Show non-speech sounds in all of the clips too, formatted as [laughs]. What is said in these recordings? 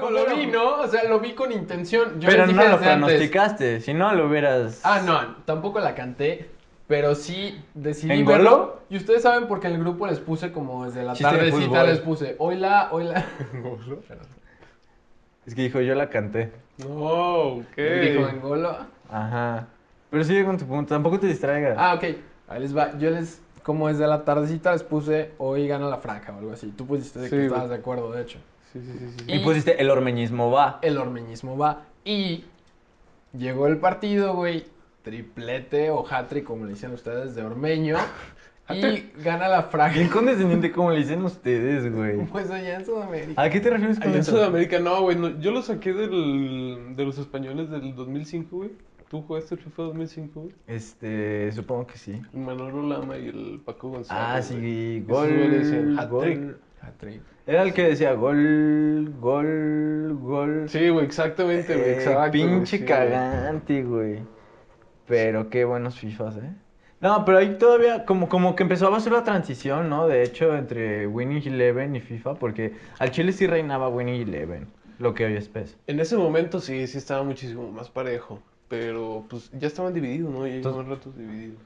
Lo, lo vi, ¿no? O sea, lo vi con intención. Yo Pero les no dije lo desde antes. pronosticaste, si no lo hubieras... Ah, no, tampoco la canté, pero sí decidí ¿En gol? verlo. Y ustedes saben porque en el grupo les puse como desde la Chiste de tardecita fútbol. les puse, hola, hola. Es que dijo, yo la canté. Oh, ok. Dijo en golo. Ajá. Pero sigue con tu punto, tampoco te distraigas. Ah, ok. Ahí les va. Yo les, como desde la tardecita les puse, hoy gana la franja o algo así. Tú pusiste de Sí, que güey. estabas de acuerdo, de hecho. Sí, sí, sí, sí. y... pusiste, el ormeñismo va. El ormeñismo va. Y llegó el partido, güey. Triplete o hat-trick, como le dicen ustedes, de [laughs] ormeño. y gana la Qué franja. condescendiente como le dicen ustedes, güey. Pues allá en Sudamérica. ¿A qué te refieres con Allá en eso? Sudamérica, no, güey. no, yo lo saqué del, de los españoles del 2005, güey. ¿Tú jugaste el FIFA 2005, güey? Este, supongo que sí. Manolo Lama y el Paco González. Ah, güey. sí, Esos goles en gol, hat-trick. gol. Hat-trick. Era el que decía gol, gol, gol. Sí, güey, exactamente, güey. Eh, exacto, güey, pinche sí, güey. cagante, güey. Pero qué buenos FIFAs, ¿eh? No, pero ahí todavía, como, como que empezó a hacer la transición, ¿no? De hecho, entre Winning Eleven y FIFA, porque al Chile sí reinaba Winning Eleven, lo que hoy es PES. En ese momento sí, sí estaba muchísimo más parejo. Pero pues ya estaban divididos, ¿no? Ya Entonces- llevaban ratos divididos.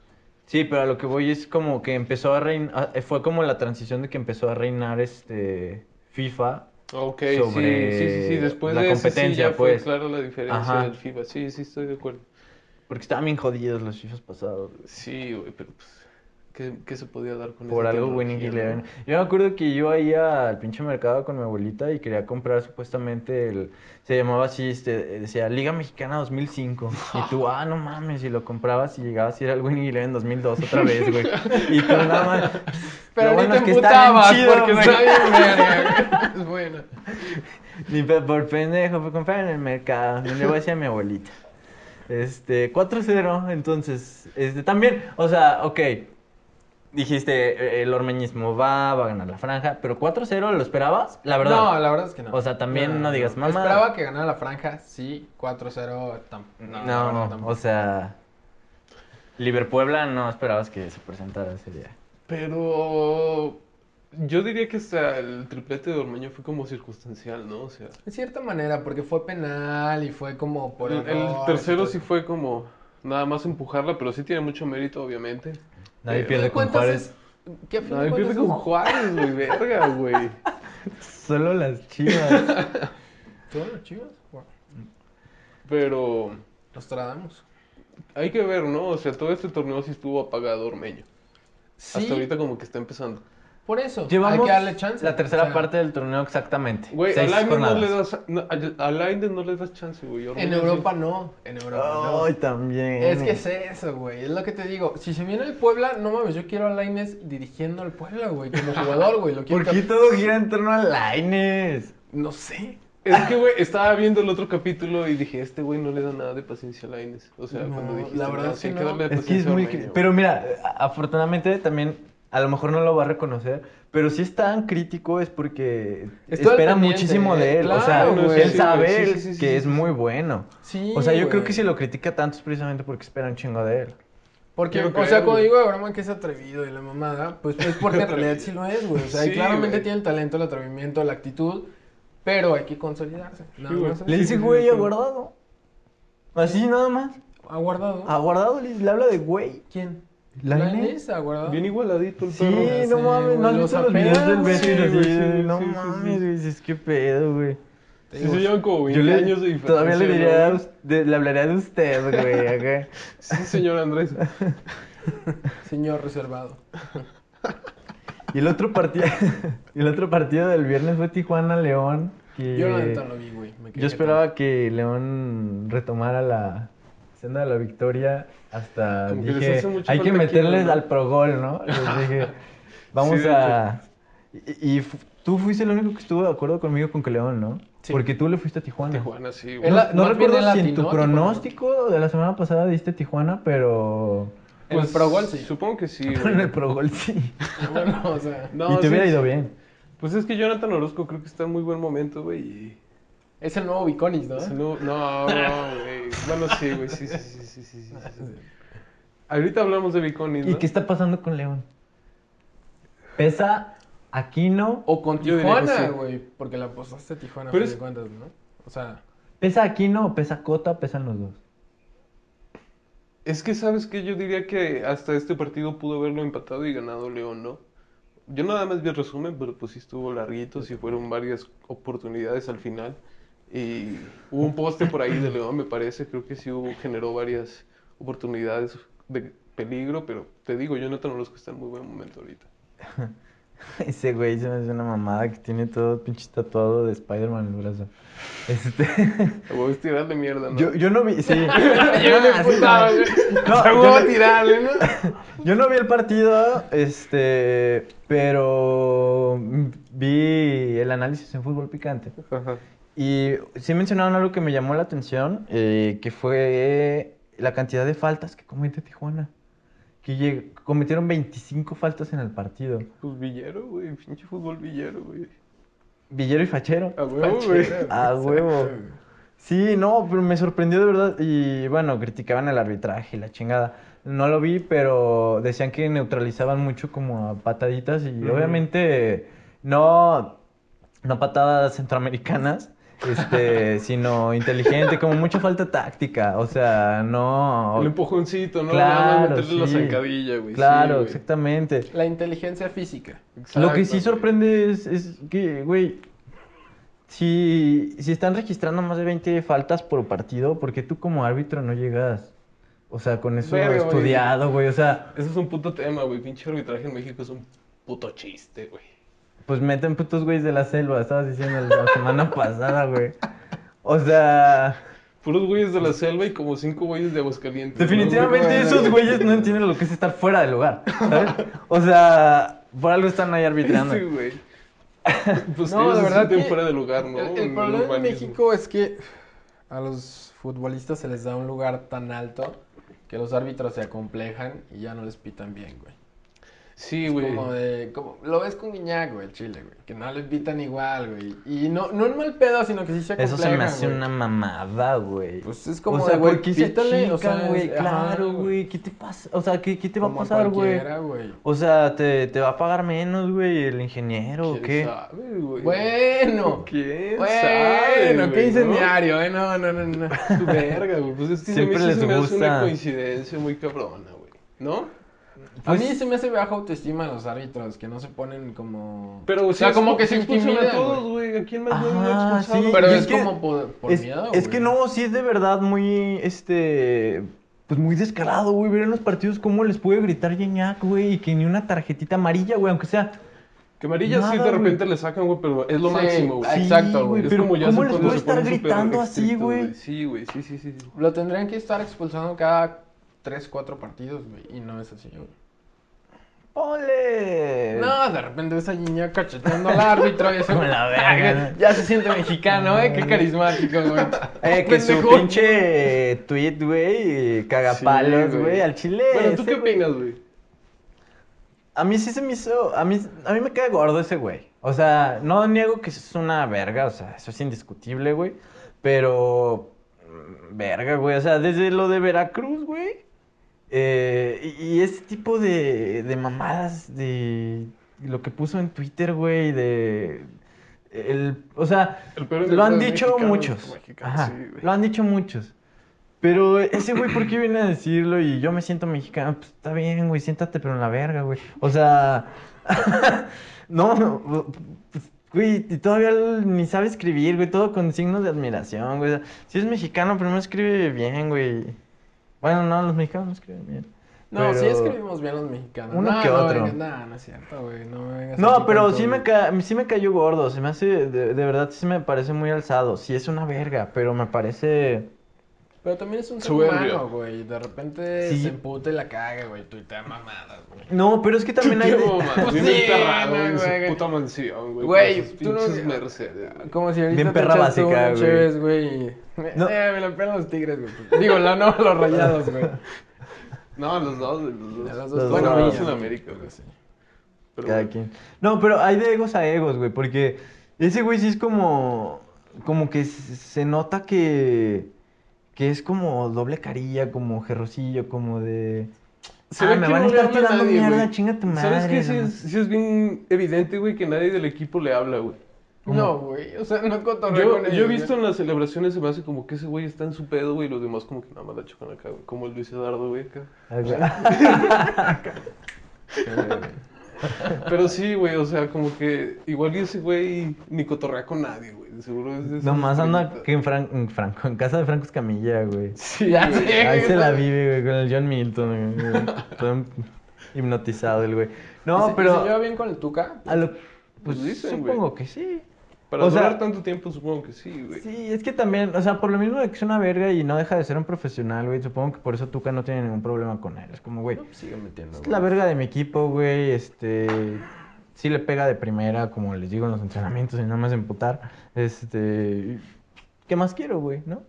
Sí, pero a lo que voy es como que empezó a reinar, fue como la transición de que empezó a reinar este FIFA. Ok, sobre sí, sí, sí, sí. Después la de eso sí competencia, ya fue pues. clara la diferencia Ajá. del FIFA. Sí, sí, estoy de acuerdo. Porque estaban bien jodidos los FIFAs pasados. güey. Sí, güey, pero pues, ¿qué, qué se podía dar con Por esa algo Winning tecnología, Eleven. no? Yo me acuerdo que yo iba al pinche mercado con mi abuelita y quería comprar supuestamente el... Se llamaba así, este, decía Liga Mexicana 2005. Y tú, ah, no mames, y lo comprabas y llegabas a ir al Winning Eleven 2002 otra vez, güey. Y tú nada más... [laughs] Pero ni lo bueno es te que está emputabas bien chido, porque güey. está bien [laughs] verga. Es buena. Ni pe- por pendejo, fue comprar en el mercado. No le voy a decir a mi abuelita. Este, 4-0, entonces, este, también, o sea, ok. Dijiste, eh, el ormeñismo va, va a ganar la franja, pero 4-0, ¿lo esperabas? [laughs] La verdad. No, la verdad es que no. O sea, también no digas mamá. mamada. Esperaba que ganara la franja, sí, 4-0. tam- No, la No, verdad, o tampoco. sea, Liverpuebla no esperabas que se presentara ese día. Pero yo diría que hasta el triplete de Ormeño fue como circunstancial, ¿no? O sea, De cierta manera, porque fue penal y fue como por el, el error, tercero entonces- sí fue como nada más empujarla, pero sí tiene mucho mérito, obviamente. Nadie Eh, pierde con ¿Cuántas Juárez. es- ¿Qué a fin de Nadie Ah, pierde cuentas con es- Juárez, güey, verga, güey. Solo [laughs] las chivas. ¿Todos los chivas? Bueno, Pero Los tradamos. hay que ver, ¿no? O sea, todo este torneo sí estuvo apagado Ormeño. Sí, Hasta ahorita como que está empezando. por eso. hay Llevamos que darle chance. la tercera o sea, parte del torneo exactamente. Güey, a Seis Lainez no jornadas. le das, no, a- a Lainez no le das chance, güey. Ormeño En sí. Europa no. En Europa no. Ay, también. Es que es eso, güey. Es lo que te digo. Si se viene el Puebla, no mames, yo quiero a Laines dirigiendo al Puebla, güey. Como jugador, güey. Lo quiero ¿Por qué cap- todo gira en torno a Laines? No sé. Es que, güey, estaba viendo el otro capítulo y dije, este güey no le da nada de paciencia a Lainez. O sea, No, cuando dijiste, la verdad "No, es sí hay que que no". darle Es que es paciencia a muy... Ormeño". Pero mira, a- afortunadamente también, a lo mejor no lo va a reconocer, pero si es tan crítico es porque Está espera al pendiente, muchísimo de él. o sea, claro, güey. él Sí, sabe güey, sí, sí, sí, que sí, es sí, muy bueno. Sí. o sea, yo güey. creo que si lo critica tanto es precisamente porque espera un chingo de él. Porque, Quiero o creer, sea, cuando güey. digo de broma que es atrevido y la mamada, pues es porque [laughs] en realidad sí lo es, güey. O sea, y Sí, claramente güey. tiene el talento, el atrevimiento, la actitud, pero hay que consolidarse. Nada Sí, güey. más así. Le sí, dice, sí, güey, sí. aguardado. Así nada más. Aguardado. Ah, Aguardado le le habla de güey. ¿Quién? ¿La ¿La Inés? Inés? Aguardado. Ah, Bien igualadito el Sí, perro. sé, no mames, no has güey, visto los los videos del apenas, Beto y sí, los güey, videos, sí, No sí, sí, mames, sí. güey, dices, qué pedo, güey. Te Sí, digo, se llevan como 20 Yo le, años de diferencia. todavía le diría, a ¿no? us- de- le hablaría de usted, güey, acá. Sí, [laughs] señor Andrés. Señor reservado. Y el otro partido, [laughs] el otro partido del viernes fue Tijuana-León, que Yo la neta no vi, güey. me quedé Eh, yo esperaba que León retomara la senda de la victoria hasta Como que les dije, hace mucho hay que falta equipo, meterles ¿no?" al pro gol, [laughs] ¿no? Les dije, vamos Sí, de a... Y, y fu- tú fuiste el único que estuvo de acuerdo conmigo con que León, ¿no? Sí. Porque tú le fuiste a Tijuana. Tijuana, sí, No, güey. Él la- no más bien recuerdo él si en atinó tu a Tijuana. pronóstico de la semana pasada diste Tijuana, pero El Pro Gol sí. Pues, Supongo [laughs] que sí, pero güey. en el Pro Gol sí. [laughs] Bueno, o sea, No, y te sí, hubiera ido sí. bien. Pues es que Jonathan Orozco creo que está en muy buen momento, güey. y- es el nuevo Viconis, ¿Ah? ¿no? o sea, No, no, no, güey. Bueno, sí, güey. Sí, sí, sí, sí, sí, sí, sí. [laughs] Ahorita hablamos de Biconis, ¿Y ¿no? qué está pasando con León? Pesa Aquino. O con Yo diría que Tijuana, sí. güey. Porque la apostaste a Tijuana, Pero pero es- de cuentas, ¿no? O sea, ¿Pesa Aquino o pesa Cota o pesan los dos? Es que, ¿sabes qué? Yo diría que hasta este partido pudo haberlo empatado y ganado León, ¿no? Yo nada más vi el resumen, pero pues sí estuvo larguito, sí fueron varias oportunidades al final. Y hubo un poste por ahí de León, me parece, creo que sí hubo, generó varias oportunidades de peligro, pero te digo, Jonathan Orozco está en muy buen momento ahorita. [laughs] Ese güey se me hace una mamada que tiene todo pinche tatuado de Spider-Man en el brazo. Este. [laughs] Le voy a estirar de mierda, ¿no? Yo, yo no [laughs] vi, sí. yo me [laughs] Ah, sí, emputaba, no. güey. No, Se yo voy a no- tirarle, ¿no? Yo no vi el partido, este, pero vi el análisis en Fútbol Picante. Ajá. Y sí mencionaron algo que me llamó la atención, eh, que fue la cantidad de faltas que comete Tijuana. Que lleg- cometieron 25 faltas en el partido. Pues Villero, güey, pinche fútbol Villero, güey. Villero y Fachero. Oh. A huevo, güey. A huevo. güey. Sí, no, pero me sorprendió de verdad. Y bueno, criticaban el arbitraje y la chingada. No lo vi, pero decían que neutralizaban mucho como a pataditas y Ujú. obviamente no, no patadas centroamericanas, este, sino inteligente, como mucha falta táctica. O sea, no. El empujoncito, ¿no? Nada más Claro, meterle la sí. zancadilla, güey. Pues sí, Claro, güey. exactamente. La inteligencia física. Lo que sí Exacto, güey. sorprende es, es que, güey, si, si están registrando más de 20 faltas por partido, ¿por qué tú como árbitro no llegas? O sea, con eso Verga, güey. estudiado, güey. O sea, Ese es un puto tema, güey. Pinche arbitraje en México es un puto chiste, güey. pues meten putos güeyes de la selva, estabas diciendo la [laughs] semana pasada, güey. O sea, Puros güeyes de la selva y como cinco güeyes de Aguascalientes. ¿no? Pues definitivamente Güey, esos güeyes no entienden lo que es estar fuera del lugar, ¿sabes? O sea, por algo están ahí arbitrando. [laughs] [laughs] Sí, [laughs] güey. Pues No, ellos de se verdad sienten que fuera de lugar, Ah, ¿no? El, el En problema en urbanismo. México es que a los futbolistas se les da un lugar tan alto que los árbitros se acomplejan y ya no les pitan bien, güey. Sí, Es güey. Como de, como, lo ves con Guiñac, güey, el Chile, güey, que no les pitan igual, güey. Y no, no en mal pedo, sino que sí se Eso acomplejan, se me hace güey. una mamada, güey. Pues es como o sea, de, güey, ¿por qué se pítale, o achican, sea, güey? es- ajá, Claro, güey. güey, ¿qué te pasa? O sea, ¿qué, qué te va a Como pasar, güey? cualquiera, güey. O sea, ¿te, te va a pagar menos, güey, el ingeniero o ¿Quién qué? sabe, güey? [laughs] Bueno. ¿Quién sabe, Bueno, qué güey, no? incendiario, eh. No, no, no, [laughs] no. Tu verga, güey. Pues es que Siempre a mí sí les se me hace una gusta. coincidencia muy cabrona, güey. ¿No? A Pues- mí se me hace baja autoestima a los árbitros, que no se ponen como... Pero o sea, sí como expu- que sí se expulsan intimidan, a güey. todos, güey. ¿A quién más güey, no han Ajá, expulsado? sí. Pero Y es, es que- como por, por es, miedo, es que güey. no, sí es de verdad muy, este, pues muy descarado, güey. Ver en los partidos cómo les puede gritar Gignac, güey, y que ni una tarjetita amarilla, güey, aunque sea. Que amarillas sí Nada, de güey. repente le sacan, güey, pero es lo Sí, máximo, güey. sí, Exacto, güey. Es Pero como ya ¿cómo se- les cuando puede se ponen estar súper gritando así, estrictos, güey? Sí, güey, sí, sí, sí. sí. Lo tendrían que estar expulsando cada 3, 4 partidos, güey. Y no es así, güey. ¡Ole! No, de repente ves a Gignac cacheteando al árbitro y [laughs] eso. Ah, Con la verga. ya se siente mexicano, eh. Qué carismático, güey. [laughs] Eh, que su Pendejo. pinche tweet, güey, cagapalos, Sí, güey. güey, al chile. Bueno, ¿tú ese qué güey- opinas, güey? A mí sí se me hizo, a mí, a mí me cae gordo ese güey. O sea, no niego que eso es una verga, o sea, eso es indiscutible, güey. Pero, mm, verga, güey, o sea, desde lo de Veracruz, güey. eh, y, y ese tipo de, de mamadas, de lo que puso en Twitter, güey, de... El, o sea, El peor enemigo lo han del dicho mexicano es muchos. el mexicano, Ajá, sí, güey. lo han dicho muchos. Pero ese güey, ¿por qué viene a decirlo? Y yo me siento mexicano. Pues está bien, güey, siéntate, pero en la verga, güey. O sea. [laughs] no, no, pues, güey, y todavía ni sabe escribir, güey, todo con signos de admiración, güey. O sea, si es mexicano, pero no escribe bien, güey. Bueno, no, los mexicanos no escriben bien. No, Pero- sí escribimos bien los mexicanos. Uno no, que no, otro. vengas- no, no es cierto, güey. No, me vengas aquí No, pero con sí tu- me, ca- sí me cayó gordo. Se me hace, de, de verdad, sí me parece muy alzado. Sí es una verga, pero me parece. Pero también es un ser Soberbio. humano, güey. De repente Sí. se emputa y la caga, güey. Tuitea mamadas, güey. No, pero es que también hay. [laughs] Qué mamá, Pues bien sí, enterrado güey, en güey. su puta mansión, güey. Güey, con sus tú no- pinches Mercedes, güey. Como si ahorita Bien te perra echas tú básica, unos güey. cheves, güey. Me- No. Eh, me la pelan los tigres, güey. pues, Digo, la, no, los rayados, güey. No, los dos, güey, los dos. Los dos dos bueno, son los rayados. en América, güey. sí. Pero, Cada bueno. quien. No, pero hay de egos a egos, güey, porque ese güey sí es como. Como que s- se nota que. Que es como doble carilla, como gerrosillo, como de. se Ah, ve me que van a no le estar habla tirando nadie, mierda, güey. chinga tu ¿Sabes madre, qué? Sí no es, sí es bien evidente, güey, que nadie del equipo le habla, güey. No, güey. O sea, no cotorreo Yo, con yo he ellos, ¿eh? visto güey. en las celebraciones, se me hace como que ese güey está en su pedo, güey, y los demás como que nada más la chocan acá, güey. Como el Luis Eduardo, güey, acá. [laughs] Ay, [laughs] güey. Pero sí, güey, o sea, como que igual y ese güey ni cotorrea con nadie, güey. Seguro es de esos Nomás anda güeyes. que en, Fran- en Franco, en casa de Franco Escamilla, güey. Sí, Ya güey. sé. Ahí se la vive, güey, con el John Milton, [laughs] güey. Todo hipnotizado el güey. ¿Y No, se- y ¿Se lleva pero bien con el Tuca? a lo Pues pues dicen, güey. supongo que sí. Para O sea- durar tanto tiempo, supongo que sí, güey. Sí, es que también, o sea, por lo mismo de que es una verga y no deja de ser un profesional, güey, supongo que por eso Tuca no tiene ningún problema con él. Es como, güey, Sigue metiendo. es [laughs] la verga de mi equipo, güey, este, sí le pega de primera, como les digo en los entrenamientos y nada más emputar, este, ¿qué más quiero, güey, no?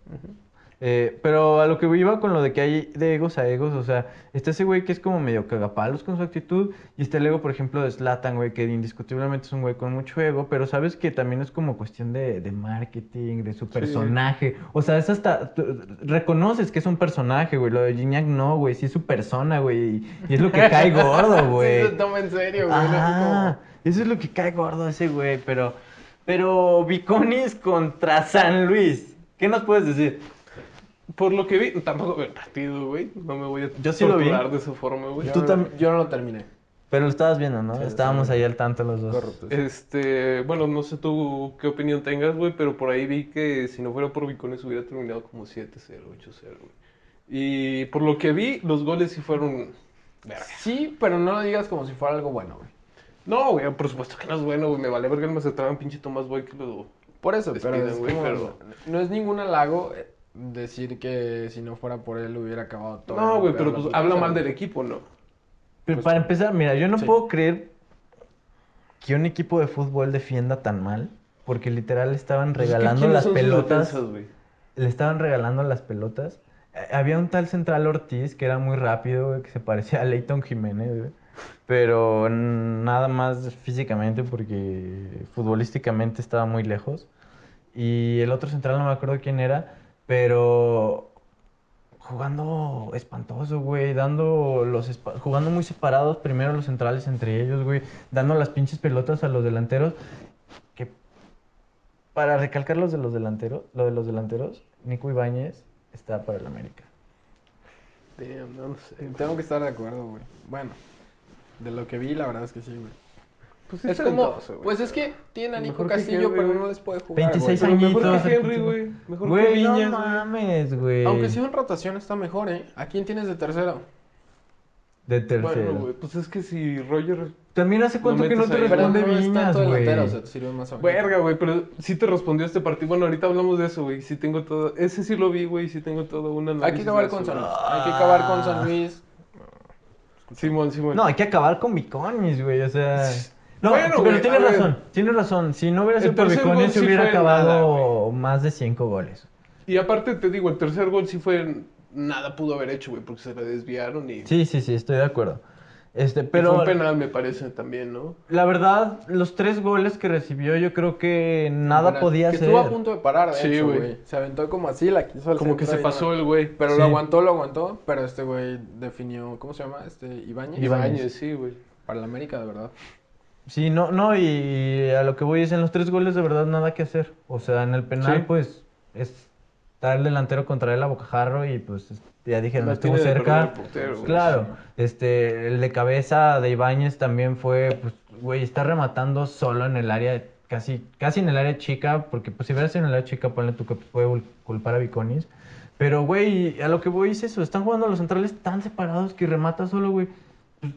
Eh, pero a lo que iba con lo de que hay de egos a egos, o sea, está ese güey que es como medio cagapalos con su actitud, y está el ego, por ejemplo, de Zlatan, güey, que indiscutiblemente es un güey con mucho ego, pero sabes que también es como cuestión de, de marketing, de su personaje, o sea, es hasta, tú- reconoces que es un personaje, güey, lo de Gignac no, güey, sí es su persona, güey, y, y es lo que cae [laughs] gordo, güey. Sí, se toma en serio, güey. ¿no? Ah, eso es lo que cae gordo ese güey, pero. Pero Viconis contra San Luis. ¿Qué nos puedes decir? Por lo que vi, tampoco vi el partido, güey. No me voy a Yo sí lo vi. torturar de esa forma, güey. Yo, Tú no- tam- yo no lo terminé. Pero lo estabas viendo, ¿no? Sí, Estábamos sí. ahí al tanto los dos. Corrupto. Este, bueno, no sé tú qué opinión tengas, güey, pero por ahí vi que si no fuera por Bicones hubiera terminado como 7-0, 8-0, güey. Y por lo que vi, los goles sí fueron... verga. Sí, pero no lo digas como si fuera algo bueno, güey. No, güey, por supuesto que no es bueno, güey. Me vale verga el Mazatlán, pinche Tomás Boy que lo... Por eso, pero, Despidan, es güey, como- pero- no es ningún halago eh, decir que si no fuera por él hubiera acabado todo. No, güey, pero la pues puta habla madre. mal del equipo, ¿no? Pero Pues- para empezar, mira, yo no Sí. puedo creer que un equipo de fútbol defienda tan mal. Porque literal estaban Pues es que regalando ¿quiénes las son sus pelotas. defensas, güey? le estaban regalando las pelotas. Eh, Había un tal Central Ortiz que era muy rápido, güey, que se [laughs] parecía a Leighton Jiménez, güey. Pero n- nada más físicamente porque futbolísticamente estaba muy lejos. Y el otro central no me acuerdo quién era, pero jugando espantoso, güey, dando los espa- jugando muy separados primero los centrales entre ellos, güey, dando las pinches pelotas a los delanteros que para recalcar los de los delanteros, lo de los delanteros, Nico Ibáñez está para el América. Damn, no, no sé. Tengo que estar de acuerdo, güey. Bueno, de lo que vi, la verdad es que sí, güey. Pues Es como, pues es que tiene a Nico Mejor que Castillo, Henry, pero güey. no les puede jugar. 26 güey. años. Mejor que Añitos, Henry, güey. Mejor que Güey, no Viñas, güey. mames, güey. Aunque si en rotación está mejor, ¿eh? ¿A quién tienes de tercero? De tercero. Bueno, güey, pues es que si Roger... También hace cuánto No que no metes te ahí. Pero responde no es Viñas, tanto güey. delantero, o sea, te sirve más abajo. Verga, güey, pero sí te respondió este partido. Bueno, ahorita hablamos de eso, güey. Sí tengo todo. Ese sí lo vi, güey. Sí tengo todo un análisis. Hay que acabar de con eso, San Luis. güey. Hay que acabar con Ah. San Luis. Simón, Simón. No, hay que acabar con Biconis, güey, o sea... No, Bueno, pero güey, tienes a ver. razón, tienes razón. Si no hubiera El sido por tercer gol Biconis, sí hubiera fue acabado más de 5 goles. Y aparte te digo, el tercer gol sí fue. Nada pudo haber hecho, güey, porque se le desviaron y. Sí, sí, sí, estoy de acuerdo. Este, y pero... fue un penal, me parece también, ¿no? La verdad, los tres goles que recibió, yo creo que nada Mira, podía que ser. Estuvo a punto de parar, de Sí, hecho, güey. güey. Se aventó como así, la quiso al Como que centro se y no- pasó el güey. Pero Sí. lo aguantó, lo aguantó. Pero este güey definió, ¿cómo se llama? Este, Ibáñez. Ibáñez. Ibáñez, sí, güey. Para la América, de verdad. Sí, no, no, y a lo que voy es en los tres goles de verdad nada que hacer. O sea, en el penal, Sí. pues, es estar el delantero contra él a bocajarro y pues es- ya dijeron, La estuvo tiene de perder cerca. el portero, güey. Claro, este, el de cabeza de Ibáñez también fue, pues, güey, está rematando solo en el área, casi, casi en el área chica, porque pues si hubiera sido en el área chica, ponle tú que puede vul- culpar a Viconis. Pero, güey, a lo que voy es eso, están jugando los centrales tan separados que remata solo, güey. Pues,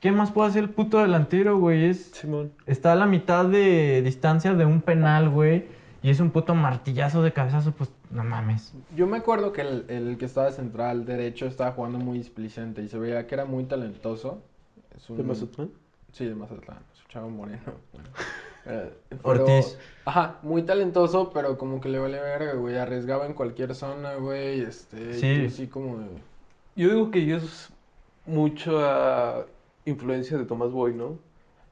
¿Qué más puede hacer el puto delantero, güey? Es, Simón. Está a la mitad de distancia de un penal, güey. Y es un puto martillazo de cabezazo, pues no mames. Yo me acuerdo que el, el que estaba central derecho estaba jugando muy displicente y se veía que era muy talentoso. Es un- ¿De Mazatlán? Sí, de Mazatlán. Es un chavo moreno. [laughs] Eh, pero- Ortiz. Ajá, muy talentoso, pero como que le vale verga, güey. Arriesgaba en cualquier zona, güey. Este, Sí. tú sí como... de- Yo digo que ya es mucha influencia de Tomás Boy, ¿no?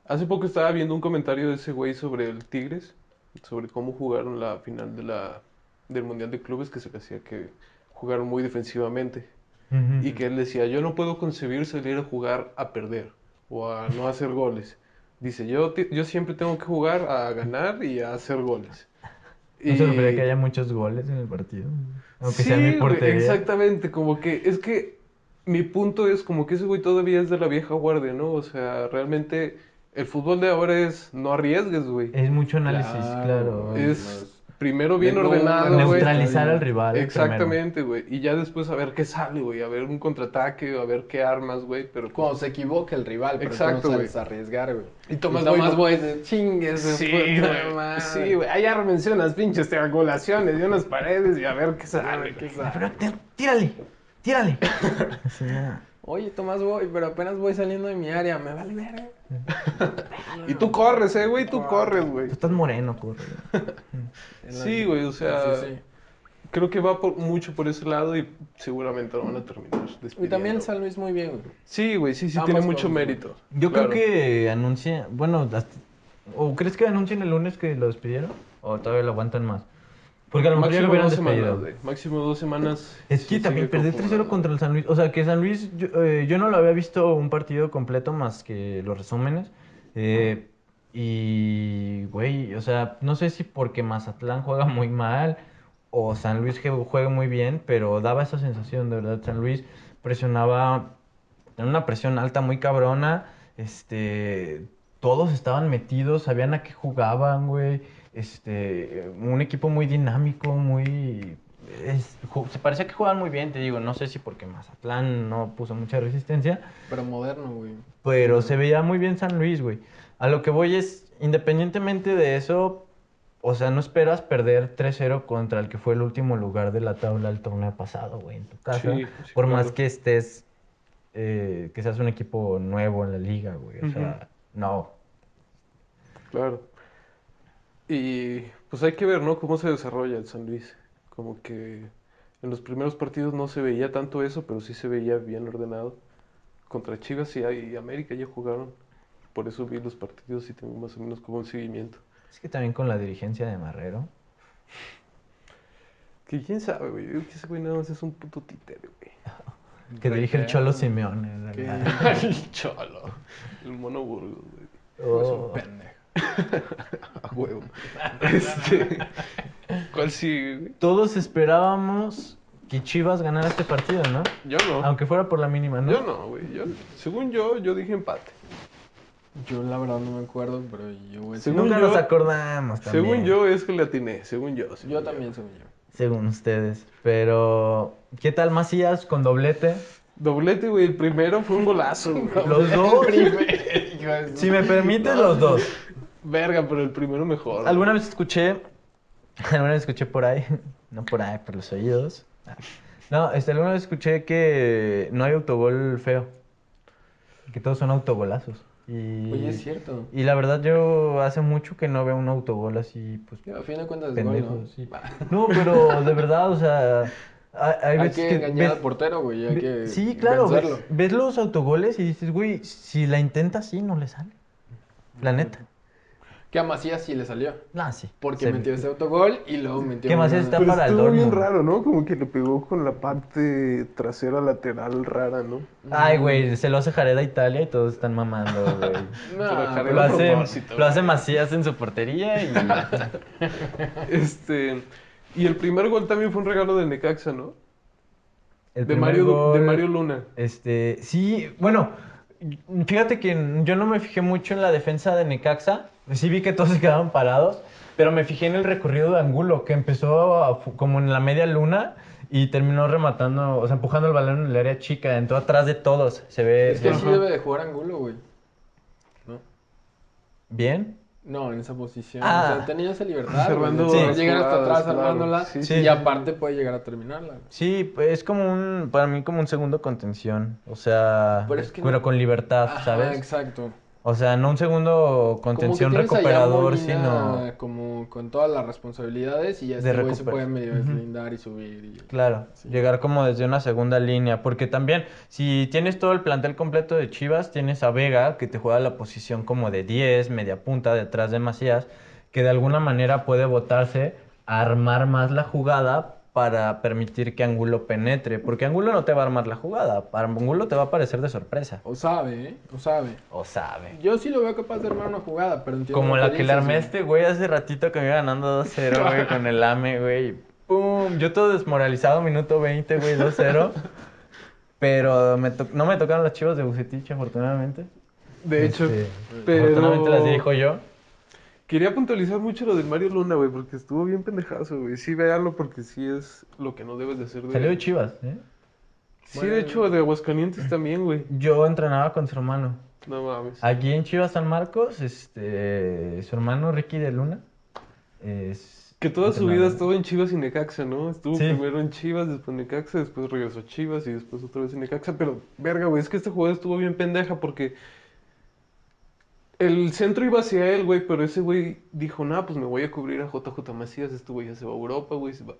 Hace poco estaba viendo un comentario de ese güey sobre el Tigres, sobre cómo jugaron la final de la, del Mundial de Clubes, que se decía que jugaron muy defensivamente. Ujú. y que él decía, yo no puedo concebir salir a jugar a perder o a no hacer goles. Dice, yo, ti- yo siempre tengo que jugar a ganar y a hacer goles. [laughs] No sorprende Y- que haya muchos goles en el partido. Aunque sí, sea mi güey, portería. exactamente, como que es que mi punto es como que ese güey todavía es de la vieja guardia, ¿no? O sea, realmente el fútbol de ahora es no arriesgues, güey. Es mucho análisis, Claro, claro. güey. Es primero bien De no ordenado, güey. Neutralizar al rival. primero. Exactamente, güey. Y ya después a ver qué sale, güey. A ver un contraataque, a ver qué armas, güey. Pero pues, Cuando se equivoca el rival, pero Exacto, tú no sales güey. a arriesgar, güey. Y tomas Y güey, tomas no- güey, de chingues, de Sí, puta güey. madre. Sí, güey. Ahí armense unas pinches triangulaciones de unas paredes y a ver qué A sale, ver qué qué sale. Ah, Pero tí- tírale, [laughs] tírale. Así nada. Oye, Tomás, voy, pero apenas voy saliendo de mi área, me vale verga. Y tú corres, eh, güey. Tú corres, güey. Tú estás moreno, corre. Sí, güey. O sea, Sí, sí. creo que va por, mucho por ese lado y seguramente lo van a terminar Y también despidiendo. el San Luis muy bien, güey. Sí, güey. Sí, sí, Ambas tiene mucho cosas, güey. mérito. Yo Claro. creo que anuncia, bueno, hasta- ¿o crees que anuncien el lunes que lo despidieron? ¿O todavía lo aguantan más? Porque a lo mejor ya lo Máximo hubieran dos despedido. semanas, güey. Máximo dos semanas. Es que sí, también sigue perder conformando. 3-0 contra el San Luis. O sea, que San Luis, yo, eh, yo no lo había visto un partido completo más que los resúmenes. Eh, y, güey, o sea, no sé si porque Mazatlán juega muy mal o San Luis que juega muy bien, pero daba esa sensación, de verdad. San Luis presionaba, tenía una presión alta muy cabrona. Este, todos estaban metidos, sabían a qué jugaban, güey. Este, un equipo muy dinámico, muy... es- ju- se parecía que jugaban muy bien, te digo, no sé si porque Mazatlán no puso mucha resistencia, Pero moderno, güey. pero se veía muy bien San Luis, güey. A lo que voy es, independientemente de eso, o sea, no esperas perder 3-0 contra el que fue el último lugar de la tabla del torneo pasado, güey, en tu casa. Sí, sí, por más claro. que estés, eh, que seas un equipo nuevo en la liga, güey. O sea, no. Claro. Y pues hay que ver, ¿no? Cómo se desarrolla el San Luis. Como que en los primeros partidos no se veía tanto eso, pero sí se veía bien ordenado. Contra Chivas y, y América ya jugaron. Por eso vi los partidos y tengo más o menos como un seguimiento. Es que también con la dirigencia de Marrero. Que quién sabe, güey. Yo creo que ese güey nada más es un puto títere, [laughs] güey. Que dirige el Reitero. eh, Cholo Simeone, la Que- [laughs] verdad. El cholo. El mono Burgos, güey. Es Oh, Pues un pendejo. A huevo. [laughs] Este, ¿Cuál sigue, güey? Todos esperábamos que Chivas ganara este partido, ¿no? Yo no. Aunque fuera por la mínima, Ah, ¿no? Yo no, güey. Yo, según yo, yo dije empate. Yo la verdad no me acuerdo, pero yo, güey. sí. Según Nunca yo- nos acordamos también. Según yo es que le atiné, según yo. según Yo también, según yo. Según ustedes. Pero, ¿qué tal Macías con doblete? Doblete, güey, el primero fue un golazo, [laughs] güey. Los dos. Si me permites, los dos. Verga, pero el primero mejor. Alguna vez escuché, [laughs] alguna vez escuché por ahí, [laughs] no por ahí, por los oídos. No, este, alguna vez escuché que no hay autogol feo. Que todos son autogolazos. Y, Oye, es cierto. y la verdad yo hace mucho que no veo un autogol así, pues, [laughs] A fin de cuentas, es gol, pendejo. ¿no? sí. Va. No, pero de verdad, o sea, hay, hay Hay veces que que engañar ves- al portero, güey. Hay ve- que Sí, claro, ves, vencerlo. ves los autogoles y dices, güey, si la intenta así, no le sale. La neta. Que a Macías sí le salió. Ah, sí. Porque Se- metió ese autogol y luego metió. Que Macías una- está para el estuvo bien Dortmund. raro, ¿no? Como que le pegó con la parte trasera lateral rara, ¿no? Ay, güey, se lo hace Jared a Italia y todos están mamando, güey. No, Pero Jared- pero- Lo hace, propósito, lo hace Macías en su portería y... Este, y el primer gol también fue un regalo de Necaxa, ¿no? El de primer Mario gol, de Mario Luna. Este, sí, bueno, fíjate que yo no me fijé mucho en la defensa de Necaxa. Sí vi que todos [laughs] se quedaban parados, pero me fijé en el recorrido de Angulo, que empezó a fu- como en la media luna y terminó rematando, o sea, empujando el balón en el área chica, entró atrás de todos. Se ve Es que se- sí Ajá. debe de jugar Angulo, güey. ¿No? bien. No, en esa posición. Ah. O sea, tenía esa libertad. Cerrando güey. Puede las llegar hasta atrás jugadas, claro. armándola. Sí, sí, y sí. aparte puede llegar a terminarla. güey. Sí, pues, es como un, para mí como un segundo contención, o sea, Pero es que no- con libertad, Ajá, Ah, ¿sabes? exacto. O sea, no un segundo contención como que tienes allá a recuperador, Molina sino... Como con todas las responsabilidades y ya De este güey se recuper- puede medio Ujú. deslindar y subir. y- Claro, llegar como desde una segunda línea, porque también si tienes todo el plantel completo de Chivas, tienes a Vega que te juega la posición como de 10, media punta detrás de Macías, que de alguna manera puede botarse a armar más la jugada para permitir que Angulo penetre, porque Angulo no te va a armar la jugada, para Angulo te va a aparecer de sorpresa, O sabe, ¿eh? O sabe. o sabe. Yo sí lo veo capaz de armar una jugada, pero entiendo. Como lo la que le dices, armé a güey. este güey hace ratito que me iba ganando 2-0, güey, con el AME, güey. ¡Pum! Yo todo desmoralizado, minuto 20, güey, 2-0. Pero me to- no me tocaron los chivos de Bucetich, afortunadamente. De hecho, Este, Afortunadamente pero... las dirijo yo. Quería puntualizar mucho lo del Mario Luna, güey, porque estuvo bien pendejazo, güey. Sí, véanlo porque sí es lo que no debes de hacer, güey. Salió de Chivas, ¿eh? Sí, de hecho, de Aguascalientes también, güey. Yo entrenaba con su hermano. No mames. Aquí en Chivas San Marcos, este, su hermano Ricky de Luna es Que toda su vida entrenador. estuvo en Chivas y Necaxa, ¿no? Estuvo Sí. primero en Chivas, después Necaxa, después regresó a Chivas y después otra vez en Necaxa. Pero, verga, güey, es que esta jugada estuvo bien pendeja porque el centro iba hacia él, güey, pero ese güey dijo, nah, pues me voy a cubrir a JJ Macías, este güey ya se va a Europa, güey, se va-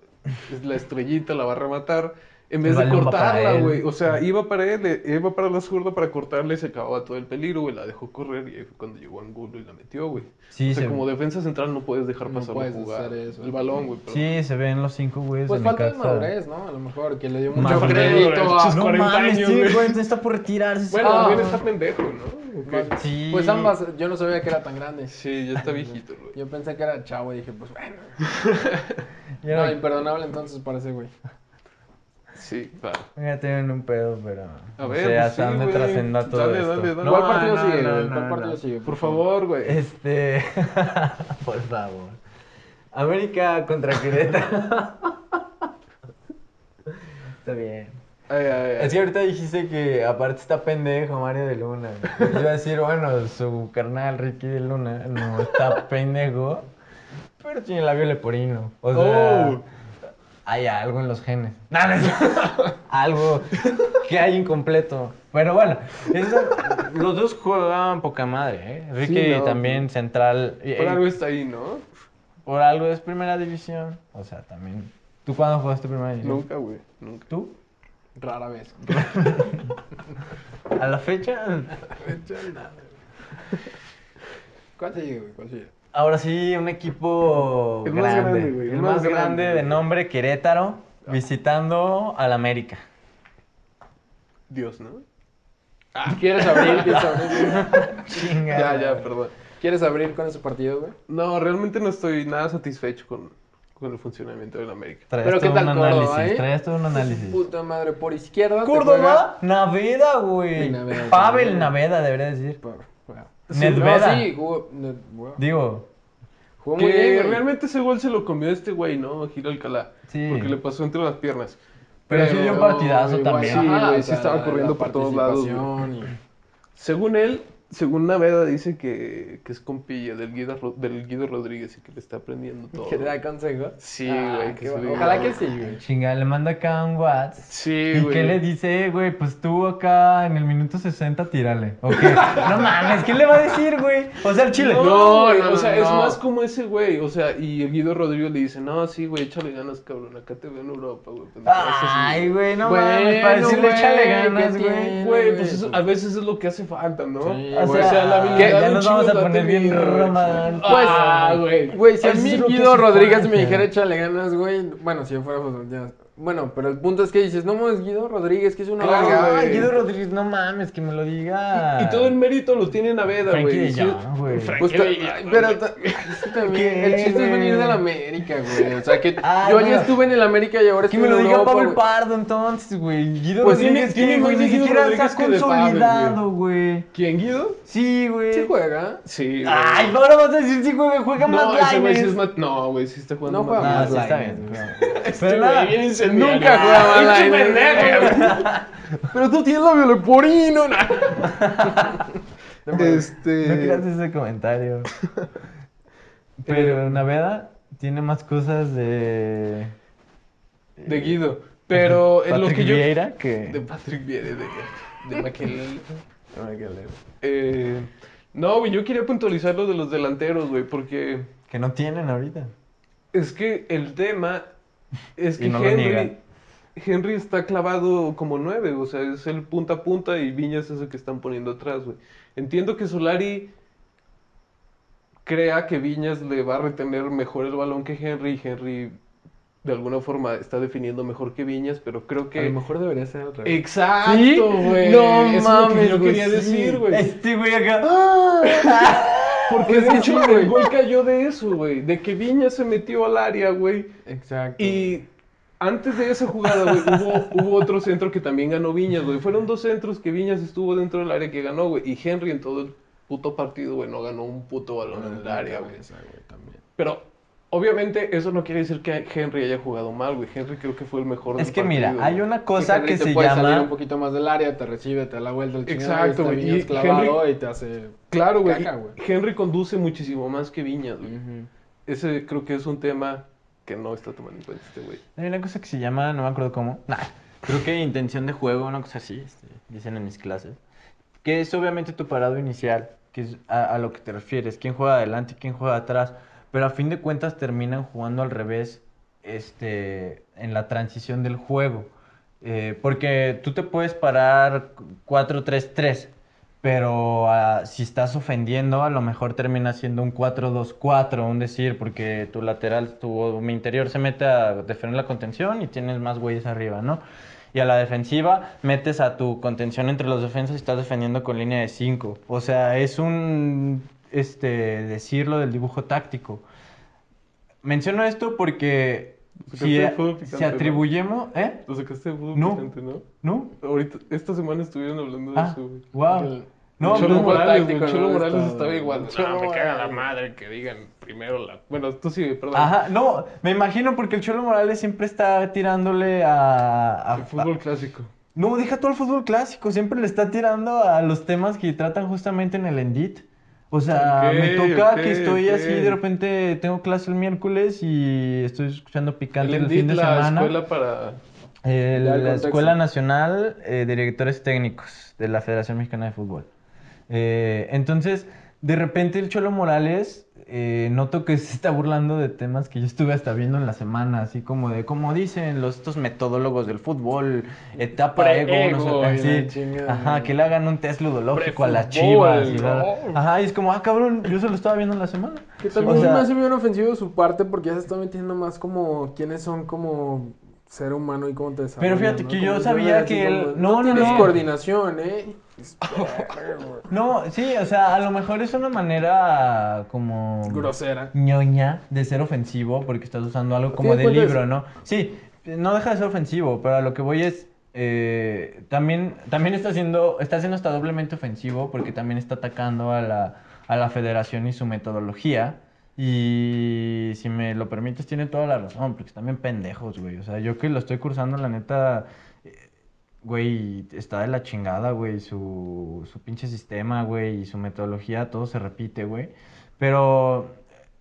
es la estrellita, la va a rematar. En vez de balón va para cortarla, él. güey, o sea, iba para él, eh, iba para la zurda para cortarle, se acababa todo el peligro, güey, la dejó correr y ahí fue cuando llegó Angulo y la metió, güey. Sí, O sea, se- como defensa central no puedes dejar No pasar la puedes jugada, hacer eso. el balón, güey. pero- Sí, se ven los cinco güeyes Pues de falta de Necaxa. madurez, ¿no? A lo mejor que le dio Más mucho madurez, crédito a. pinches No 40 mames, años, sí, güey. güey, está por retirarse. Bueno, Ah. también está pendejo, ¿no? ¿O qué? Sí. Pues ambas, yo no sabía que era tan grande. Sí, ya está viejito, güey. Yo pensé que era chavo y dije, pues bueno. Ya No, no- imperdonable entonces para ese güey. Sí, claro. Ya tienen un pedo, pero. A o sea, ver, pues hasta sí, dónde güey. trascenda todo Dale, esto. dale, dale. No, ¿Cuál partido no, sigue, no, güey? no, ¿Cuál no. partido sigue? Por favor, güey. Este. [laughs] Por favor. América contra Querétaro. [laughs] está bien. Ay, ay, ay. Es que ahorita dijiste que aparte está pendejo Mario de Luna. güey. Yo iba a decir, bueno, su carnal Ricky de Luna no está pendejo, pero tiene labio leporino. O sea, Oh. hay algo en los genes. No, no es- algo que hay incompleto. Pero bueno, eso- los dos jugaban poca madre, ¿eh? Ricky no, también central. y- Por y- algo está ahí, ¿no? por algo es primera división. O sea, también. ¿Tú cuándo jugaste primera división? Nunca, güey. Nunca. ¿Tú? Rara vez. A la fecha, ¿Cuál sigue, güey? ¿Cuál sigue? Ahora sí, un equipo El más grande. grande, güey, el más, grande, de güey. nombre Querétaro, visitando al América. Dios, ¿no? Ah, ¿Quieres abrir? ¿Quieres abrir? Chinga. Ya, ya, perdón. ¿Quieres abrir con ese partido, güey? No, realmente no estoy nada satisfecho con, con el funcionamiento del América. Traes Pero todo ¿qué un tal Córdoba, análisis, eh? traes todo un análisis. Puta madre, por izquierda. te Córdoba, Naveda, güey. Naveda, Pavel Naveda. Naveda, debería decir. juega- por- wow. Nedveda. No, sí, jugó, Ned- wow. Digo, Jugó muy Que bien, güey. realmente ese gol se lo comió este güey, ¿no? Gil Alcalá. Sí. Porque le pasó entre las piernas. Pero sí dio un partidazo igual, también. Sí, Ajá, güey, o sí sea, estaban la corriendo por todos lados. güey. Según él, según Naveda dice que, que es compilla del Guido, Ro- del Guido Rodríguez y que le está aprendiendo todo. ¿Que le da consejo? Sí, Ah, güey. qué que se bueno. le- Ojalá que sí, güey. chinga, le manda acá un WhatsApp. Sí, ¿Y güey. qué le dice, "Eh, güey? Pues tú acá en el minuto 60, tírale. ¿O qué? No mames, ¿qué le va a decir, güey? O sea, el chile. No, No, güey, no, o sea, no, es no. más como ese güey. O sea, y el Guido Rodríguez le dice, no, sí, güey, échale ganas, cabrón. Acá te veo en Europa, güey. pendejadas así". Ay, güey, no Bueno, mames, para decirle güey, échale ¿qué ganas, tiene? güey. Güey, pues eso- a veces es lo que hace falta, ¿no? Sí, O güey. sea, la habilidad que ya un nos chingo vamos a la ha poner bien tenido, güey. románticos. Ah, güey. Pues, Güey, si a Eso mí es lo que Guido hace Rodríguez me falta. dijera échale ganas, güey. Bueno, si yo fuera José Antonio. Bueno, pero el punto es que dices, no mames, Guido Rodríguez, que es una Claro, verga. güey. Ay, Guido Rodríguez, no mames, que me lo diga. Y todo el mérito lo tiene Naveda, Frankie de güey. Sí. Jong, güey. Frankie Pues, ta- de Jong, ay, pero güey. ta- [laughs] es que también, ¿Qué, el chiste es güey? venir de la América, güey. O sea, que Ay, yo bueno. ya estuve en el América y ahora Que estoy me lo en diga Europa, Pablo güey. Pardo, entonces, güey. Guido Pues tiene- Rodríguez, tiene ¿qué, güey? más Ni Guido siquiera está Rodríguez que de Pablo, consolidado, güey. ¿Quién, Guido? Sí, güey. Sí juega. Sí, güey. Ay, ahora vas a decir sí juega, juega no, más ese güey sí Lainez. es más... No, güey, sí está jugando No juega Ah, más sí, está Lainez, bien. güey. [laughs] Pero Este güey, nada, bien incendiario. Nunca jugaba Ah, la pinche pendejo, güey. [laughs] Pero tú tienes labio leporino. no. Este. [laughs] No creas ese [laughs] comentario. Pero Naveda tiene más cosas de. De Guido. Pero en lo Patrick que yo. Vieira que. De Patrick Vieira, de, de Maquelele. Eh, no, güey, yo quería puntualizar lo de los delanteros, güey, porque Que no tienen ahorita. es que el tema es Y que no lo Henry, niegan. Henry está clavado como nueve, o sea, es el punta a punta y Viñas es el que están poniendo atrás, güey. Entiendo que Solari crea que Viñas le va a retener mejor el balón que Henry y Henry de alguna forma está definiendo mejor que Viñas, pero creo A lo que... mejor debería ser al revés. Exacto, ¿Sí? güey. No Eso es lo que mames, yo güey, quería sí. decir, güey. Este güey acá. ¡ah! Porque de sí, hecho güey. el gol cayó de eso, güey. De que Viñas se metió al área, güey. Exacto. Y antes de esa jugada, güey, hubo, hubo otro centro que también ganó Viñas, güey. Fueron dos centros que Viñas estuvo dentro del área que ganó, güey. Y Henry en todo el puto partido, güey, no ganó un puto balón en el área, güey. Cabeza, güey, también. Pero obviamente eso no quiere decir que Henry haya jugado mal, güey. Henry creo que fue el mejor Es del que mira, partido, hay güey. una cosa Henry que te se puede salir un llama. poquito más del área, te recibe, te da la vuelta. el chingado, Exacto, está güey, Viñas y clavado y te hace... Claro, güey. Caca, güey. Henry conduce muchísimo más que Viñas, güey. Ujú. Ese creo que es un tema que no está tomando en cuenta este güey. Hay una cosa que se llama, no me acuerdo cómo. Nah, creo que intención de juego, una cosa así, este, dicen en mis clases. Que es obviamente tu parado inicial, que es a, a lo que te refieres, quién juega adelante y quién juega atrás. Pero a fin de cuentas terminan jugando al revés este, en la transición del juego. Eh, porque tú te puedes parar 4-3-3, pero ah, si estás ofendiendo, a lo mejor termina siendo un 4-2-4, un decir, porque tu lateral, tu mi interior se mete a defender la contención y tienes más güeyes arriba, ¿no? Y a la defensiva metes a tu contención entre los defensas y estás defendiendo con línea de 5. O sea, es un este decirlo del dibujo táctico. Menciono esto porque Sacaste si, el fútbol picante, si ¿no? atribuyemos, ¿eh? Lo sacaste de fútbol No. picante, ¿no? ¿No? Ahorita, esta semana estuvieron hablando de Ah, eso, güey. wow. El- No, Cholo no, Morales, güey. táctico, Cholo ¿no? Morales Está- estaba igual. No, Cholo me caga la Morales. madre que digan primero la... Bueno, tú sí, perdón. Ajá, no, me imagino porque el Cholo Morales siempre está tirándole a... a- El fútbol clásico. No, deja todo el fútbol clásico, siempre le está tirando a los temas que tratan justamente en el Endit. O sea, Ok, me toca ok, que estoy así, ok. de repente tengo clase el miércoles y estoy escuchando El Picante el, Endit, fin de la semana. escuela para... Eh, Ya, el la contexto. Escuela Nacional eh, de Directores Técnicos de la Federación Mexicana de Fútbol. Eh, entonces, de repente el Cholo Morales, eh, noto que [laughs] se está burlando de temas que yo estuve hasta viendo en la semana, así como de, como dicen los, estos metodólogos del fútbol, etapa ego, no sé, Pre-ego y la así. chingada, Ajá, ¿no? que le hagan un test ludológico a las Prefútbol, chivas. y la- ¿no? Ajá, y es como, ah, cabrón, yo se lo estaba viendo en la semana. Que también O sea- me hace bien ofensivo de su parte porque ya se está metiendo más como quiénes son como ser humano y cómo te desarrollas, fíjate ¿no? que Como yo si sabía fuera así que él- como, no, no, tienes no. coordinación, [laughs] ¿eh? No, sí, o sea, a lo mejor es una manera como... Grosera. ñoña de ser ofensivo porque estás usando algo como fin de de cuentas- libro, ¿no? Sí, no deja de ser ofensivo, pero a lo que voy es eh, también también está siendo está siendo hasta doblemente ofensivo porque también está atacando a la a la federación y su metodología y si me lo permites tiene toda la razón, porque están bien pendejos, güey. O sea, yo que lo estoy cursando la neta eh, Güey, está de la chingada, güey, su, su pinche sistema, güey, y su metodología, todo se repite, güey. Pero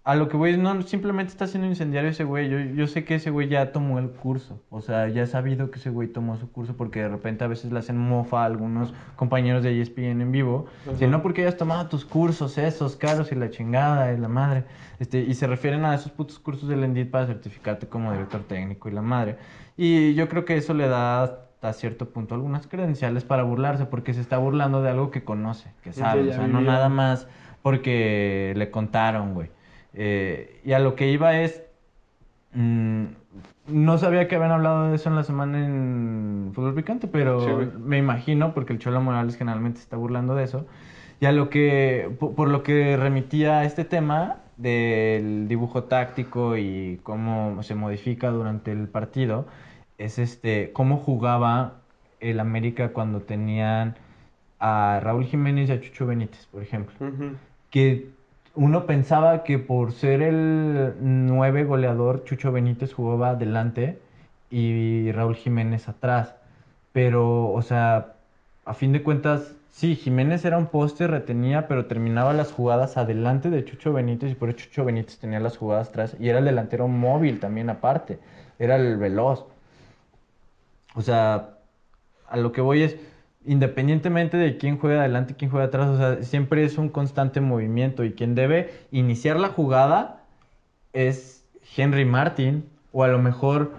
a lo que voy es, no, simplemente está siendo incendiario ese güey. Yo, yo sé que ese güey ya tomó el curso. O sea, ya he sabido que ese güey tomó su curso porque de repente a veces le hacen mofa a algunos compañeros de E ESPN en vivo. Si no porque hayas tomado tus cursos esos caros y la chingada y la madre. Este, y se refieren a esos putos cursos del Endit para certificarte como director técnico y la madre. Y yo creo que eso le da hasta cierto punto algunas credenciales para burlarse porque se está burlando de algo que conoce, que que sabe. O ya sea, no vivió. nada más porque le contaron, güey. Eh, y a lo que iba es... mm, no sabía que habían hablado de eso en la semana en Fútbol Picante, pero Sí, güey. me imagino, porque el Cholo Morales generalmente se está burlando de eso. Y a lo que, po- por, lo que remitía a este tema del dibujo táctico y cómo se modifica durante el partido, es este, cómo jugaba el América cuando tenían a Raúl Jiménez y a Chucho Benítez, por ejemplo Ujú. que uno pensaba que por ser el 9 goleador, Chucho Benítez jugaba adelante y Raúl Jiménez atrás. Pero, o sea, a fin de cuentas, sí, Jiménez era un poste, retenía, pero terminaba las jugadas adelante de Chucho Benítez y por eso Chucho Benítez tenía las jugadas atrás. Y era el delantero móvil también aparte, era el veloz. O sea, a lo que voy es, independientemente de quién juega adelante y quién juega atrás, o sea, siempre es un constante movimiento y quien debe iniciar la jugada es Henry Martin o a lo mejor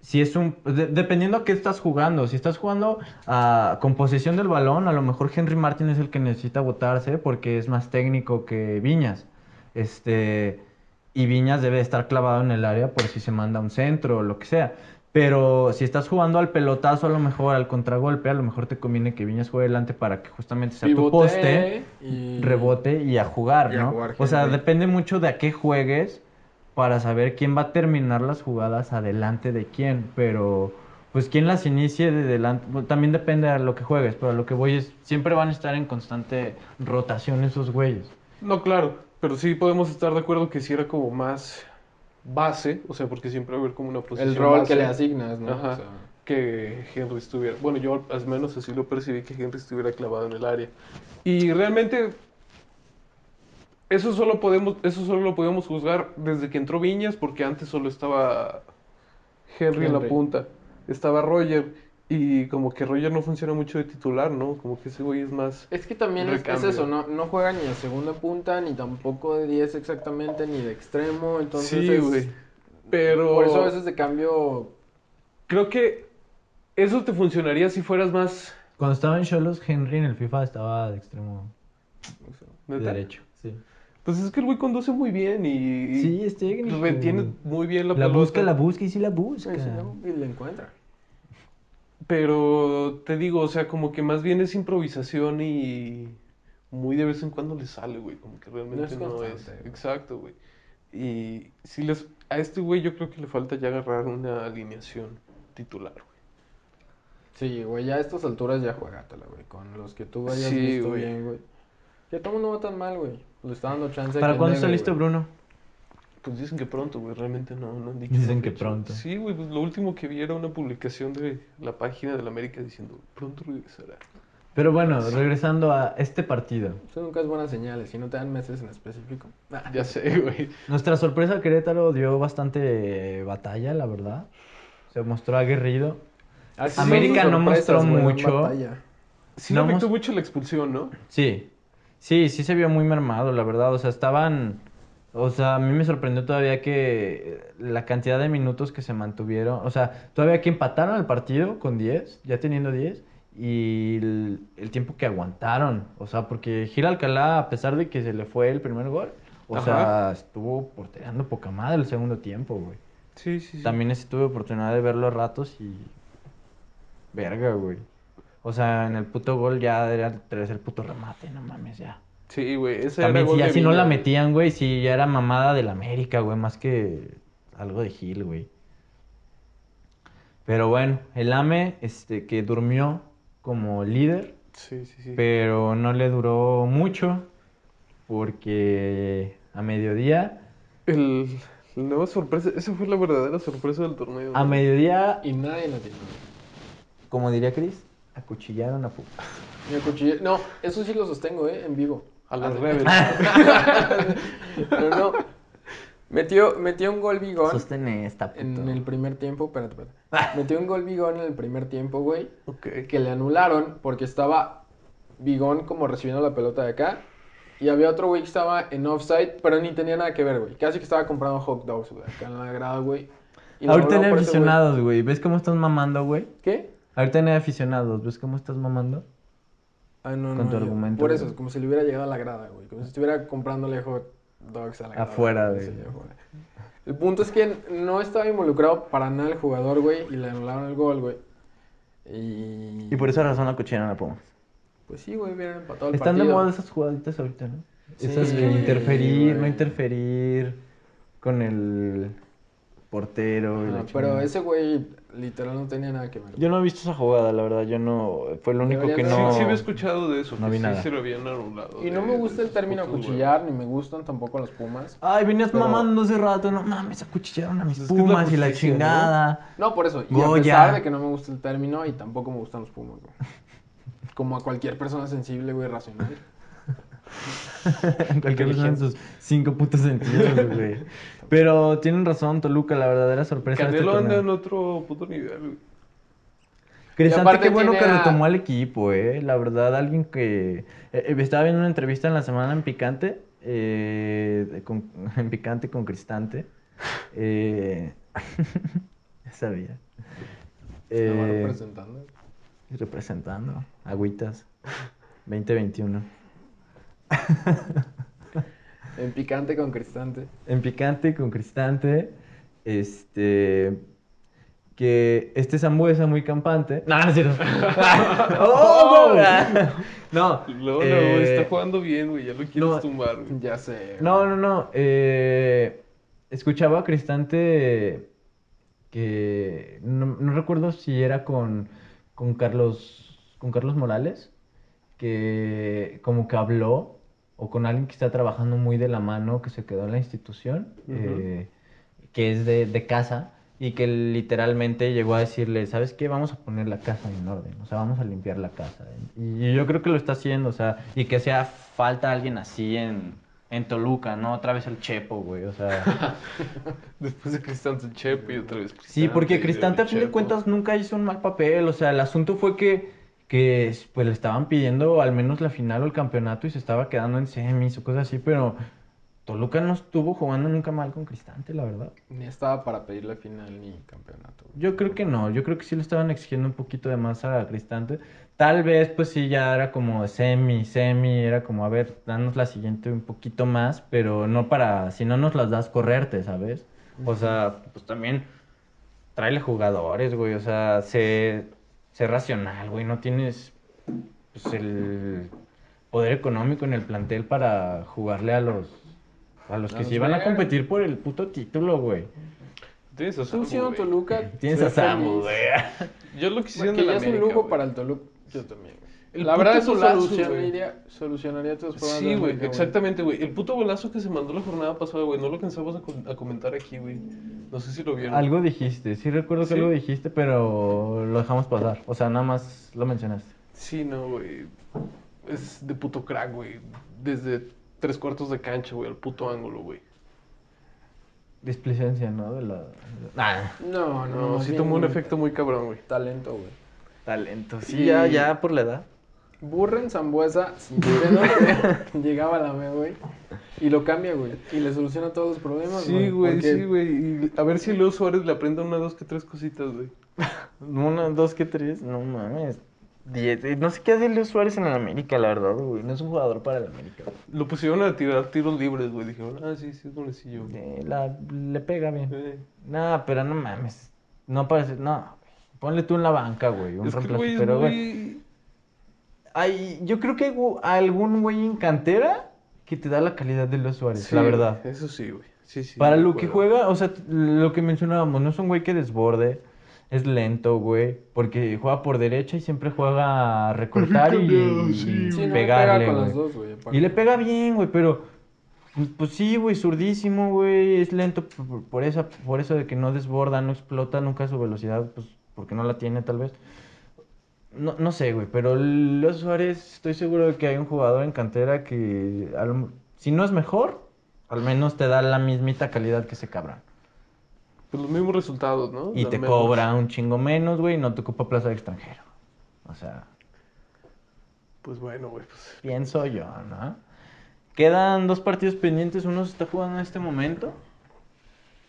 si es un de- dependiendo a qué estás jugando, si estás jugando a con posesión del balón, a lo mejor Henry Martin es el que necesita botarse porque es más técnico que Viñas. Este y Viñas debe estar clavado en el área por si se manda un centro o lo que sea. Pero si estás jugando al pelotazo, a lo mejor al contragolpe, a lo mejor te conviene que Viñas juegue delante para que justamente sea tu poste, Pivotee y- rebote y a jugar, Mm. Y a ¿no? jugar, o sea, gente. depende mucho de a qué juegues para saber quién va a terminar las jugadas adelante de quién, pero pues quién las inicie de delante, bueno, también depende a lo que juegues, pero a lo que voy es, siempre van a estar en constante rotación esos güeyes. No, claro, pero sí podemos estar de acuerdo que si era como más base, o sea, porque siempre va a haber como una posición El rol base que le asignas, ¿no? Ajá. O sea, que Henry estuviera. Bueno, yo al menos así lo percibí que Henry estuviera clavado en el área. Y realmente eso solo podemos eso solo lo podemos juzgar desde que entró Viñas porque antes solo estaba Henry en la Henry. punta. Estaba Roger y como que Roger no funciona mucho de titular, ¿no? Como que ese güey es más Es que también es, es Recambio. eso, no, no juega ni de segunda punta, ni tampoco de 10 exactamente, ni de extremo, entonces Sí, es- güey. Pero Por eso a veces de cambio creo que eso te funcionaría si fueras más Cuando estaba en Cholos, Henry en el FIFA estaba de extremo ¿neta? derecho. Sí, Pues es que el güey conduce muy bien y, y sí es técnico. retiene Pues, muy bien la, La pelota. busca, la busca y sí la busca. pues, ¿no? y le encuentra. Pero te digo, o sea, como que más bien es improvisación y muy de vez en cuando le sale, güey. Como que realmente es no es. constante, güey. Exacto, güey. Y si les... a este güey yo creo que le falta ya agarrar una alineación titular, güey. Sí, güey, ya a estas alturas ya juegatela, güey, con los que tú hayas Sí, visto güey. bien, güey. Ya todo no va tan mal, güey. Le está dando chance a ¿Para quien cuándo está debe, listo güey. Bruno? Pues dicen que pronto, güey. Realmente no, no han dicho una Dicen que fecha. pronto. Sí, güey. Pues lo último que vi era una publicación de la página de la América diciendo, pronto regresará. Pero bueno, regresando a este partido. Eso nunca es buena señal, si no te dan meses en específico. Ah, Ya sé, güey. Nuestra sorpresa Querétaro dio bastante eh, batalla, la verdad. Se mostró aguerrido. así son América sus no sorpresas, mostró güey, dan mucho. batalla. Sí No le afectó hemos- mucho la expulsión, ¿no? Sí, sí, sí se vio muy mermado, la verdad. O sea, estaban... O sea, a mí me sorprendió todavía que eh, la cantidad de minutos que se mantuvieron. O sea, todavía que empataron el partido con 10, ya teniendo 10, y el, el tiempo que aguantaron. O sea, porque Gil Alcalá, a pesar de que se le fue el primer gol, o Ajá. sea, estuvo porteando poca madre el segundo tiempo, güey. Sí, sí, sí. También ese tuve oportunidad de verlo a ratos y. Verga, güey. O sea, en el puto gol ya era el tercer puto remate, no mames, ya. Sí, güey. Ese era También, si gol ya de si no la Viñas, güey. metían, güey, si ya era mamada del América, güey, más que algo de Gil, güey. Pero bueno, el AME, este, que durmió como líder, Sí, sí, sí. pero no le duró mucho, porque a mediodía, El, la nueva sorpresa, esa fue la verdadera sorpresa del torneo. a ¿no? mediodía, Y nadie la tiene. como diría Chris, acuchillaron a puta. Me acuchillé- No, eso sí lo sostengo, eh, en vivo. A los Ah, Arre. Rebels. Pero no. Metió, metió un gol Bigón Sostene esta puto. en el primer tiempo. Espérate, [laughs] espérate. Metió un gol Bigón en el primer tiempo, güey. Ok. Que le anularon porque estaba Bigón como recibiendo la pelota de acá. Y había otro güey que estaba en offside, pero ni tenía nada que ver, güey. Casi que estaba comprando hot dogs, güey, acá en la grada, güey. Y le anularon por Ahorita en eso, güey. aficionados, güey. ¿Ves cómo estás mamando, güey? ¿Qué? Ahorita en aficionados, ¿ves cómo estás mamando? Ah, no, Con no, tu yo- argumento, Por güey. eso, es como si le hubiera llegado a la grada, güey. Como si estuviera comprándole hot dogs a la grada. Afuera, güey. güey. Sí, afuera. El punto es que no estaba involucrado para nada el jugador, güey, y le anularon el gol, güey. Y... Y por esa razón la cochinaron a Pumas. Pues sí, güey, hubieran empatado el Están de partido. moda esas jugaditas ahorita, ¿no? Sí, esas de güey. interferir, no güey. interferir con el portero. y la Ah, pero chingada. ese güey literal no tenía nada que ver. güey. Yo no he visto esa jugada, la verdad. Yo no. Fue lo único que Deberían- Sí, no. sí había escuchado de eso, No que vi sí nada. se lo habían anulado. Y no de- me de gusta el sus término putos, güey. cuchillar, ni me gustan tampoco los Pumas. Ay, venías Pero- mamando hace rato. No mames, acuchillaron a mis Pues Es que es la Pumas y la justicia, ¿no? chingada. No, por eso. Y a Goya. pesar de que no me gusta el término y tampoco me gustan los Pumas, güey. Como a cualquier persona sensible, güey, racional. [laughs] Cualquier persona en sus cinco [laughs] putos sentidos, güey. Pero tienen razón, Toluca, la verdadera sorpresa. de este Canelo anda torneo. en otro puto nivel, güey. Y Cresante, aparte qué bueno que tiene a- retomó al equipo, eh. La verdad, alguien que. eh, eh, estaba viendo una entrevista en la semana en Picante. eh, de- con- [laughs] en Picante con Cristante. Eh... [laughs] ya sabía. Me va Eh, representando. representando. Agüitas. 2021. En picante con cristante. En picante con cristante. Este. Que este Zambuesa muy campante. No, no es cierto. [laughs] ¡Oh! no. No, no, eh, está jugando bien, güey. Ya lo quieres no. tumbar, güey. Ya sé. No, no, no. eh, escuchaba a Cristante que no, no recuerdo si era con, con Carlos, con Carlos Morales, que como que habló, o con alguien que está trabajando muy de la mano, que se quedó en la institución, eh, que es de, de casa, y que literalmente llegó a decirle, ¿sabes qué? Vamos a poner la casa en orden, o sea, vamos a limpiar la casa. Y yo creo que lo está haciendo, o sea, y que sea falta alguien así en, en Toluca, ¿no? Otra vez el Chepo, güey, o sea... Después de Cristante Chepe y otra vez Cristante. Sí, porque y Cristante a fin de Chepo. cuentas nunca hizo un mal papel, o sea, el asunto fue que, que pues le estaban pidiendo al menos la final o el campeonato y se estaba quedando en semis o cosas así, pero Toluca no estuvo jugando nunca mal con Cristante, la verdad. Ni estaba para pedirle final ni campeonato. güey. Yo creo que no, yo creo que sí le estaban exigiendo un poquito de más a Cristante. Tal vez, pues sí, ya era como semi, semi, era como, a ver, danos la siguiente un poquito más, pero no para, si no nos las das, correrte, ¿sabes? O sea, pues también tráele jugadores, güey, o sea, sé, sé racional, güey, no tienes pues, el poder económico en el plantel para jugarle a los, a los A que los sí van a vergas. competir por el puto título, güey. Tienes a Tú Samu, siendo güey. Toluca. Tienes soy a feliz. Samu, güey. Yo lo quisiera Que en el ya es un América, lujo güey. para el Toluca. Yo también. güey. El la verdad, puto eso golazo, solucionaría, solucionaría tus Pues problemas. Sí, del güey, América, exactamente, güey. El puto golazo que se mandó la jornada pasada, güey, no lo cansamos a, com- a comentar aquí, güey. No sé si lo vieron. Algo dijiste, sí recuerdo que Sí. algo dijiste, pero lo dejamos pasar. O sea, nada más lo mencionaste. Sí, no, güey. Es de puto crack, güey. Desde tres cuartos de cancha, güey, al puto ángulo, güey. Displicencia, ¿no? De la... Ah, No, no. No, más sí bien tomó un efecto muy cabrón, güey. Talento, güey. talento. Sí, ya- ya por la edad. Burren Zambuesa, sin freno, güey, llegaba a la B, güey. Y lo cambia, güey. Y le soluciona todos los problemas, Sí, güey, porque sí, güey. Y a ver si Leo Suárez le aprende una, dos, que tres cositas, güey. Una, dos, que tres. No mames. Diez. Eh, No sé qué hace Luis Suárez en el América, la verdad, güey. No es un jugador para el América. güey. Lo pusieron a tirar tiros libres, güey. Dijeron, ah, sí, sí, es golecillo, güey. Eh, la- le pega bien. Eh. No, pero no mames. No parece... No. Ponle tú en la banca, güey. Un Es que, reemplazo. güey, es pero, güey, muy... Ay, yo creo que hay gu- algún güey en cantera que te da la calidad de Luis Suárez, Sí, la verdad. Eso sí, güey. Sí, sí. Para de lo que acuerdo. juega, o sea, t- lo que mencionábamos, no es un güey que desborde, es lento, güey, porque juega por derecha y siempre juega a recortar y, cambiado, y sí, Sí, no, pega pegarle, con güey. las dos, güey. aparte. Y le pega bien, güey, pero pues, pues sí, güey, zurdísimo, güey, es lento por, por- por esa, por eso de que no desborda, no explota nunca su velocidad, pues porque no la tiene tal vez. No, no sé, güey, pero Leo Suárez, estoy seguro de que hay un jugador en cantera que, a lo- si no es mejor, al menos te da la mismita calidad que ese cabrón. Pues los mismos resultados, ¿no? Y Pues, Al te menos. cobra un chingo menos, güey, y no te ocupa plaza de extranjero. O sea, Pues bueno, güey, pues... Pienso yo, ¿no? Quedan dos partidos pendientes. Uno se está jugando en este momento.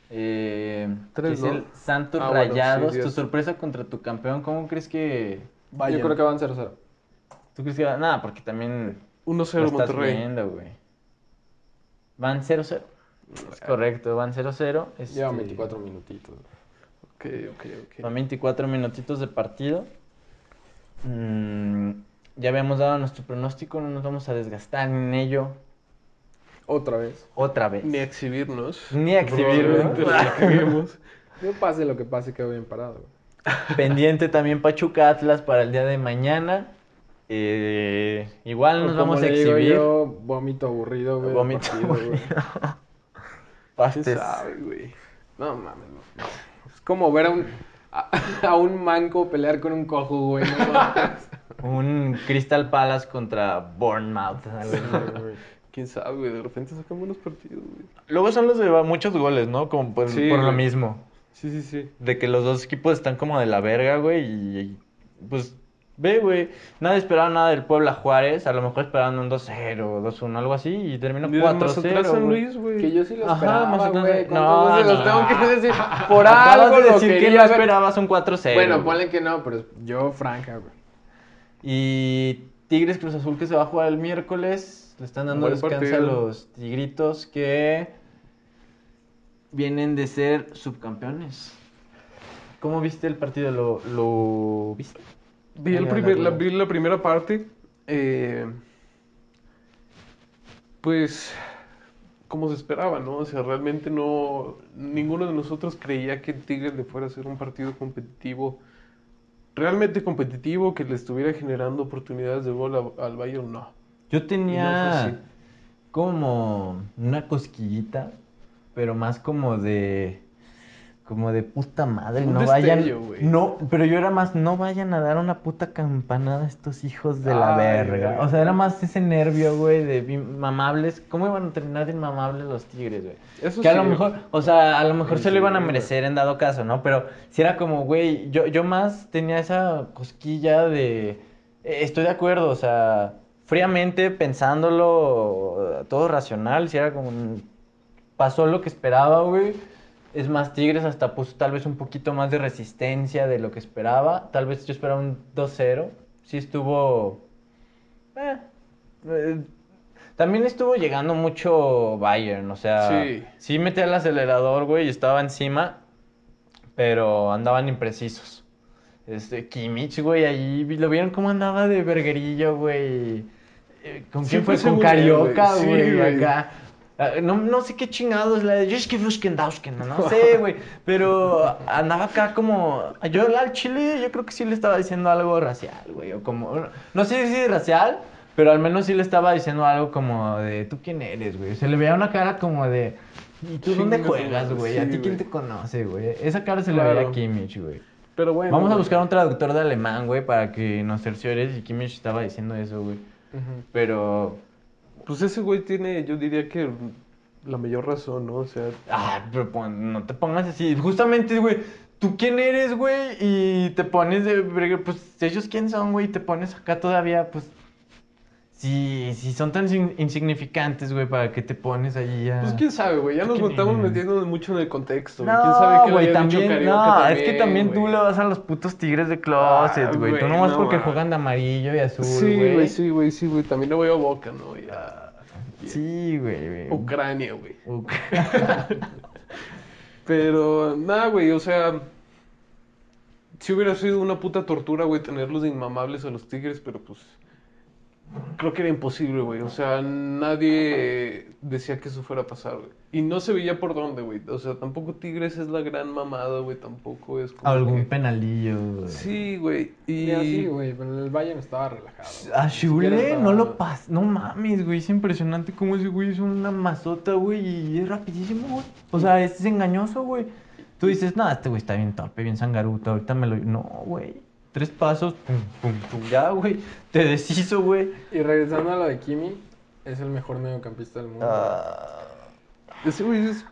Eh, que Tres, es ¿no? el Santos Ah, bueno, Rayados. sí, sí, tu es. sorpresa contra tu campeón. ¿Cómo crees que.? Yo creo que van 0-0. ¿Tú crees que va? Nada, porque también 1-0 lo estás Monterrey. viendo, güey. Van 0-0. Es correcto, van 0-0. Lleva este, 24 minutitos. Ok, ok, ok. Son 24 minutitos de partido. Mm, ya habíamos dado nuestro pronóstico. No nos vamos a desgastar en ello Otra vez. otra vez. Ni a exhibirnos. Ni a exhibirnos. Probablemente la [laughs] caguemos. Yo pase lo que pase, quedo bien parado, güey. Pendiente también Pachuca Atlas para el día de mañana. Eh, igual nos O vamos como a le digo exhibir. Yo, vómito aburrido, güey. Vómito partido, güey. ¿Quién Pastes. sabe, güey? No mames, no. no. Es como ver a un, a, [laughs] a un manco pelear con un cojo, güey. No mames. Un Crystal Palace contra Bournemouth. algo así. ¿Quién sabe, güey? De repente sacan buenos partidos, güey. Luego son los de muchos goles, ¿no? Como por, Sí, por lo güey. mismo. Sí, sí, sí. De que los dos equipos están como de la verga, güey. Y, y, pues, ve, güey. Nadie esperaba nada del Puebla Juárez. A lo mejor esperaban un 2-0, 2-1, algo así. Y terminó Ni del Mazatlán 4-0. San güey. Luis, [laughs] güey. Que yo sí lo Ajá, esperaba, Mazatlán- güey. No, No, se los no, tengo no. que [laughs] decir. Por Acabas algo de lo decir que quería no ver. esperabas un 4-0. Bueno, güey. ponle que no, pero yo franca, güey. Y Tigres Cruz Azul que se va a jugar el miércoles. Le están dando Buen descanso a partido. los tigritos que vienen de ser subcampeones. ¿Cómo viste el partido? ¿Lo, lo viste? Vi, el Venga, primer- la, Lalo. vi la primera parte. eh, pues como se esperaba, ¿no? O sea, realmente no. Ninguno de nosotros creía que Tigres le fuera a ser un partido competitivo. Realmente competitivo, que le estuviera generando oportunidades de gol a- al Bayern, no. Yo tenía Y no fue así. como una cosquillita, pero más como de como de puta madre, Un no vayan, destello, güey. no, pero yo era más no vayan a dar una puta campanada a estos hijos de la Ay, verga. verga. O sea, era más ese nervio, güey, de mamables, ¿cómo iban a terminar de mamables los Tigres, güey? Eso Que a lo sí, mejor, o sea, a lo mejor Sí, se lo iban a sí, güey. merecer en dado caso, ¿no? Pero si era como, güey, yo, yo más tenía esa cosquilla de, eh, estoy de acuerdo, o sea, fríamente, pensándolo, eh, todo racional, si era como, mm, pasó lo que esperaba, güey. Es más, Tigres hasta puso tal vez un poquito más de resistencia de lo que esperaba. Tal vez yo esperaba un 2-0. Sí estuvo... eh, eh, también estuvo llegando mucho Bayern, o sea, Sí. sí metía el acelerador, güey, y estaba encima, pero andaban imprecisos. Este, Kimmich, güey, ahí vi- lo vieron cómo andaba de verguerillo, güey. Eh, ¿Con quién Siempre fue? Con según él, Carioca, güey. Sí, güey, güey. acá. Ah, No, no sé qué chingados la de "Yo es que Fuskendausken", no, [laughs] no sé, güey. Pero andaba acá como. Yo al chile, yo creo que sí le estaba diciendo algo racial, güey. O como. No sé si racial, pero al menos sí le estaba diciendo algo como de ¿tú quién eres, güey? Se le veía una cara como de. ¿Y tú dónde Chinga tu juegas, madre, güey? ¿A sí, ti quién güey. te conoce, güey? Esa cara se le Claro. veía a Kimmich, güey. Pero bueno. Vamos a güey. buscar un traductor de alemán, güey, para que nos cerciores si Kimmich estaba diciendo eso, güey. Ujú. Pero. Pues ese güey tiene, yo diría que la mayor razón, ¿no? O sea, Ah, pero pon- no te pongas así. Justamente, güey, ¿tú quién eres, güey? Y te pones de... verga, Pues, ¿ellos quién son, güey? Y te pones acá todavía, pues... Si, si son tan sin- insignificantes, güey, ¿para qué te pones allí a...? Pues quién sabe, güey. Ya ¿Tú nos quién estamos eres? metiendo mucho en el contexto. güey. No, ¿Quién sabe qué le güey, había dicho también, Carioca no, es que también tú güey? le vas a los putos tigres de closet, Ah, güey. Tú güey, nomás no porque mames. juegan de amarillo y azul, Sí, güey. Ah, güey, sí, güey, sí, güey. También le voy a Boca, ¿no? Y a Sí, güey. güey. Ucrania, güey. Uc. Pero, nada, güey, o sea... Sí hubiera sido una puta tortura, güey, tenerlos de inmamables a los Tigres, pero pues... Creo que era imposible, güey. O sea, nadie decía que eso fuera a pasar, güey. Y no se veía por dónde, güey. O sea, tampoco Tigres es la gran mamada, güey. Tampoco es [laughs] como Algún que- penalillo, güey. Sí, güey. Y así, Y... güey, pero el Bayern estaba relajado. güey. A Ni siquiera Shule estaba- no lo pas... No mames, güey. Es impresionante cómo ese güey es una mazota, güey. Y es rapidísimo, güey. O sea, es engañoso, güey. Tú dices, no, este güey está bien torpe, bien sangaruto. Ahorita me lo... No, güey. Tres pasos, pum, pum, pum. Ya, güey. Te deshizo, güey. Y regresando a lo de Kimi, es el mejor mediocampista del mundo. Ah, Ese güey es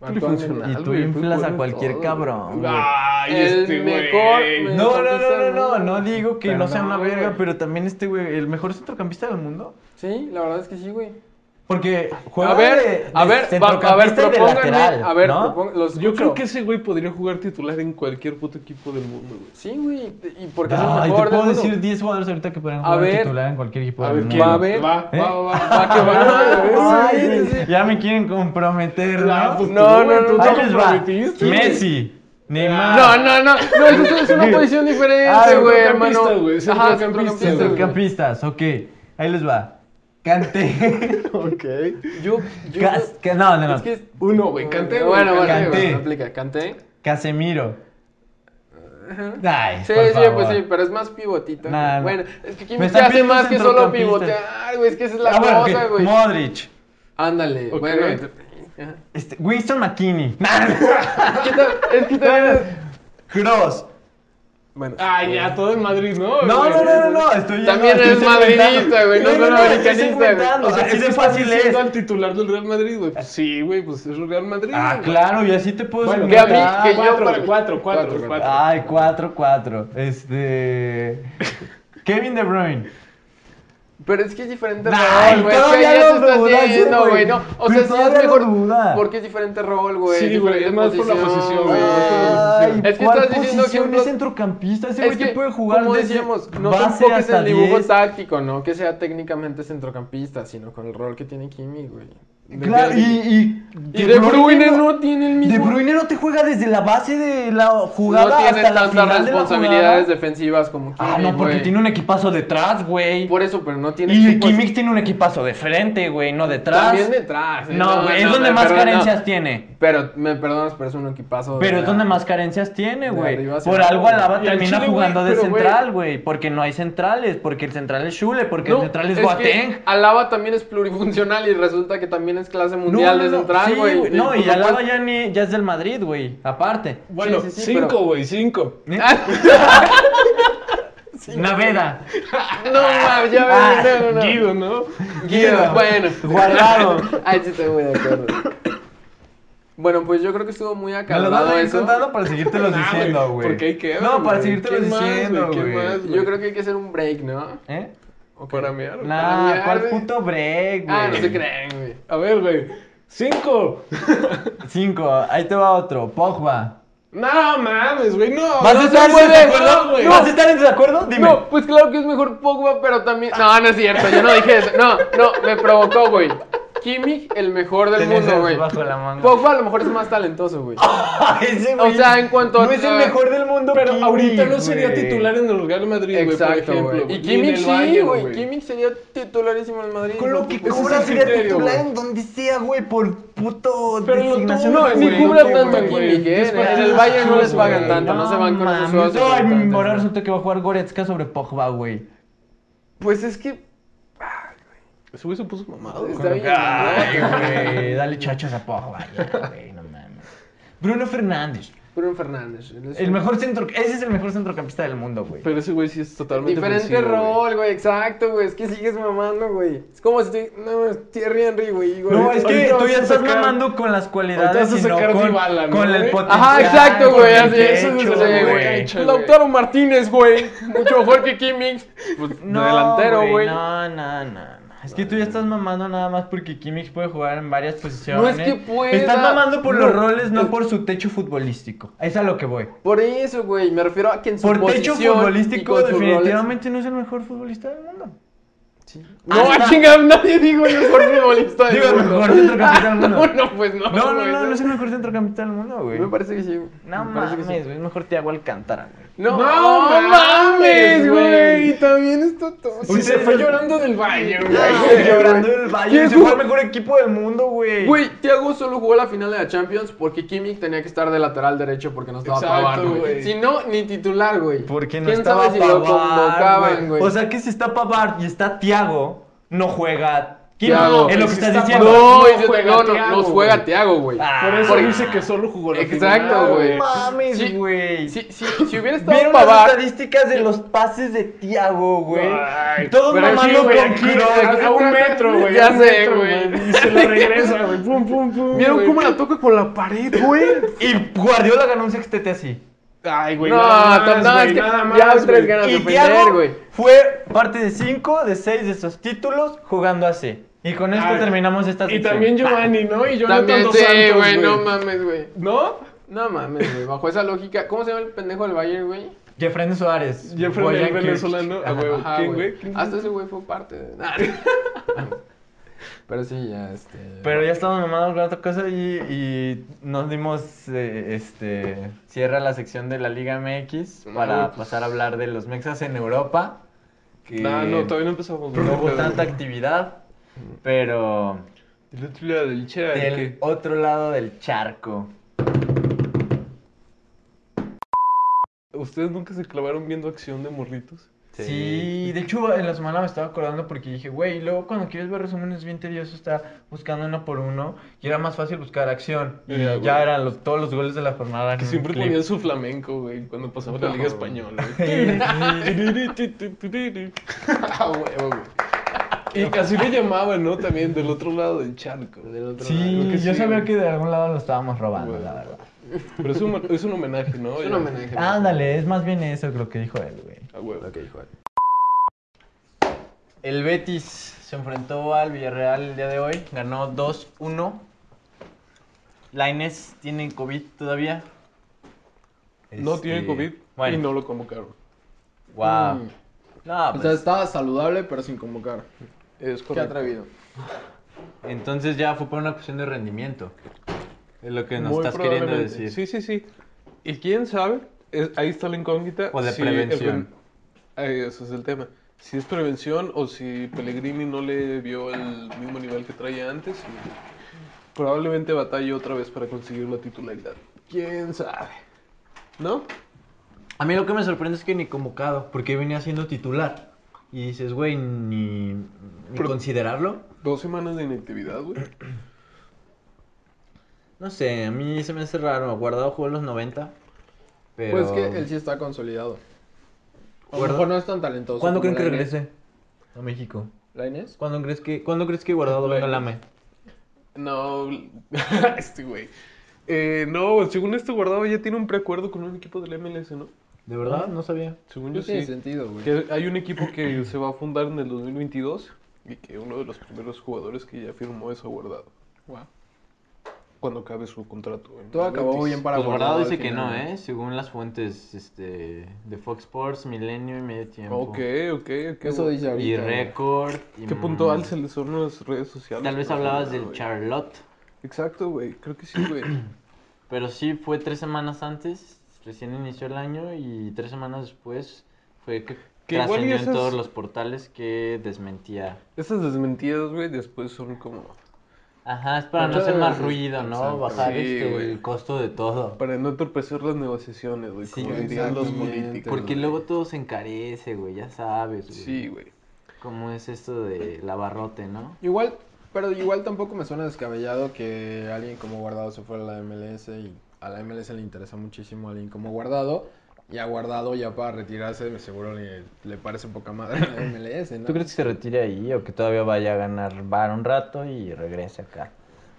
Actualmente. polifuncional, Y tú güey, fue inflas a bueno en cualquier todo, cabrón, güey. güey. Ay, El este güey. mejor me- No, no, no, no, no, no digo que no Perdón, sea una verga, güey. pero también este güey, el mejor centrocampista del mundo. Sí, la verdad es que sí, güey. Porque juega A ver, de- de a ver, va- a ver, Pues, eh, centrocampista y de propónganme, lateral, a ver, ¿no? propón- los Yo creo escucho. que ese güey podría jugar titular en cualquier puto equipo del mundo, güey. Sí, güey, y porque es el mejor Ay, Ah, te puedo del mundo. decir 10 jugadores ahorita que pueden A jugar ver, titular en cualquier equipo a del ver, mundo. ¿quién? Va a [laughs] ver, Va, ¿Eh? va, va, [laughs] va, que va. Ay, Sí, güey, sí, sí. Ya me quieren comprometer, ¿no? Ah, pues No, tú, güey, no, tú no, te Ahí les va. comprometiste, güey. Messi, Neymar. No, no, no, no, eso es [laughs] una posición diferente, Ah, güey, centrocampista, hermano. güey, Ajá, centrocampista, güey. centrocampista, güey. Centrocampistas, ok. Ahí les va. [laughs] Cante. Ok. Yo, yo, no, no, no. es que es- Uno, güey, canté, güey, Bueno, bueno, Kanté. bueno, aplica, canté. Casemiro. Ay, Sí, por sí, favor. pues sí, pero es más pivotito. Nah, güey. no. Bueno, es que Me Kimmich está hace pidiendo más que solo centrocampista. pivotear, güey, es que esa es la Ah, bueno, ok. cosa, güey. Modric. Ándale, Ok. bueno. ajá. Este, Winston McKinney. [laughs] ¿Qué tal? Es que también... Cross. Bueno. Ay, ya, todo en Madrid, ¿no? No, güey? no, no, no, no, estoy También estoy eres inventando. madridista, güey, no No, no, son no, estoy americanista, inventando, O sea, así es de que estás fácil diciendo es. al titular del Real Madrid, güey. Pues sí, güey, pues es el Real Madrid. Ah, güey. claro, y así te puedo Bueno, que a mí- inventar. que yo cuatro, para- cuatro, cuatro, Cuatro, cuatro. Ay, 4-4. Este. Kevin De Bruyne. Pero es que es diferente Nah, rol, güey. Es que todavía ahí ya lo se está dudaste, haciendo, güey. güey. No, o Güey, sea, sí es todavía lo mejor. dudas. Porque es diferente rol, güey. Sí, güey, diferente es más por la posición, güey, más por la Ay, posición. Es que ¿cuál estás diciendo posición? ejemplos- Es centrocampista, ese Es güey que, que puede jugar como desde decíamos, no te base enfoques en hasta el dibujo 10. táctico, ¿no? Que sea técnicamente centrocampista, sino con el rol que tiene Kimi, güey. Claro, y, y, Y De Bruyne no tiene el De mismo... Bruyne no te juega desde la base de la jugada no tiene hasta la final tantas de la responsabilidades jugada. defensivas como Kimi, Ah, no, porque güey. tiene un equipazo detrás, güey. Por eso, pero no tiene... Y equipos- Kimmich tiene un equipazo de frente, güey, no detrás. También detrás. ¿eh? No, güey, es donde me más perdona. carencias tiene. Pero, me perdonas, pero es un equipazo. de Pero es la- donde más carencias tiene, de güey. arriba hacia Por abajo, algo Alaba güey. Y al termina Chile, güey, jugando de pero, güey. central, güey. Porque no hay centrales, porque el central es Schule, porque No, el central es que Boateng. Alaba también es plurifuncional y resulta que también es clase mundial de central, sí, güey. No, y Pues, Alaba pues, ya, ni, ya es del Madrid, güey. [laughs] Aparte. ¿Eh? Bueno, sí, sí, pero- cinco, güey, cinco. Naveda. [laughs] No, mames, ya Ah, ves, no, no, no. Guido, ¿no? Guido, bueno. [laughs] Guardado. Ahí sí estoy muy de acuerdo. Bueno, pues yo creo que estuvo muy Me lo acalorado vas a ir eso. Ah, contando para seguírtelo Nah, güey, diciendo, güey. porque ahí quedan, No, para güey. seguírtelo ¿Qué más, güey? diciendo, ¿Qué güey. más? Yo creo que hay que hacer un break, ¿no? ¿Eh? Ok. Para mear. Ah, güey. Nah, Para mirar, ¿cuál güey. puto break, güey? Ah, no se crean, güey. A ver, güey. Cinco. Cinco, ahí te va otro. Pogba. No mames, güey, no. ¿Vas no a se estar en puede, desacuerdo? no, güey. ¿Vas a estar en desacuerdo? Dime. No, pues claro que es mejor Pogba, pero también. No, no es cierto, yo no dije eso. No, no, me provocó, güey. Kimmich, el mejor del Tenías mundo, güey. bajo la manga. Pogba a lo mejor es más talentoso, güey. Ese O güey sea, en cuanto a- No es el a- mejor del mundo, Pero Kimmich, ahorita no sería güey. titular en el Real Madrid, güey, por Exacto, güey. ejemplo. Y ni en Kimmich el sí, Bayern, güey. Kimmich sería titularísimo en el Madrid. Con lo güey. que Pues, cobra ese es el sería criterio, titular güey. en donde sea, güey, por puto Pero lo designación. tuvo, de Ni güey, cubra jugador. no tengo, tanto a güey. Kimmich, ¿eh? En Dispara el los Bayern no chivos, les pagan güey. tanto, no se van con mames. esos sueldos. No, Exactamente, en moral exacto. resulta que va a jugar Goretzka sobre Pogba, güey. Pues es que. Ese güey se puso mamado. Está güey. bien. Ay, güey, dale chachas a Pogba, ya, güey, no mames. Bruno Fernández, Bruno Fernández. él es el un- mejor centro, ese es el mejor centrocampista del mundo, güey. Pero ese güey sí es totalmente Diferente ofensivo, güey. rol, güey, exacto, güey. Es que sigues mamando, güey. Es como si te. No, es Thierry Henry, güey. güey. No, es que ahorita tú vas ya a estás sacar- mamando con las cualidades ahorita y vas a no sacar con, Dybala, ¿no, con el güey? potencial. Ajá, exacto, con güey. el Así eso es, techo, o sea, güey. Techo, Lautaro Martínez, güey. Mucho mejor que Kimmich. Pues, No, delantero, güey. No. No, no, no. no. Es que tú ya estás mamando nada más porque Kimmich puede jugar en varias posiciones. No es que pueda. Estás mamando por No, los roles, no es- por su techo futbolístico. Es a lo que voy. Por eso, güey. Me refiero a que en su Por techo posición y futbolístico, con sus roles- definitivamente no es el mejor futbolista del mundo. Ah, No, ah, Hasta- a chingar, nadie dijo [laughs] el mejor futbolista del Digo, el mundo. mejor centrocampista del mundo. No, [laughs] no, pues no. [laughs] No, no, güey, no, no es el mejor centrocampista del mundo, güey. Me parece que sí. güey. No Me parece mames, que sí. güey. Es mejor Thiago Alcántara, güey. No, No mames, mames, güey. güey. También está todo. Sí, se fue llorando del Bayern, güey. Llorando el Bayern. ¿Quién Se fue el jugó? mejor equipo del mundo, güey. Güey, Thiago solo jugó la final de la Champions porque Kimmich tenía que estar de lateral derecho porque no estaba Exacto, Pavard, güey. güey. Si no, ni titular, güey. Porque no ¿Quién estaba sabe si lo Pavard, convocaban, güey? O sea que si está Pavard y está Tiago, no juega. ¿Quién Thiago. es lo que Si estás está diciendo? no, no y se- juega no, no, Thiago, nos juega güey. Thiago, güey. Ah, Por eso Porque- dice que solo jugó la Exacto, final, güey. Sí, mames, güey. Si, si, si hubiera estado ¿Vieron las Pavard, estadísticas de los pases de Tiago, güey? Ay, Todos pero mamando sí, güey, con aquí, Kroos. aquí. A un metro, güey. Ya a un sé, metro, güey. Y se la regresa, güey. Pum, pum, [laughs] pum. ¿vieron güey. cómo la toca con la pared, güey? Y Guardiola ganó un sextete así. Ay, güey. No, nada más, no, es güey, que nada más, ya tres güey. ganas de Y ofender, Thiago güey. fue parte de 5 de 6 de esos títulos jugando así. Y con esto Ay, terminamos esta Ah, Y sección. también Giovanni, ¿no? Y Jonathan También dos sí, Santos, güey, no mames, güey. ¿No? No mames, güey. Bajo esa lógica, ¿cómo se llama el pendejo del Bayern, güey? Jeffrey Suárez. Jeffrey, Boyan el Kirkic. venezolano, a Ajá. huevo. Ajá, ¿Quién, güey. güey? ¿Quién? Hasta ese güey fue parte de. Nah. Pero sí, ya, este. Pero ya estamos mamados con otra cosa y, y nos dimos, eh, este, cierra la sección de la Liga MX No, para güey, pues- pasar a hablar de los mexas en Europa. Que No, Ah, no, todavía no empezamos. güey. no hubo Pero- tanta actividad, pero El otro lado del Chera, ¿el del qué? otro lado del charco. ¿Ustedes nunca se clavaron viendo acción de morritos? Sí. de hecho en la semana me estaba acordando porque dije, güey, luego cuando quieres ver resúmenes es bien tedioso estar buscando uno por uno y era más fácil buscar acción. Y ya, Ya, güey. eran los- todos los goles de la jornada. en Que un siempre Mm, clip. ponían su flamenco, güey, cuando pasaba la Liga No. Española. [laughs] Sí, [laughs] sí. güey. Ah, huevo, güey. Y así le llamaban, ¿no? También del otro lado del charco. Del otro Sí, Creo que yo sí, sabía güey. que de algún lado lo estábamos robando, Güey. la verdad. Pero es un, es un homenaje, ¿no? Es un Ya. Ah, homenaje. Ándale, es más bien eso lo que dijo él, güey. A huevo. Lo que dijo él. El Betis se enfrentó al Villarreal el día de hoy, ganó 2-1. Laines tiene COVID todavía. No tiene Este, COVID y Bueno, no lo convocaron. wow. Mm. No, O pues, sea, estaba saludable, pero sin convocar. Es Qué correcto. atrevido. entonces ya fue por una cuestión de rendimiento. Es lo que nos Muy estás queriendo probablemente. decir. Sí, sí, sí. Y quién sabe, Es- ahí está la incógnita. O de el ren- prevención. Ahí, ese es el tema. Si es prevención o si Pellegrini no le vio el mismo nivel que traía antes, y probablemente batalle otra vez para conseguir la titularidad. ¿Quién sabe? ¿No? A mí lo que me sorprende es que ni convocado, porque venía siendo titular. Y dices, güey, ni, ni Pero- considerarlo. Dos semanas de inactividad, güey. No sé, a mí se me hace raro. Guardado jugó los 90. Pero... Pues que él sí está consolidado. A lo Guarda- mejor no es tan talentoso. ¿Cuándo como creen que la Inés. regrese a México? ¿La Inés? ¿Cuándo crees que, ¿cuándo crees que Guardado venga al AME? No, [laughs] este güey. Eh, no, según este guardado ya tiene un preacuerdo con un equipo del MLS, ¿no? ¿De verdad? No sabía. Según yo No tiene sí. sentido, güey. Que hay un equipo que se va a fundar en el 2022 y que uno de los primeros jugadores que ya firmó es Aguardado Guau. cuando acabe su contrato. en Todo el acabó Betis. bien para Pues Guardado al dice que no, final. ¿eh? Según las fuentes este, de Fox Sports, Milenio y Medio Tiempo. Ok, ok, ok. Eso dice ahorita. Y güey. Record. y ¿Qué puntual más. se le son las redes sociales? Tal vez Pero hablabas no, del güey. Charlotte. Exacto, güey. Creo [clears throat] que sí, güey. Pero sí, fue tres semanas antes, recién inició el año y tres semanas después fue que Que igual y trascendió en esas- todos los portales que desmentía. Esas desmentidas, güey, después son como... Ajá, es para no Entonces, hacer más ruido, ¿no? exacto. Bajar Sí, este, güey. el costo de todo. Para no entorpecer las negociaciones, güey. Sí, como dirían los exactamente, políticos. Porque güey. luego todo se encarece, güey, ya sabes, güey. Sí, güey. ¿Cómo es esto de la barrote, no? Igual, pero igual tampoco me suena descabellado que alguien como Guardado se fuera a la MLS y a la MLS le interesa muchísimo a alguien como Guardado. Y a Guardado ya para retirarse seguro le, le parece poca madre a la MLS, ¿no? ¿Tú crees que se retire ahí o que todavía vaya a ganar bar un rato y regrese acá?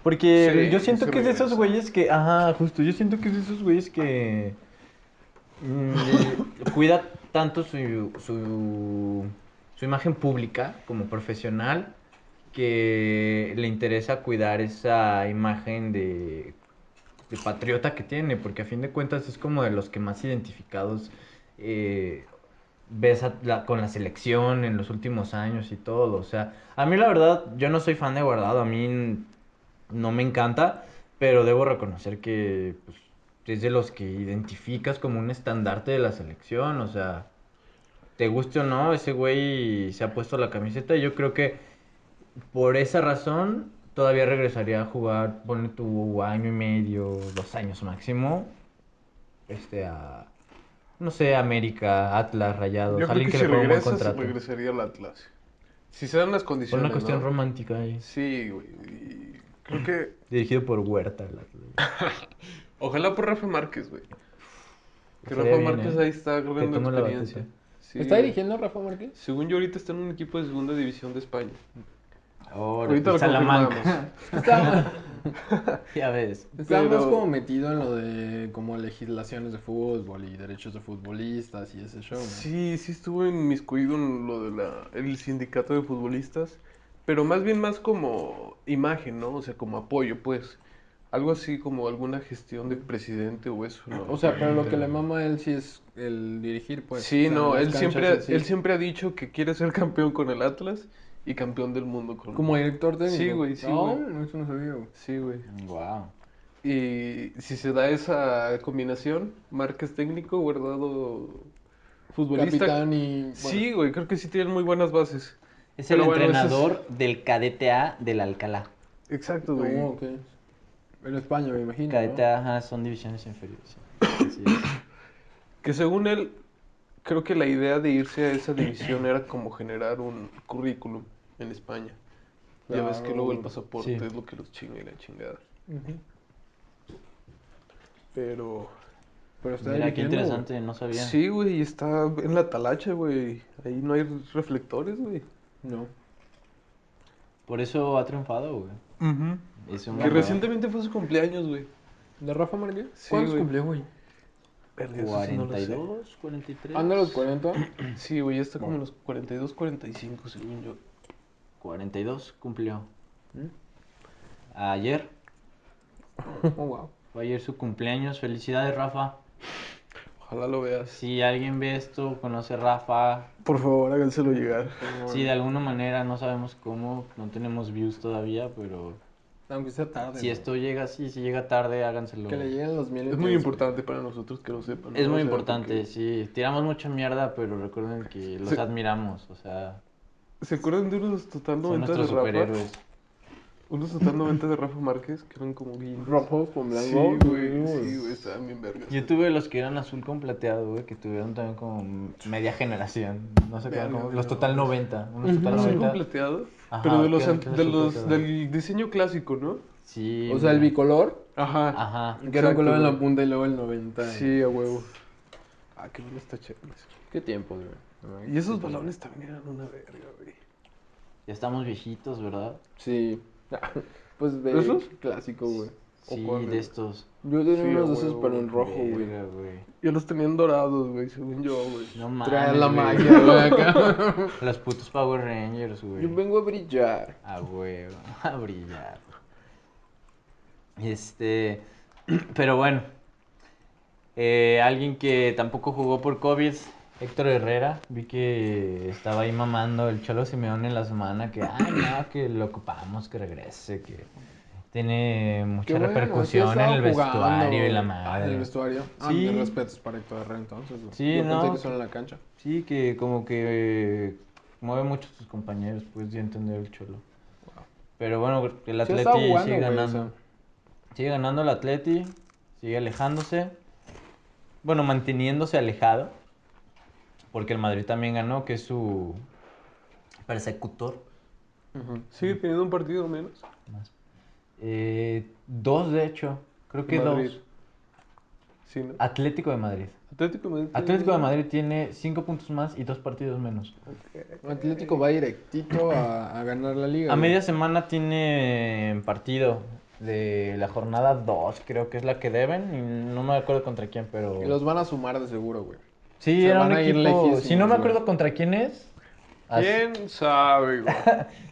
Porque Sí, yo siento sí que es de esos regresa. güeyes que. Ajá, justo. Yo siento que es de esos güeyes que. mm, le- cuida tanto su, su. su imagen pública como profesional que le interesa cuidar esa imagen de. de patriota que tiene, porque a fin de cuentas es como de los que más identificados. eh, ves a la- con la selección en los últimos años y todo. O sea, a mí la verdad, yo no soy fan de Guardado, a mí n- no me encanta, pero debo reconocer que pues, es de los que identificas como un estandarte de la selección. O sea, te guste o no, ese güey se ha puesto la camiseta y yo creo que por esa razón todavía regresaría a jugar, pone tu año y medio, dos años máximo, este a... No sé, América, Atlas, Rayados, Yo creo alguien que, que, si le ponga un buen regresas, contrato. regresaría al Atlas. Si se dan las Por condiciones, una cuestión ¿no? romántica ahí. Sí, güey. y Creo que. Dirigido por Huerta. la- Ojalá por Rafa Márquez, güey. Que Estaría Rafa bien, Márquez ¿eh? ahí está ganando tome la experiencia. batuta. Sí, ¿Está güey. dirigiendo Rafa Márquez? Según yo, ahorita está en un equipo de segunda división de España. Ahora, Ahorita lo Salamanca. confirmamos. Está, [laughs] ya ves. está Pero- más como metido en lo de como legislaciones de fútbol y derechos de futbolistas y ese show. ¿no? Sí, sí estuvo inmiscuido en lo de la, el sindicato de futbolistas, pero más bien más como imagen, ¿no? O sea, como apoyo, pues. Algo así como alguna gestión de presidente o eso, ¿no? O sea, pero lo que le mama a él sí es el dirigir, pues. sí, O sea, no, las él siempre, canchas y así. él siempre ha dicho que quiere ser [laughs] campeón con el Atlas y campeón del mundo con Como director técnico. Sí, güey, sí, No, güey. eso no sabía, güey. Sí, güey. Wow. Y si se da esa combinación, Márquez técnico, guardado futbolista. Capitán y... bueno, Sí, güey, creo que sí tienen muy buenas bases. Es Pero el bueno, ese es- entrenador del cadete A del Alcalá. Exacto, No, güey. ok. En España, me imagino. ¿no? Cadete A ajá, son divisiones inferiores. Así [coughs] es. Que según él, creo que la idea de irse a esa división era como generar un currículum en España. Ya Ah, ves que luego el Claro. pasaporte Sí. es lo que los chinga y la chingada. Ujú. Pero... Pero está Mira, qué dirigiendo, güey. interesante, no sabía. Sí, güey, y está en la talacha, güey. Ahí no hay reflectores, güey. No. Por eso ha triunfado, güey. Es un Que gran jugador. recientemente fue su cumpleaños, güey. ¿De Rafa Márquez? Sí, ¿Cuántos güey. cumplió, güey? Verga, eso sí no lo sé. 42, 43. Anda a los 40. Sí, güey, ya está como en los 42, 45, según yo. 42 cumplió. ¿Mm? Ayer, Oh, wow. fue ayer su cumpleaños. Felicidades, Rafa. Ojalá lo veas. Si alguien ve esto, conoce a Rafa. Por favor, háganselo llegar. Si de alguna manera no sabemos cómo, no tenemos views todavía, pero Aunque sea tarde. si esto llega así, si llega tarde, háganselo. Que le Es lleguen los mil. Es muy importante para nosotros que lo sepan. ¿no? O muy sea, importante, sí. Tiramos mucha mierda, pero recuerden que los Sí. admiramos, o sea, porque- ¿Se acuerdan de unos son total 90 nuestros de Rafa? superhéroes. Unos total 90 de Rafa Márquez que eran como guindos. Rojo con Sí, blanco. güey, sí, güey, estaban bien vergas. Yo tuve los que eran azul con plateado, güey, que tuvieron también como media generación. No sé Verga, cómo, güey, los no. total 90. Unos Ujú. total Azul 90. plateado, Ajá, pero de los, quedan- an- quedan de azul los- plateado. del diseño clásico, ¿no? Sí. O sea, el güey. bicolor. Ajá. Ajá. Que era un Exacto, color en la güey. punta y luego el 90. Sí, a huevo. Ah, qué bueno está chévere. Qué tiempo, güey. Y esos balones también eran una verga, güey. Ya estamos viejitos, ¿verdad? [laughs] Sí. Pues de ¿Esos? clásico, güey. ¿O Sí, cuál, de güey? estos. Yo tenía Sí, unos a de esos, huevo, pero en rojo, güey. Verga, güey. Yo los tenían dorados, güey, según yo, güey. No mames. Trae la güey. magia, güey, acá. Los putos Power [laughs] Rangers, Yo güey. vengo a brillar. A huevo. [laughs] A brillar. Este. [clears throat] Pero bueno. Eh, alguien que tampoco jugó por COVID, Héctor Herrera. Vi que estaba ahí mamando el Cholo Simeón en la semana. Que, ay, no, que lo ocupamos, que regrese, que. Tiene mucha Qué bueno, sí repercusión en estaba el jugando, vestuario güey. y la En el madre. vestuario. Ah, Sí. mis respetos para Héctor Herrera, entonces. güey. Sí, Yo no. pensé que solo en la cancha. Sí, que como que eh, mueve mucho a sus compañeros, pues de entender el cholo. Pero bueno, el Sí Atleti estaba jugando, sigue güey, o ganando. sea. Sigue ganando el Atleti, sigue alejándose. Bueno, manteniéndose alejado. Porque el Madrid también ganó, que es su persecutor. Ujú. Sigue teniendo un partido menos. Más. Eh, dos, de hecho. Creo que Madrid. dos. Sí, ¿no? Atlético de Madrid. Atlético de Madrid. tiene- Atlético de Madrid tiene cinco puntos más y dos partidos menos. Atlético va directito a, a ganar la liga. A güey. media semana tiene partido de la jornada 2, creo que es la que deben. Y no me acuerdo contra quién, pero. Y los van a sumar de seguro, güey. Sí, se era van un a ir equipo. lejísimos, Si no me güey. acuerdo contra quién es. as- ¿Quién [laughs] sabe, güey?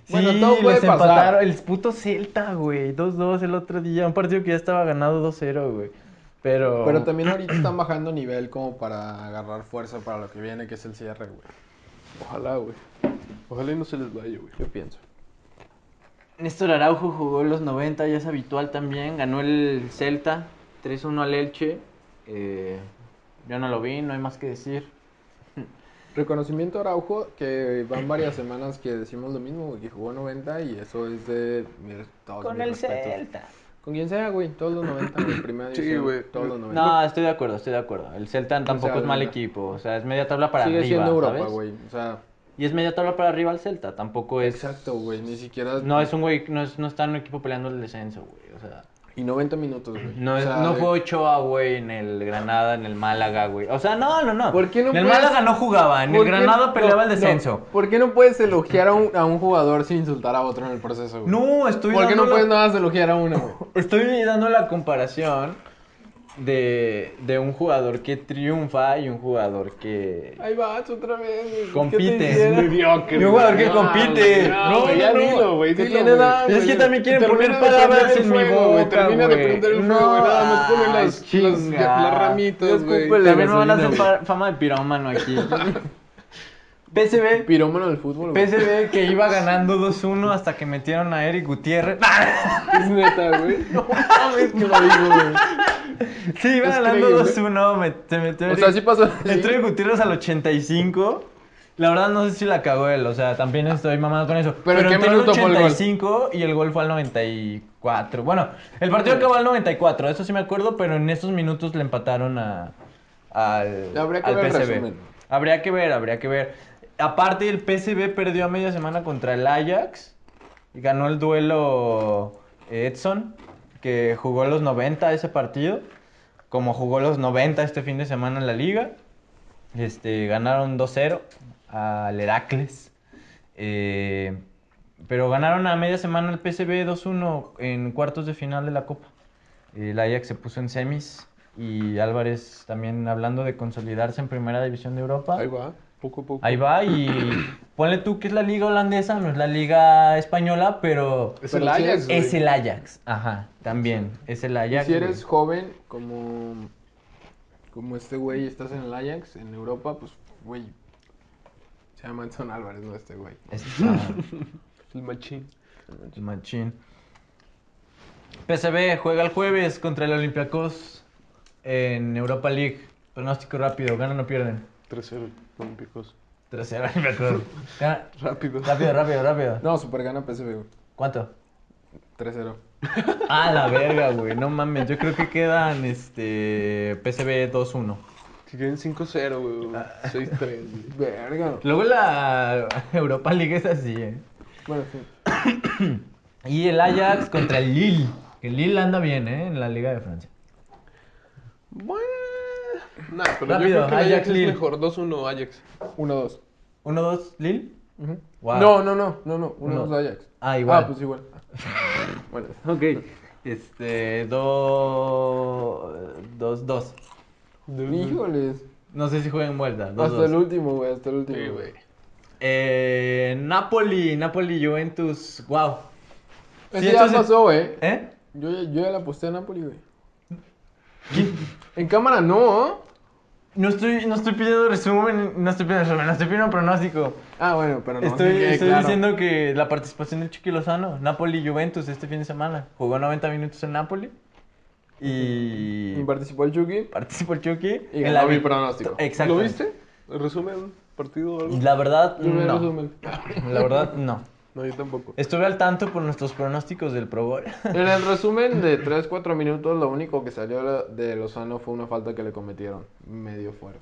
Sí, Bueno, todo puede les pasar. empataron. El puto Celta, güey. 2-2 el otro día. Un partido que ya estaba ganado 2-0, güey. Pero. Pero también ahorita están bajando nivel como para agarrar fuerza para lo que viene, que es el cierre, güey. Ojalá, güey. Ojalá y no se les vaya, güey. Yo pienso. Néstor Araujo jugó los 90, ya es habitual también. Ganó el Celta 3-1 al Elche. Eh, yo no lo vi, no hay más que decir. Reconocimiento a Araujo, que van varias semanas que decimos lo mismo, güey, que jugó 90 y eso es de mi- todos Con mis el respetos. Celta. Con quien sea, güey, todos los 90, güey, primera Sí, división, güey. todos los 90. No, estoy de acuerdo, estoy de acuerdo. El Celta tampoco es mal habla. equipo, o sea, es media tabla para Sigue arriba, siendo Europa, ¿sabes? güey, o sea, Y es media tabla para arriba el Celta, tampoco es exacto, güey, ni siquiera... no es un güey, no, es- no está en un equipo peleando el descenso, güey, o sea, Y 90 minutos, güey. no o es, sea, no de- fue Ochoa, güey, en el Granada, en el Málaga, güey. O sea, no, no, no. ¿Por qué no en el puedes- Málaga no jugaba, en el ¿Por qué Granada no- peleaba el no, descenso. ¿Por qué no puedes elogiar a un, a un jugador sin insultar a otro en el proceso, güey? No, estoy ¿Por qué dando no la- puedes nada más elogiar a uno, [laughs] güey? Estoy dando la comparación de, de un jugador que triunfa y un jugador que Ahí vas otra vez, güey. Compite. Mediocre. Y un jugador que No, compite. güey, No, güey, ya dilo, güey. ¿Qué dilo, tiene güey. nada, Es que güey? también quieren Termina poner de palabras prender el en mi fuego, güey, boca, Termina de güey. prender el No, fuego, güey. Nada más ponen ay, las, las, chinga. las Ya ramitas, güey. escúpele. También me van a hacer gasolina, fa- fama de pirómano [laughs] aquí. PSB, Pirómano del fútbol, güey. PSB que [laughs] iba ganando 2-1 hasta que metieron a Eric Gutiérrez. [laughs] Es neta, güey. No mames que lo digo, güey. Sí, iba Es ganando creíble. 2-1, me- se metió O Eric- sea, sí pasó. [laughs] Entró Eric Gutiérrez al 85. La verdad no sé si la cagó él, o sea, también estoy mamado con eso. ¿Pero en qué entró al minuto fue el gol? 85 y el gol fue al 94. Bueno, el partido acabó al 94, eso sí me acuerdo, pero en esos minutos le empataron a, al, Habría que al ver el PSV. resumen. Habría que ver, habría que ver. Aparte, el PSV perdió a media semana contra el Ajax. Y ganó el duelo Edson, que jugó los 90 ese partido. Como jugó los 90 este fin de semana en la liga. Este, ganaron 2-0 al Heracles. Eh, pero ganaron a media semana el PSV 2-1 en cuartos de final de la Copa. El Ajax se puso en semis. Y Álvarez también hablando de consolidarse en Primera División de Europa. Ahí va, poco a poco. Ahí va y [coughs] ponle tú que es la liga holandesa, no es la liga española, pero Es Pero el sí Ajax, güey. es el Ajax. Ajá, también, es el Ajax. Si eres güey. joven, como, como este güey, estás en el Ajax, en Europa, pues, güey, se llama Edson Álvarez, no este güey. Es- ajá. El machín. Machín. PSV juega el jueves contra el Olympiacos en Europa League. Pronóstico rápido, ganan o pierden. 3-0, Olímpicos. [laughs] 3-0 Olympiacos. Gana- Rápido. Rápido, rápido, rápido. No, super gana PSV, güey. ¿Cuánto? 3-0. Ah, la verga, güey. No mames, yo creo que quedan este PSV 2-1. Si quieren 5-0, güey. 6-3, güey. Verga. Luego la [laughs] Europa League es así, eh. Bueno, sí. Y el Ajax contra el Lille. El Lille anda bien, eh, en la Liga de Francia. Bueno. Nah, pero Rápido, yo creo que el Ajax Ajax es Lille. mejor. 2-1 Ajax. 1-2. 1-2 Lille. Ujú. Wow. No, no, no, no, no, No. 1-2 Ajax. Ah, igual. Ah, pues [laughs] igual. bueno, Ok. Este, do... dos, dos. híjoles. No sé si juegan vuelta. Dos, Hasta dos. el último, güey, hasta el último. Sí, güey. Eh, Napoli, Napoli, Juventus. Wow. Ese Sí, ya entonces- pasó, güey. ¿Eh? Yo, ya- yo ya la aposté a Napoli, güey. En cámara no. No estoy, no estoy pidiendo resumen, no estoy pidiendo resumen, no estoy pidiendo pronóstico. Ah, bueno, pero no. estoy sí que, estoy claro. diciendo que la participación del Chucky Lozano, Napoli, Juventus este fin de semana. Jugó 90 minutos en Napoli y Y participó el Chucky. participó el Chucky. Y en ganó la- mi pronóstico. Exacto. ¿Lo viste? ¿Resumen? ¿Partido o algo? La verdad, Yo vi el Mm, no. resumen. La verdad, no. No, yo tampoco. Estuve al tanto por nuestros pronósticos del Pro Bowl. En el resumen de 3-4 minutos, lo único que salió de Lozano fue una falta que le cometieron. Medio fuerte.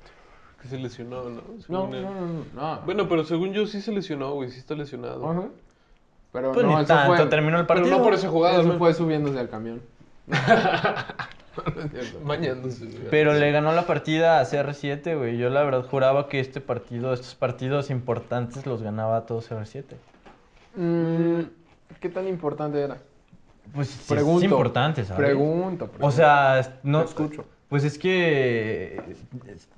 Que se lesionó, ¿no? No, Según no, él. no, no. no. Bueno, pues pero según yo sí se lesionó, güey. Sí está lesionado. Ajá. Pero Pues no, ni eso tanto, fue. terminó el partido. Pero no por esa jugada, eso ¿no? fue subiéndose al [laughs] camión. [laughs] No es cierto. Mañándose, güey. Pero le ganó la partida a CR7, güey. Yo la verdad juraba que este partido, estos partidos importantes los ganaba a todos CR7. Mm, ¿Qué tan importante era? Pues sí, Pregunto. es importante, ¿sabes? Pregunto. O pregunto. sea, no Te escucho. Pues es que eh,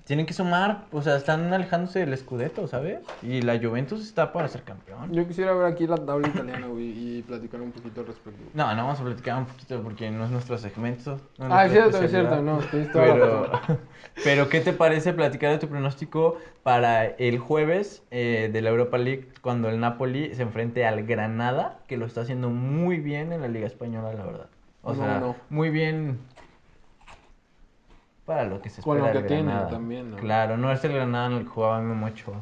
tienen que sumar, o sea, están alejándose del Scudetto, ¿sabes? Y la Juventus está para ser campeón. Yo quisiera ver aquí la tabla italiana, güey, y platicar un poquito al respecto. No, no vamos a platicar un poquito porque no es nuestro segmento. no ah, es nuestra cierto, es cierto, no, tienes toda la Pero, razón. [laughs] pero, ¿qué te parece platicar de tu pronóstico para el jueves eh, de la Europa League cuando el Napoli se enfrente al Granada, que lo está haciendo muy bien en la Liga Española, la verdad? O No, sea, no. muy bien para lo que se Con espera lo del que tiene Granada. también, ¿no? Claro, no es el Granada en el que jugaba Memo Ochoa.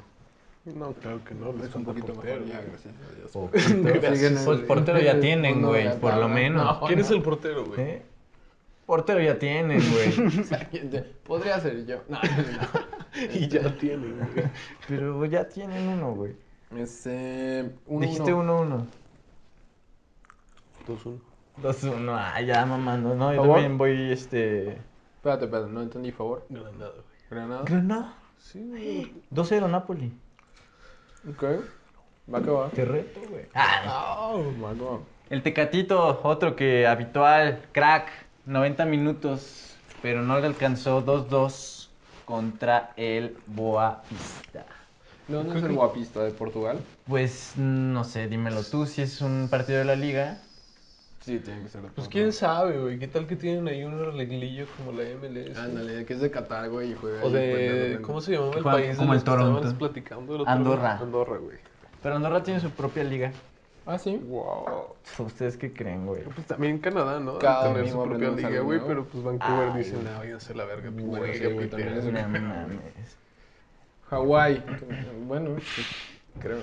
No, claro que no. Es les un falta poquito portero, mejor, ya, güey. gracias a Dios. [laughs] Portero, pues, portero ya tienen, No, güey, ya por lo está, menos. no. ¿Quién es el portero, güey? ¿Eh? Portero ya tienen, [laughs] güey. Podría ser yo. No, [laughs] Y ya tiene, güey. pero ya tienen uno, güey. no. Este, uno, Dijiste 1-1. uno. Uno, 2-1. 2-1, ah, ya mamando, no, yo ¿Favor? también voy este. Espérate, espérate, no entendí, favor. Granada, güey. Granada. Granada. Sí, güey. 2-0 Napoli. Ok. Va que va. Te reto, güey. Va que va. El Tecatito, otro que habitual, crack, 90 minutos, pero no le alcanzó 2-2 contra el Boavista. ¿De ¿Dónde es el guapista? ¿De Portugal? Pues no sé, dímelo tú, si es un partido de la liga. Sí, tiene que ser de Pues Portugal. quién sabe, güey. ¿Qué tal que tienen ahí un arreglillo como la MLS? Ándale, que es de Qatar, güey, y juega O ahí, pues, de. ¿Cómo se llamaba Que el juegan país? de como los el que estábamos Toronto. platicando el otro Andorra. día? Andorra, güey. Pero Andorra tiene su propia liga. Ah, sí. Wow. ¿Ustedes qué creen, güey? Pues también Canadá, ¿no? Cada Tener su domingo propia aprendemos liga, algo güey. nuevo. Pero pues Vancouver Ay, dice, no, váyanse a la verga, pinche Bueno, liga sí, güey, pitera". también es No una- mames. Hawái. Bueno, sí, creo.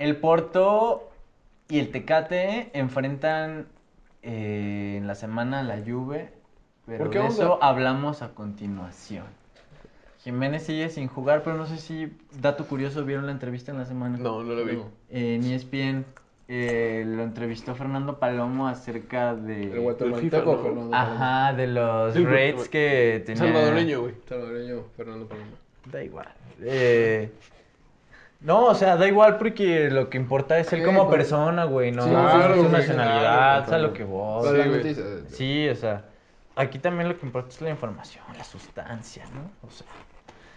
El Porto y el Tecate enfrentan eh, en la semana a la Juve, pero ¿Por qué de onda? eso hablamos a continuación. Jiménez sigue sin jugar, pero no sé si, dato curioso, vieron la entrevista en la semana. [laughs] No, no lo vi. No. Eh, en ESPN eh, lo entrevistó Fernando Palomo acerca El de... guatemalteco FIFA, ¿no? Fernando Paloma. Ajá, de los Sí, porque- Reds que tenía... Salvadoreño, güey. Salvadoreño Fernando Paloma. Da igual. Eh, no, o sea, da igual porque lo que importa es él Sí, como güey. persona, güey, no Sí, claro, su güey, nacionalidad, claro, o sea, claro. lo que vos. Pero la güey. neta es- Sí, o sea, aquí también lo que importa es la información, la sustancia, ¿no? O sea,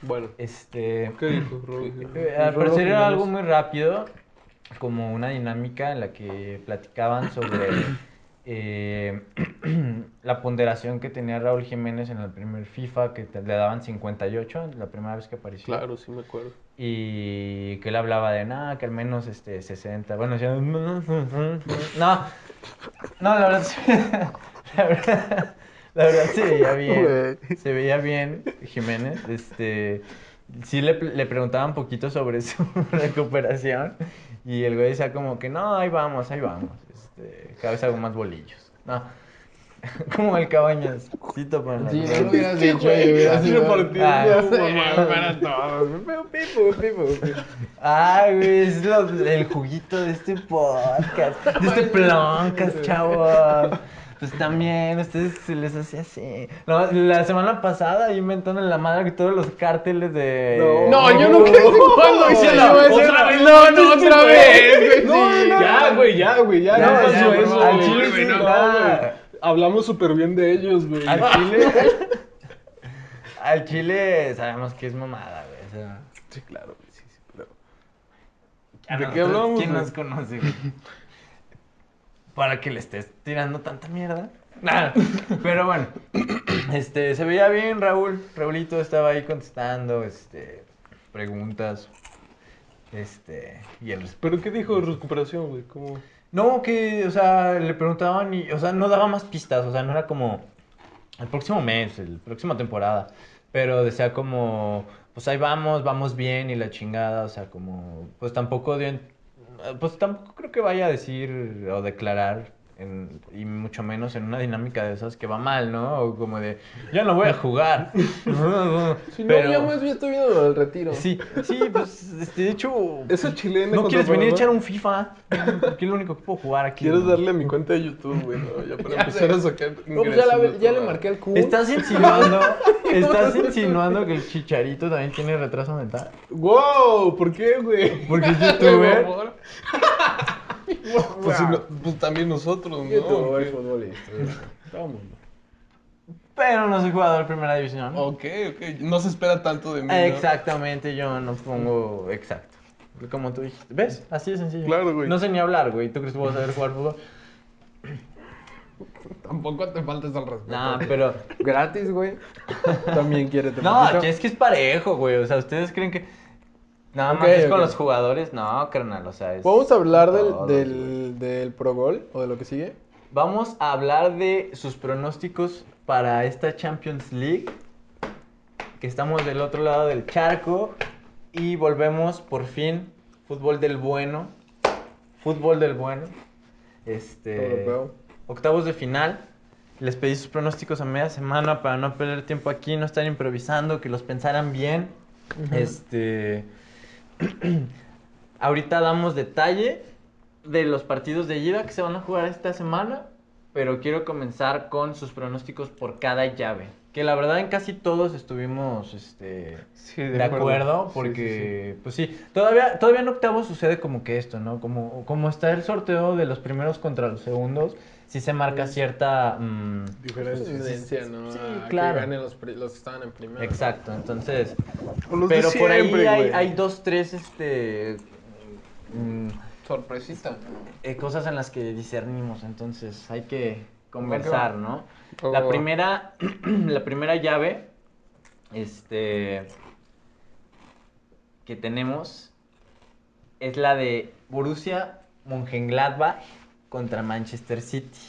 Bueno, este... ¿qué dijo Eh, Robin? Al Rolo parecer era Jiménez. algo muy rápido, como una dinámica en la que platicaban sobre eh, [clears throat] la ponderación que tenía Raúl Jiménez en el primer FIFA, que te- le daban 58 la primera vez que apareció. Claro, sí me acuerdo. Y que él hablaba de nada, que al menos este 60. Bueno, decía, [laughs] no, no, la verdad, sí, [laughs] la verdad, la verdad se veía bien. Se veía bien Jiménez. Este, sí le, le preguntaba un poquito sobre su [laughs] recuperación. Y el güey decía, como que no, ahí vamos, ahí vamos. Este, cada vez hago más bolillos. No, [laughs] como el cabañas. Sí, topan la Sí, luz. no lo hubieras Sí, dicho y güey, hubieras así ido. lo partido Ah, ya sí. sé, [laughs] para todos. Pero pipo, pipo, pipo. Ay, güey, es lo- el juguito de este podcast, de este ploncas, chavos. Pues también, ustedes se les hace así. No, la semana pasada ahí inventaron en la madre que todos los cárteles de... No, yo nunca sé cuándo Ojalá, hicieron eso. otra vez, No, no, otra vez. No, güey, sí. no, ya, güey, ya, güey, ya, Ya, no ya, pasó ya, eso. no, al güey, chile güey, sí, no, ya. güey. Hablamos súper bien de ellos, güey. Al chile... al chile sabemos que es mamada, güey. o sea, Sí, claro, güey, sí, sí, pero. a ¿De qué nosotros, hablamos, ¿Quién güey? nos conoce, güey? Para que le estés tirando tanta mierda. Pero bueno, [clears throat] este, se veía bien Raúl. Raulito estaba ahí contestando, este, preguntas, este, y el resp- ¿Pero qué dijo de recuperación, güey? ¿Cómo? No, que, o sea, le preguntaban y, o sea, no daba más pistas, o sea, no era como el próximo mes, el próxima temporada, pero decía como, pues ahí vamos, vamos bien y la chingada, o sea, como, pues tampoco dio, en- pues tampoco creo que vaya a decir o declarar, en- y mucho menos en una dinámica de esas que va mal, ¿no? O como de, ya no voy a jugar. [laughs] Si no, Pero- ya más bien estoy viendo el retiro. Sí, sí, pues, este, de hecho, Esa chilena. no contra quieres venir a Panamá? echar un FIFA, [laughs] porque es lo único que puedo jugar aquí. Quieres ¿no? darle a mi cuenta de YouTube, güey, no, ya para Ya empezar sé. a sacar. No, pues ya, ingresos la- de otro ya le lado. marqué al cubo. [laughs] ¿Estás insinuando, ¿Estás insinuando que el chicharito también tiene retraso mental? ¡Wow! ¿Por qué, güey? Porque es Por youtuber. favor. [laughs] pues, si no- pues también nosotros, Yo te ¿no? voy a ver futbolista. Vamos. Pero no soy jugador de primera división. Ok, ok. No se espera tanto de mí. Oh, ¿no? Exactamente, yo no pongo exacto. Como tú dijiste. ¿Ves? Así de sencillo. Claro, güey. No sé ni hablar, güey. ¿Tú crees que puedo saber jugar fútbol? Tampoco te faltes al respeto. No, pero. Gratis, güey. También quiere No, es que es parejo, güey. O sea, ¿ustedes creen que.? Nada más Ok, es con ok. los jugadores. No, carnal, o sea. es Vamos a hablar del, todos, güey. del, del Pro Gol o de lo que sigue. Vamos a hablar de sus pronósticos para esta Champions League. Que estamos del otro lado del charco. Y volvemos por fin. Fútbol del bueno. Fútbol del bueno. Este. Europeo. Octavos de final. Les pedí sus pronósticos a media semana para no perder tiempo aquí, no estar improvisando, que los pensaran bien. Este. [clears throat] Ahorita damos detalle de los partidos de ida que se van a jugar esta semana, pero quiero comenzar con sus pronósticos por cada llave. Que la verdad en casi todos estuvimos este, Sí, de acuerdo, Sí, sí, sí. porque, pues sí, todavía, todavía en octavos sucede como que esto, ¿no? Como, como está el sorteo de los primeros contra los segundos, sí se marca Pues, cierta... mm, Diferencia, ¿no? Sí, A claro. Que ganen los, pri- los que estaban en primero. exacto, entonces... O los de Pero por ahí siempre, hay, güey. hay dos, tres, este... mm, Sorpresita. eh, cosas en las que discernimos, entonces hay que conversar, ¿no? Oh. La primera, [clears throat] la primera llave, este, que tenemos es la de Borussia Mönchengladbach contra Manchester City.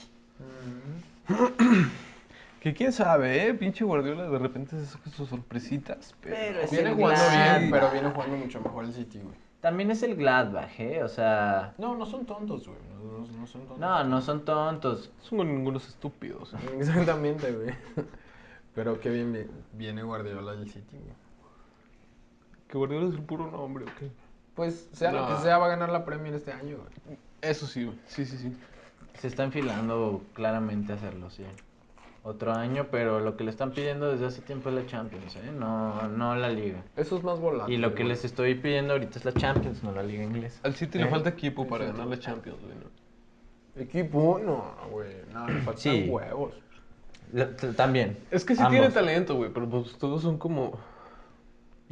Que quién sabe, ¿eh? Pinche Guardiola de repente se saca sus sorpresitas. Pero es Viene el jugando Gladbach. bien, pero viene jugando mucho mejor el City, güey. También es el Gladbach, ¿eh? O sea, No, no son tontos, güey. No, no- no son tontos. no, no son tontos. Son ningunos [laughs] estúpidos. ¿eh? Exactamente, güey. Pero qué bien vi- viene Guardiola del City, güey. Que Guardiola es el puro nombre, ok. Pues sea lo No. que sea, va a ganar la Premier este año, güey. Eso sí, güey. Sí, sí, sí. Se está enfilando claramente a hacerlo, sí. Otro año, pero lo que le están pidiendo desde hace tiempo es la Champions, ¿eh? No, no la Liga. Eso es más Ah, volátil. Y lo que güey. les estoy pidiendo ahorita es la Champions, no la Liga Inglesa. Al City Eh, le falta equipo para exacto. ganar la Champions, güey. ¿no? Equipo, no, güey. No, le faltan Sí. huevos. La- t- También. Es que sí tiene Ambos. talento, güey, pero pues todos son como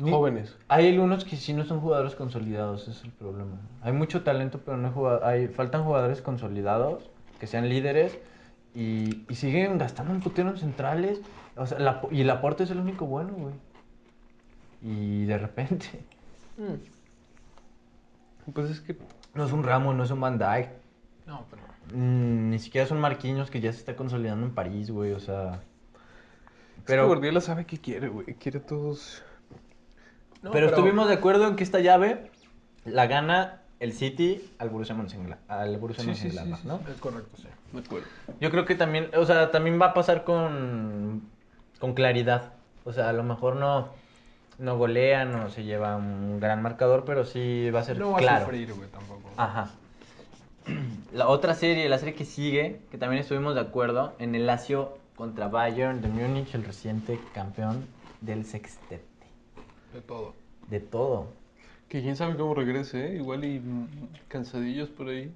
jóvenes. Hay algunos que sí no son jugadores consolidados, ese es el problema. Hay mucho talento, pero no hay jugado- hay faltan jugadores consolidados que sean líderes y, y siguen gastando un putero en centrales. O sea, la- y el aporte es el único bueno, güey. Y de repente, Mm. Pues es que no es un Ramos, no es un Van Dijk, No, pero. mm, ni siquiera son Marquinhos que ya se está consolidando en París, güey, o sea. Pero Pero- Guardiola sabe qué quiere, güey. Quiere todos. No, pero, estuvimos de acuerdo en que esta llave la gana el City al Borussia Mönchengla- al Borussia Sí, sí, sí, Mönchengladbach, sí, ¿no? Es correcto, sí. De acuerdo. Yo creo que también, o sea, también va a pasar con, con claridad. O sea, a lo mejor no, no golea, no se lleva un gran marcador, pero sí va a ser No va a claro. Ah. sufrir, güey, tampoco. Ajá. [clears throat] La otra serie, la serie que sigue, que también estuvimos de acuerdo, en el Lazio contra Bayern de Múnich, el reciente campeón del sextete. De todo. De todo. Que quién sabe cómo regrese, ¿eh? Igual y mm, cansadillos por ahí.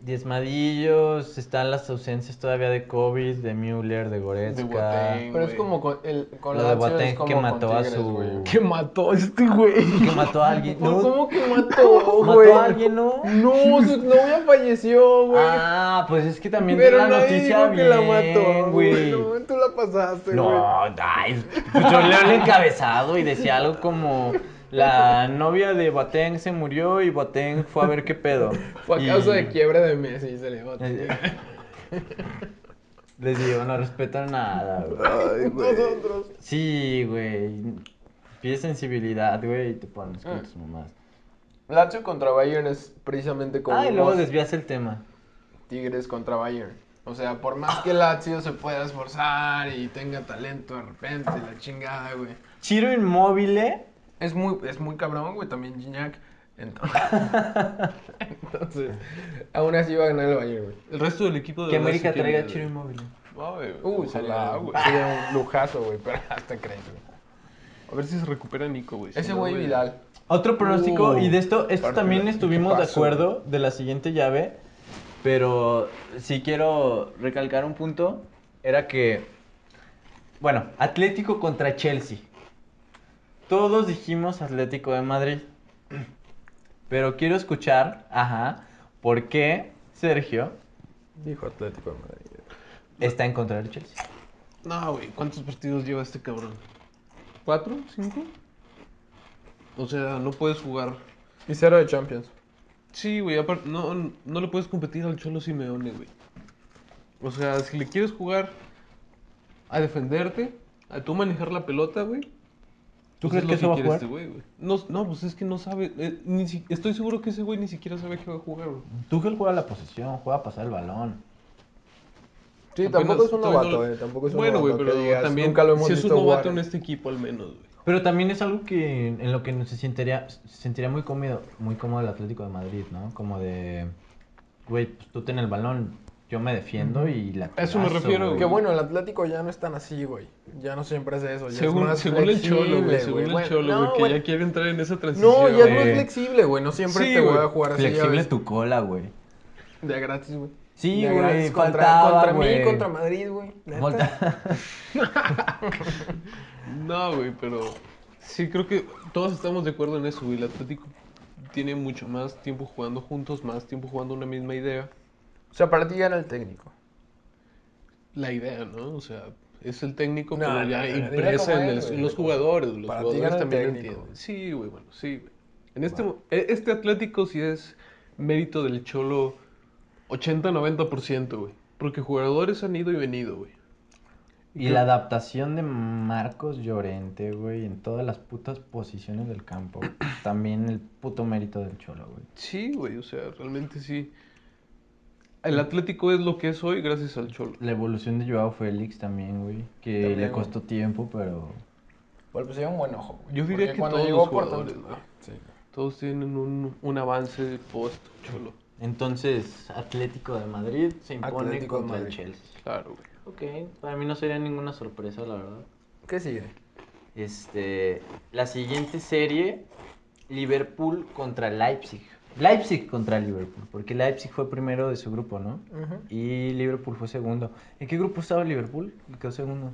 Diezmadillos, están las ausencias todavía de COVID, de Müller, de Goretzka. Boateng. Pero es como con, el, con Lo de la Lazio Boateng es como que con mató a Tigres, su- güey. Que mató a este güey. Que mató a alguien. [laughs] [laughs] No, ¿Cómo que mató, [laughs] mató güey? a alguien, ¿no? No, su novia falleció, güey. Ah, pues es que también pero la nadie noticia dijo que la bien, mató, güey. No, tú la pasaste, güey. No, ay, pues yo leo el encabezado y decía algo como la novia de Boateng se murió y Boateng fue a ver qué pedo. Fue a Y Eh, causa de quiebra de Messi se le va a [laughs] Les digo, no respetan nada, güey. Nosotros. Sí, güey. Pides sensibilidad, güey, y te pones Ah. con tus mamás. Lazio contra Bayern es precisamente como Ah, y luego los desvías el tema. Tigres contra Bayern. O sea, por más que Lazio se pueda esforzar y tenga talento de repente, la chingada, güey. Chiro inmóvil eh, Es muy, es muy cabrón, güey, también Gignac. Entonces, [laughs] Entonces, aún así va a ganar el Bayern, güey. El resto del equipo de Que verdad sí América tiene, traiga a güey. Chiro inmóvil. Ay, güey, Uh, ojalá, sería, güey. sería un lujazo, güey, pero [laughs] hasta crees, güey. A ver si se recupera Nico, güey. Si Ese no, güey Vidal. Otro pronóstico, Uh, y de esto, esto partido, también estuvimos de equipazo. acuerdo de la siguiente llave, pero sí quiero recalcar un punto, era que, bueno, Atlético contra Chelsea. Todos dijimos Atlético de Madrid, pero quiero escuchar, ajá, por qué Sergio Dijo Atlético de Madrid. está en contra del Chelsea. No, güey. ¿Cuántos partidos lleva este cabrón? ¿Cuatro? ¿Cinco? O sea, no puedes jugar. Y cero de Champions. Sí, güey. aparte, no, no le puedes competir al Cholo Simeone, güey. O sea, si le quieres jugar a defenderte, a tú manejar la pelota, güey. ¿Tú pues crees es lo que eso va a jugar? quiere este güey, güey. No, no, pues es que no sabe. eh, ni si- estoy seguro que ese güey ni siquiera sabe que va a jugar, güey. Tuchel juega la posesión, juega a pasar el balón. Sí, Apenas tampoco es un todavía novato, no lo- eh. Tampoco es un bueno, novato. güey, que pero digas, también nunca lo hemos si es visto un novato jugar. eh". en este equipo al menos, güey. Pero también es algo que en lo que no se sentiría, se sentiría muy cómodo, muy cómodo el Atlético de Madrid, ¿no? Como de, güey, pues tú ten el balón, yo me defiendo y la A eso me pedazo, refiero, güey. güey. Que bueno, el Atlético ya no es tan así, güey. Ya no siempre es eso. Pues Ya es Según, más según el flexible, Cholo, güey, según el Bueno, Cholo, no, güey, que güey. ya quiere entrar en esa transición. No, ya es más güey. flexible, güey. No siempre Sí, te voy güey. a jugar así. ya Flexible ves. tu cola, güey. De gratis, güey. Sí, De güey, gratis Contra, faltaba, contra mí, güey. contra Madrid, güey. Neta. Volta- No, güey, pero sí creo que todos estamos de acuerdo en eso, güey. El Atlético tiene mucho más tiempo jugando juntos, más tiempo jugando una misma idea. O sea, para ti gana el técnico. La idea, ¿no? O sea, es el técnico, No, pero no, ya no, no, impresa dile cómo es, en, el- güey, en los dile cómo jugadores. Los Para ti jugadores gana el también lo técnico. entienden. Sí, güey, bueno, sí, güey. En este, mo- e- este Atlético sí es mérito del Cholo 80-90%, güey. Porque jugadores han ido y venido, güey. y la adaptación de Marcos Llorente, güey, en todas las putas posiciones del campo. [coughs] También el puto mérito del Cholo, güey. Sí, güey, o sea, realmente sí. El Atlético es lo que es hoy gracias al Cholo. La evolución de Joao Félix también, güey, que También, le güey. costó tiempo, pero... Bueno, pues era un buen ojo, güey. Yo diría Porque que cuando todos llegó los por jugadores, tanto- güey. Sí. Todos tienen un, un avance post Cholo. Entonces, Atlético de Madrid se impone Atlético de contra el Madrid. Chelsea. Claro, güey. Ok, para mí no sería ninguna sorpresa, la verdad. ¿Qué sigue? Este, la siguiente serie, Liverpool contra Leipzig. Leipzig contra Liverpool, porque Leipzig fue primero de su grupo, ¿no? Y Liverpool fue segundo. ¿En qué grupo estaba Liverpool? Y quedó segundo.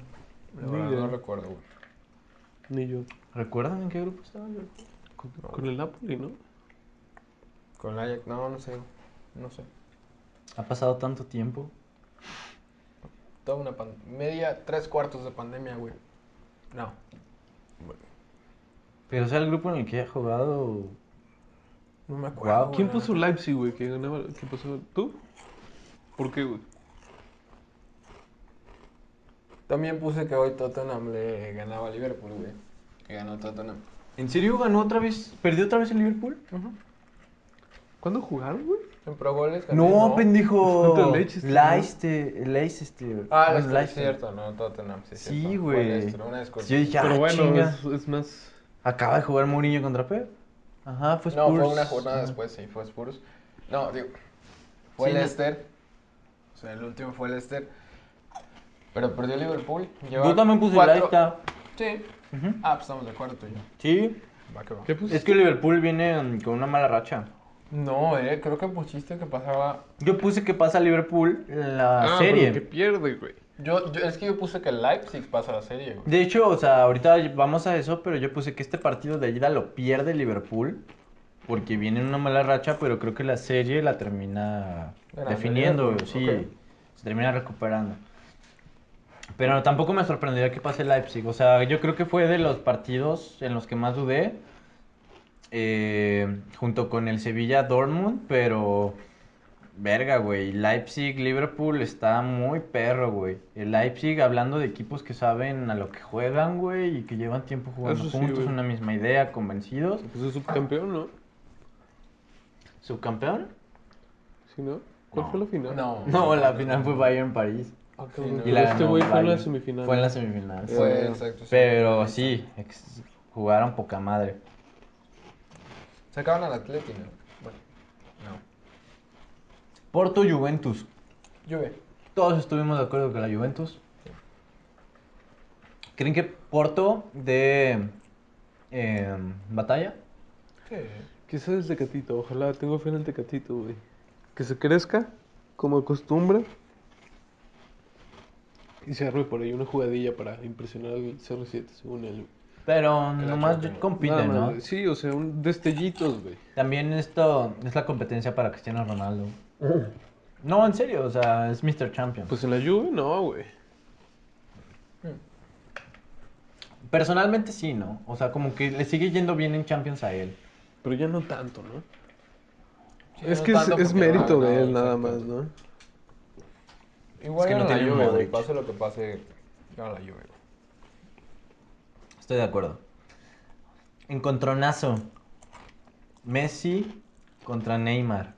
La verdad, No recuerdo, güey. Ni yo. ¿Recuerdan en qué grupo estaba Liverpool? Con, con el Napoli, ¿no? Con el Ajax, no, no sé. No sé. Ha pasado tanto tiempo. Toda una pan- media, tres cuartos de pandemia, güey. No. Pero o sea, el grupo en el que ha jugado... No me acuerdo. Guau. güey, ¿Quién la puso neta. Leipzig, güey? ¿Quién ganaba? ¿Quién puso? ¿Tú? ¿Por qué, güey? También puse que hoy Tottenham le ganaba a Liverpool, güey. Que ganó Tottenham. ¿En serio ganó otra vez? ¿Perdió otra vez el Liverpool? ¿Cuándo jugaron, güey? En pro goles ganó, No, pendijo [laughs] Contra pendejo. el Leicester, ¿no? Leicester. Leicester. Ah, Bueno, es Leicester. cierto, no, Tottenham, sí, es Sí, cierto. güey. Fue Leicester, una disculpa. Yo dije, Pero ah, bueno, chinga. es, es más. Acaba de jugar Mourinho contra Pep. Ajá, fue no, Spurs. fue una jornada después, sí, fue Spurs. No, digo, fue Sí, no. Leicester. O sea, el último fue Leicester. Pero perdió Liverpool. lleva Yo también puse cuatro- Leicester. Sí. Ujú. Ah, pues estamos de acuerdo tú y yo. Sí. Va que va. ¿Qué pues? pusiste? Es que Liverpool viene mm, con una mala racha. No, eh, creo que pusiste que pasaba... Yo puse que pasa Liverpool en la Ah, serie. pero que pierde, güey. Yo, yo- es que yo puse que el Leipzig pasa la serie, güey. De hecho, o sea, ahorita vamos a eso, pero yo puse que este partido de ida lo pierde Liverpool. Porque viene en una mala racha, pero creo que la serie la termina Ganando definiendo, Liverpool, sí. ok. Se termina recuperando. Pero tampoco me sorprendería que pase Leipzig. O sea, yo creo que fue de los partidos en los que más dudé. eh, junto con el Sevilla Dortmund, pero. Verga, güey. Leipzig, Liverpool está muy perro, güey. El Leipzig, hablando de equipos que saben a lo que juegan, güey, y que llevan tiempo jugando Eso sí, juntos, güey. una misma idea, convencidos. Pues es subcampeón, ¿no? ¿Subcampeón? ¿Sí, no? ¿Cuál No. fue la final? No. [laughs] No, la final fue Bayern París. Ah, cabrón. Sí, no. Y la este ganó güey fue en la Bayern. semifinal. Fue en la semifinal. Fue, Sí. exacto. sí. Pero sí, ex- jugaron poca madre. Sacaban al Atleti, ¿no? Bueno, no. Porto Juventus. Juve. Todos estuvimos de acuerdo con la Juventus. ¿Creen que Porto de batalla? Sí. Quizás el Tecatito, ojalá, tengo fe en el Tecatito, güey. Que se crezca, como acostumbra. Y se arme por ahí una jugadilla para impresionar al CR7, según él. Pero Que la nomás choquen. Nada compiten, más, ¿no? güey. Sí, o sea, un destellitos, güey. También esto es la competencia para Cristiano Ronaldo. No, en serio, o sea, es Mr. Champion. Pues en la Juve, no, güey. Personalmente sí, ¿no? O sea, como que le sigue yendo bien en Champions a él. Pero ya no tanto, ¿no? Sí, es no que es, tanto es porque no ha mérito de ganado, él nada exacto. más, ¿no? Igual Es que no gana la tiene Juve, güey, Modric. Pase lo que pase, gana la Juve. güey. Estoy de acuerdo. Encontronazo. Messi contra Neymar.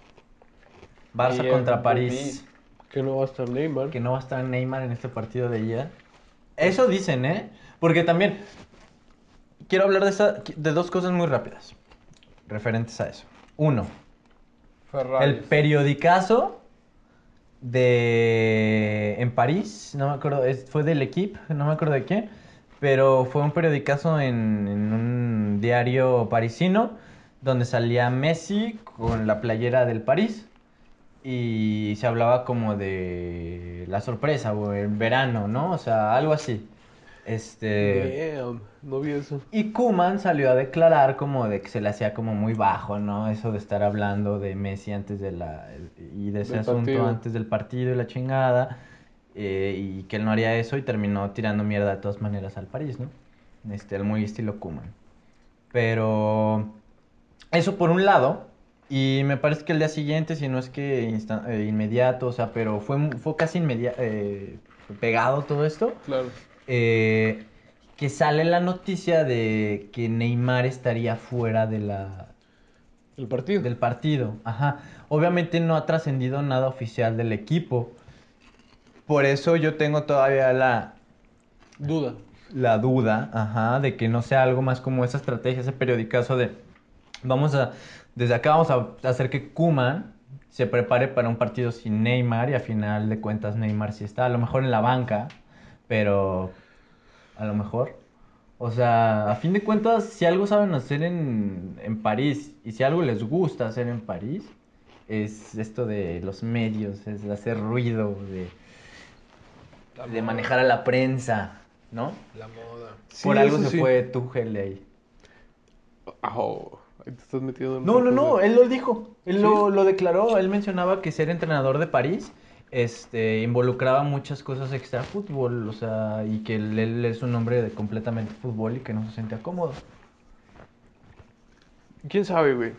Barça Y el contra París. Que no va a estar Neymar. Que no va a estar Neymar en este partido de ida. Eso dicen, ¿eh? Porque también quiero hablar de, esa- de dos cosas muy rápidas. Referentes a eso. Uno, Ferrari. el periodicazo de en París, no me acuerdo, es- fue del equipo, no me acuerdo de qué, pero fue un periodicazo en, en un diario parisino donde salía Messi con la playera del París y se hablaba como de la sorpresa o el verano, ¿no? O sea, algo así. Este Damn, no vi eso. y Kuman salió a declarar como de que se le hacía como muy bajo, ¿no? Eso de estar hablando de Messi antes de la... y de ese Del asunto partido. antes del partido y la chingada. eh, y que él no haría eso y terminó tirando mierda de todas maneras al París, ¿no? Este, el muy estilo Kuman. Pero... Eso por un lado. Y me parece que el día siguiente, si no es que insta- eh, inmediato, o sea, pero fue, mu- fue casi inmediato, pegado todo esto Claro. eh, que sale la noticia de que Neymar estaría fuera de la, El partido. del partido. Ajá. Obviamente no ha trascendido nada oficial del equipo. Por eso yo tengo todavía la, Duda. la duda, ajá, de que no sea algo más como esa estrategia, ese periodicazo de vamos a desde acá vamos a hacer que Kuman se prepare para un partido sin Neymar y a final de cuentas Neymar sí está, a lo mejor en la banca, pero a lo mejor O sea, a fin de cuentas, si algo saben hacer en, en París y si algo les gusta hacer en París, es esto de los medios, es de hacer ruido, de, de manejar a la prensa, ¿no? La moda. Sí, Por algo eso se sí. fue Tuchel de ahí. Au, ahí te estás metiendo en No, no, broncas no, de- él lo dijo, él ¿Sí? lo, lo declaró, él mencionaba que ser entrenador de París este, involucraba muchas cosas extra fútbol, o sea, y que él, él es un hombre de completamente fútbol y que no se sentía cómodo. ¿Quién sabe, güey?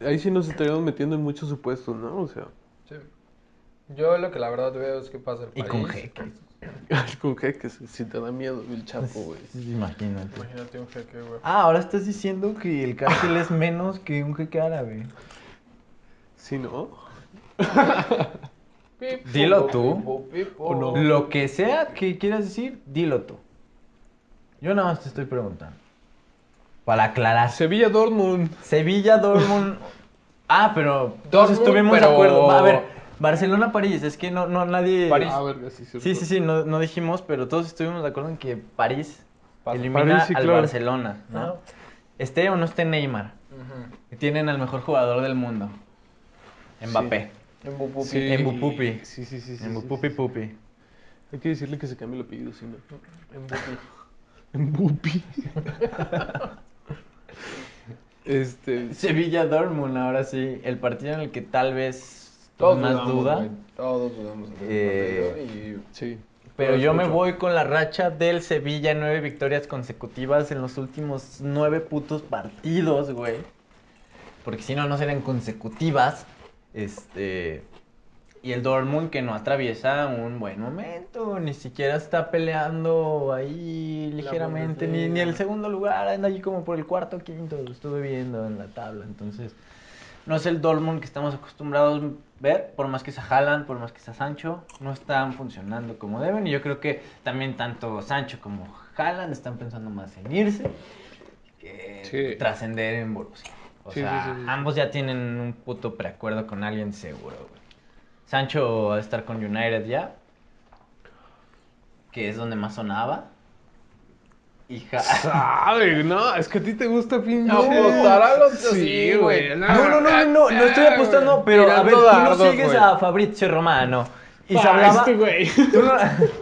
Ahí sí nos estaríamos metiendo en muchos supuestos, ¿no? O sea, [laughs] Sí. Yo lo que la verdad veo es que pasa en Y París. con jeque. con jeques, si te da miedo el chapo, güey. [laughs] Imagínate. Imagínate un jeque, güey. Ah, ahora estás diciendo que el cárcel es menos que un jeque árabe. Sí, ¿no? Pipo, Dilo tú. pipo, pipo. O no. Lo que sea que quieras decir, dilo tú. Yo nada más te estoy preguntando. Para aclarar. Sevilla Dortmund. [laughs] Sevilla, Dortmund. Ah, pero todos Dortmund, estuvimos pero- de acuerdo. Va, A ver, Barcelona, París. Es que no, no nadie. París. Ah, verga, sí, cierto. Sí, sí, sí. No, no dijimos, pero todos estuvimos de acuerdo en que París Pasa. elimina París, sí, al claro. Barcelona, ¿no? Ah. Esté o no esté Neymar. Ujú. Tienen al mejor jugador del mundo. Mbappé. En Bupupi. Sí, En Bupupi. Sí, sí, sí. sí, En sí, Pupi sí. Pupi. Hay que decirle que se cambie el apellido, si no. En Bupupi. En Bupi. [laughs] este. Sevilla Dortmund, ahora sí. El partido en el que tal vez Todos más dudamos, duda. güey. Todos dudamos. en Eh, el partido y- Sí. Pero yo me Escucho. voy con la racha del Sevilla, nueve victorias consecutivas en los últimos nueve putos partidos, güey. Porque si no, no serían consecutivas. Este. Y el Dortmund que no atraviesa un buen momento, ni siquiera está peleando ahí La ligeramente, ni, ni Bundesliga. el segundo lugar, anda ahí como por el cuarto o quinto, lo estuve viendo en la tabla, entonces no es el Dortmund que estamos acostumbrados a ver, por más que se jalan, por más que sea Sancho, no están funcionando como deben y yo creo que también tanto Sancho como Haaland están pensando más en irse que Sí. trascender en Borussia. O Sí, sea, sí, sí, sí. ambos ya tienen un puto preacuerdo con alguien seguro, güey. Sancho va a estar con United ya, que es donde más sonaba. Y Ha- Sabe, no, es que a ti te gusta pinche. Apostar a los- sí, güey. No, no, no, no, no, no estoy apostando, pero a Tirando ver, tú no dardos, sigues güey. a Fabrizio Romano. Y se Ah, hablaba. este [laughs] güey. Eh, tú no-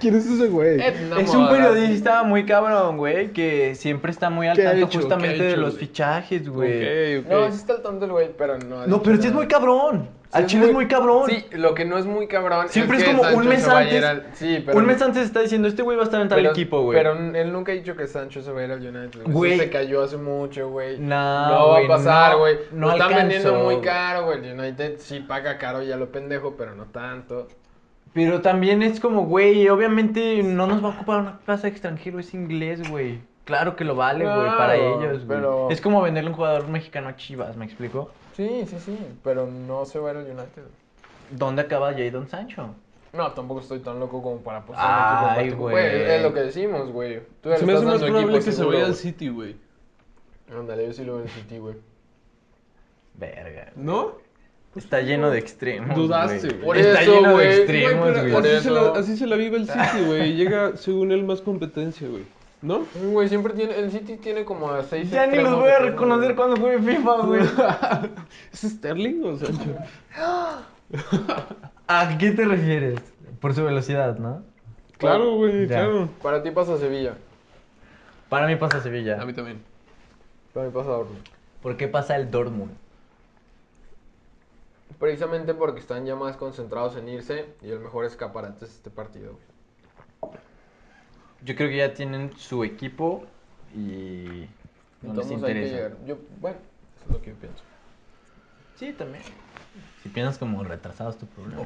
¿Quién es ese güey? Etna es un Moda. periodista muy cabrón, güey, que siempre está muy al ¿Qué ha tanto hecho? justamente ¿Qué ha de hecho, los güey? fichajes, güey. Ok, ok. No, sí está el tonto el güey, pero no. ha No, dicho pero sí es nada. muy cabrón. Sí, Al chile es muy cabrón. Sí, lo que no es muy cabrón. Siempre es que como un Sancho mes se va a antes. ir al- Sí, pero. Un mes antes está diciendo, este güey va a estar en tal pero- equipo, güey. Pero él nunca ha dicho que Sancho se va a ir al United. Güey. Güey. Eso se cayó hace mucho, güey. No, va a güey, pasar, no, güey. no lo están alcanzo, vendiendo muy güey. caro, güey. El United sí paga caro ya lo pendejo, pero no tanto. Pero también es como, güey, obviamente no nos va a ocupar una plaza de extranjero, es inglés, güey. Claro que lo vale, güey, para Claro, ellos, güey. pero- Es como venderle un jugador mexicano a Chivas, ¿me explico? Sí, sí, sí. Pero no se va a ir al United. ¿Dónde acaba Jadon Sancho? No, tampoco estoy tan loco como para apostar Ay, en un equipo en güey. particular. Es lo que decimos, güey. Tú ya le Se me estás hace más dando equipo probable que se seguro, vaya al güey. City, güey. Ándale, yo sí lo veo en City, güey. Verga. ¿No? Está lleno de extremos. Dudaste, güey. Por Está eso, lleno güey. de Güey, extremos, pero güey. Por así, se la, eso. así se la vive el [laughs] City, güey. Llega, según él, más competencia, güey. ¿No? Güey, siempre tiene. El City tiene como a seis. Ya ni los extremos voy a que tienen, reconocer güey. cuando juegue FIFA, güey. [laughs] ¿Es Sterling o Sancho? [laughs] ¿A qué te refieres? Por su velocidad, ¿no? Claro, güey, Ya. claro. Para ti pasa Sevilla. Para mí pasa Sevilla. A mí también. Para mí pasa Dortmund. ¿Por qué pasa el Dortmund? Precisamente porque están ya más concentrados en irse y el mejor escaparate es este partido, güey. Yo creo que ya tienen su equipo y no les Entonces hay que interesa. llegar. Yo, bueno, eso es lo que yo pienso. Sí, también. Si piensas como retrasados tu problema.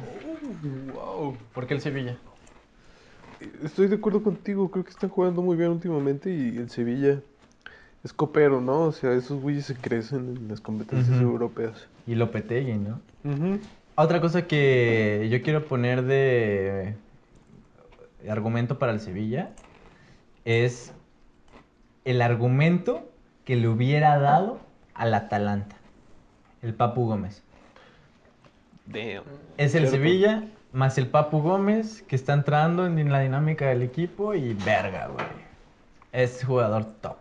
Wow. ¿Por qué el Sevilla? Estoy de acuerdo contigo. Creo que están jugando muy bien últimamente y el Sevilla es copero, ¿no? O sea, esos güeyes se crecen en las competencias Ujú. europeas. Y Lopetegui, ¿no? Otra cosa que yo quiero poner de eh, argumento para el Sevilla es el argumento que le hubiera dado al Atalanta, el Papu Gómez. Damn. Es el Cierto. Sevilla más el Papu Gómez que está entrando en la dinámica del equipo y verga, güey. es jugador top.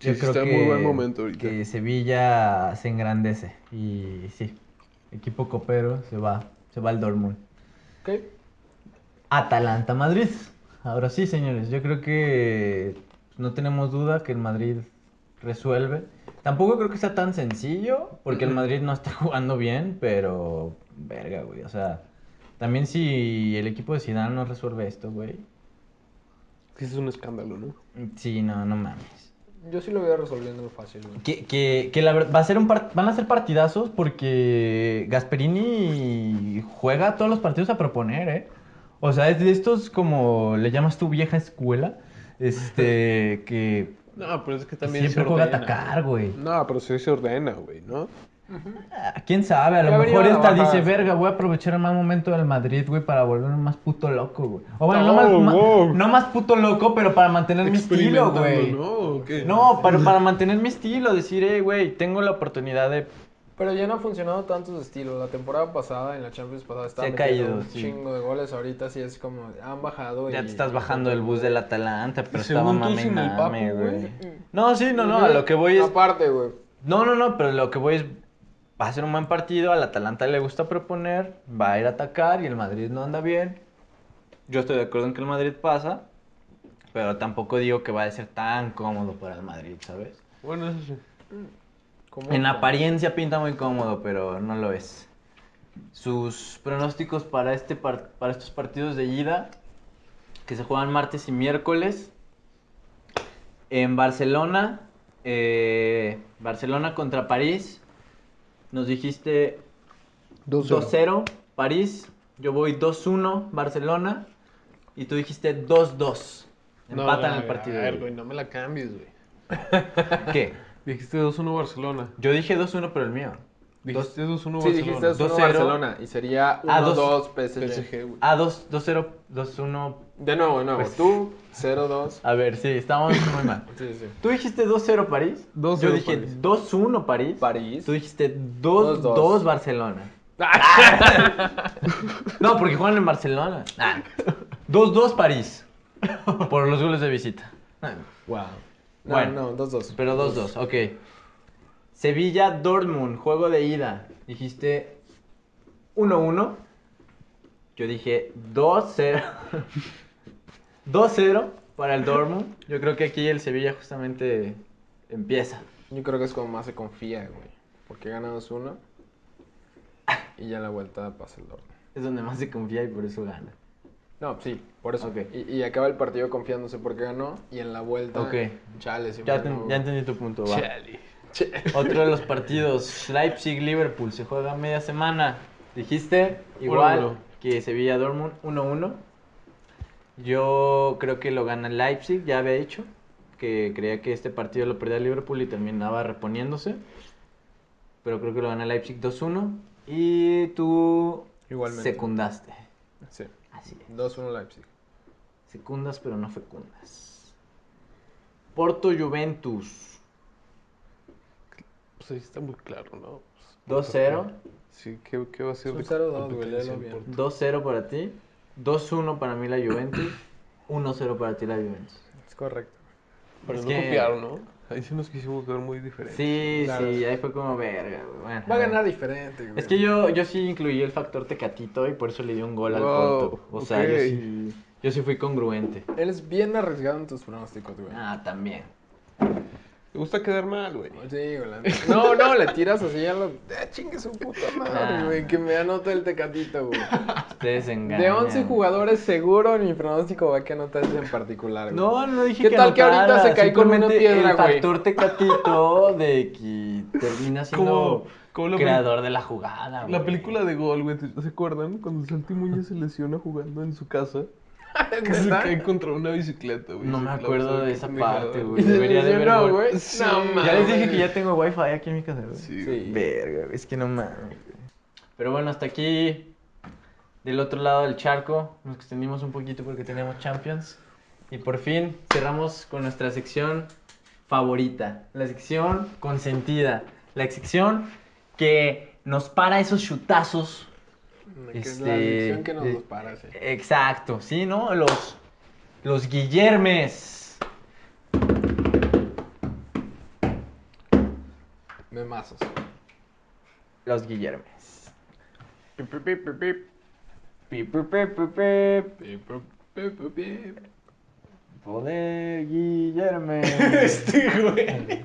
Sí, sí está en muy buen momento ahorita. que Sevilla se engrandece. Y sí, equipo copero se va, se va al Dortmund. Ok. Atalanta Madrid. Ahora sí, señores, yo creo que no tenemos duda que el Madrid resuelve. Tampoco creo que sea tan sencillo, porque el Madrid no está [laughs] jugando bien, pero verga, güey, o sea, también si el equipo de Zidane no resuelve esto, güey. Que Es un escándalo, ¿no? Sí, no, no mames. Yo sí lo veo resolviendo fácil, güey. Que, que, que la verdad, va a ser un par- van a ser partidazos porque Gasperini juega todos los partidos a proponer, ¿eh? O sea, es de estos como le llamas tu vieja escuela, [laughs] este, que No, pero es que también siempre se juega a ordena. atacar, güey. No, pero sí se ordena, güey, ¿no? Ah, ¿Quién sabe? A lo Ya venía mejor la esta baja. dice, verga, voy a aprovechar el mal momento del Madrid, güey, para volverme más puto loco, güey. O bueno, no, Oh, más, ma- wow. no más puto loco, pero para mantener mi estilo, Experimentando, güey. ¿no? ¿O qué? No, pero para mantener mi estilo, decir, eh, güey, tengo la oportunidad de... Pero ya no han funcionado tantos estilos. La temporada pasada, en la Champions pasada, estaba Se ha metiendo caído, un sí. chingo de goles. Ahorita sí es como, han bajado. Ya y- te estás bajando del bus del Atalanta, pero estaba según tú, mame y sin el mame, Papu, güey. güey. No, sí, no, no, Ujú. a lo que voy es... Aparte, güey. No, no, no, pero lo que voy es... Va a ser un buen partido, al Atalanta le gusta proponer, va a ir a atacar y el Madrid no anda bien. Yo estoy de acuerdo en que el Madrid pasa, pero tampoco digo que va a ser tan cómodo para el Madrid, ¿sabes? Bueno, eso sí. ¿Cómo? En apariencia pinta muy cómodo, pero no lo es. Sus pronósticos para, este par- para estos partidos de ida, que se juegan martes y miércoles. En Barcelona, eh, Barcelona contra París, nos dijiste 2-0 París, yo voy 2-1 Barcelona y tú dijiste 2-2. No, Empatan no, el partido. A ver, güey. güey, no me la cambies, güey. ¿Qué? Dijiste 2-1 Barcelona. Yo dije 2-1, pero el mío. Dijiste 2-1 Sí, Barcelona. dijiste 2 2-0. Barcelona y sería Ah, 1-2 PSG, PSG. güey. Ah, 2 2-0, 2-1 De nuevo, de nuevo. Pues- Tú, 0-2. A ver, sí, estábamos muy mal. Sí, sí. Tú dijiste 2-0 París. 2-0 Yo dije París. 2-1 París. París. Tú dijiste 2-2 2-2. Barcelona. No, porque juegan en Barcelona. Ah. 2-2 París. Por los goles de visita. Wow. No, Bueno. no, 2-2. Pero 2-2, ok. Sevilla Dortmund, juego de ida. Dijiste 1-1. Yo dije [laughs] 2-0. 2-0 para el Dortmund. Yo creo que aquí el Sevilla justamente empieza. Yo creo que es como más se confía, güey. Porque gana 2-1 y ya en la vuelta pasa el Dortmund. Es donde más se confía y por eso gana. No, sí, por eso. Ok. Y, y acaba el partido confiándose porque ganó y en la vuelta. Ok. Chale, sí, Ya, ganó, ten- ya entendí tu punto, [laughs] va. Chale. Otro de los partidos, Leipzig-Liverpool, se juega media semana. Dijiste igual Uno, uno. que Sevilla-Dortmund 1-1. Yo creo que lo gana Leipzig, ya había dicho que creía que este partido lo perdía Liverpool y terminaba reponiéndose. Pero creo que lo gana Leipzig 2-1 y tú Igualmente. secundaste. Sí. Así es. 2-1 Leipzig. Secundas, pero no fecundas. Porto Juventus Pues ahí está muy claro, ¿no? Pues, 2-0. Sí, ¿qué, qué va a ser Es un de 0-2, güey, competencia léelo bien. por- 2-0 para ti. 2-1 para mí [clears throat] la Juventus. 1-0 para ti la Juventus. Es correcto. Pero Es no que- copiaron, ¿no? Ahí sí nos quisimos ver muy diferentes. Sí, Claro. sí, ahí fue como verga, güey. Bueno, Va a ganar diferente, güey. Es que yo, yo sí incluí el factor tecatito y por eso le di un gol al Wow, Porto. O sea, ok. yo, sí, yo sí fui congruente. Eres bien arriesgado en tus pronósticos, güey. Ah, también. Te gusta quedar mal, güey. Sí, güey. la neta. No, no, le tiras así a lo. ¡Ah, chingue su puta Ah. madre, güey! Que me anota el tecatito, güey. Ustedes engañan. De 11 jugadores, seguro mi pronóstico va que anotar ese en particular, güey. No, no dije ¿Qué tal que anotara, ahorita se cae con una simplemente piedra, El güey? factor tecatito de que termina siendo Como, como la, peli- creador de la jugada, güey. la película de gol, güey. ¿te- ¿Se acuerdan? Cuando Santi Muñoz se lesiona jugando en su casa. Que se ¿Verdad? cae contra una bicicleta, güey. No me Se clava acuerdo esa de esa pendejada. parte, Y güey. se Debería de ver lesionó, gol. güey. Sí. No, Ya les dije mames. que ya tengo wifi aquí en mi casa, güey. Sí, güey. Sí. Verga, güey, es que no mames. Pero bueno, hasta aquí del otro lado del charco. Nos extendimos un poquito porque teníamos Champions. Y por fin cerramos con nuestra sección favorita. La sección consentida. La sección que nos para esos chutazos. Que es Este, la adicción que nos eh, los para, sí. Exacto, sí, ¿no? Los Los Guillermes. Memazos. Los Guillermes. Pip, pip, pip, pip, pip. Pip, pip, pip, pip, Pip, pip. pip, pip, pip, pip. Poder Guillerme. [laughs] Este, güey.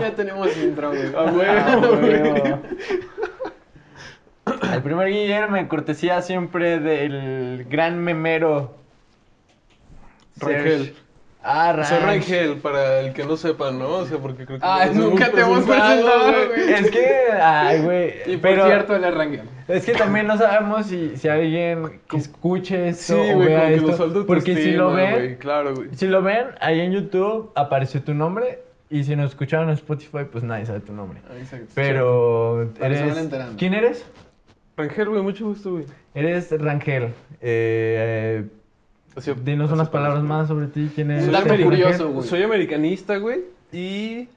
Ya tenemos intro, güey. A Ah, huevo, güey. huevo. El primer Guillerme, cortesía siempre del gran memero. Rangel. Serge. Ah, Rangel. Soy Rangel, para el que no sepa, ¿no? O sea, porque creo que... Ah, no nos nunca te hemos presentado, güey. Ah, Es que, ay, güey. Y por pero cierto, el arranque. Es que también no sabemos si, si alguien que escuche Sí, esto o güey, como vea que lo esto. salta tu porque si lo estima, ven, güey, Claro, güey. si lo ven, ahí en YouTube apareció tu nombre. Y si nos escucharon en Spotify, pues nadie sabe tu nombre. Ah, Exacto. Pero Para que se eres- van enterando. ¿Quién eres? Rangel, güey, mucho gusto, güey. Eres Rangel. Eh, Así- dinos así unas parece, palabras güey. más sobre ti. ¿Quién eres? Soy Dato Rangel? curioso, güey. Soy americanista, güey, y...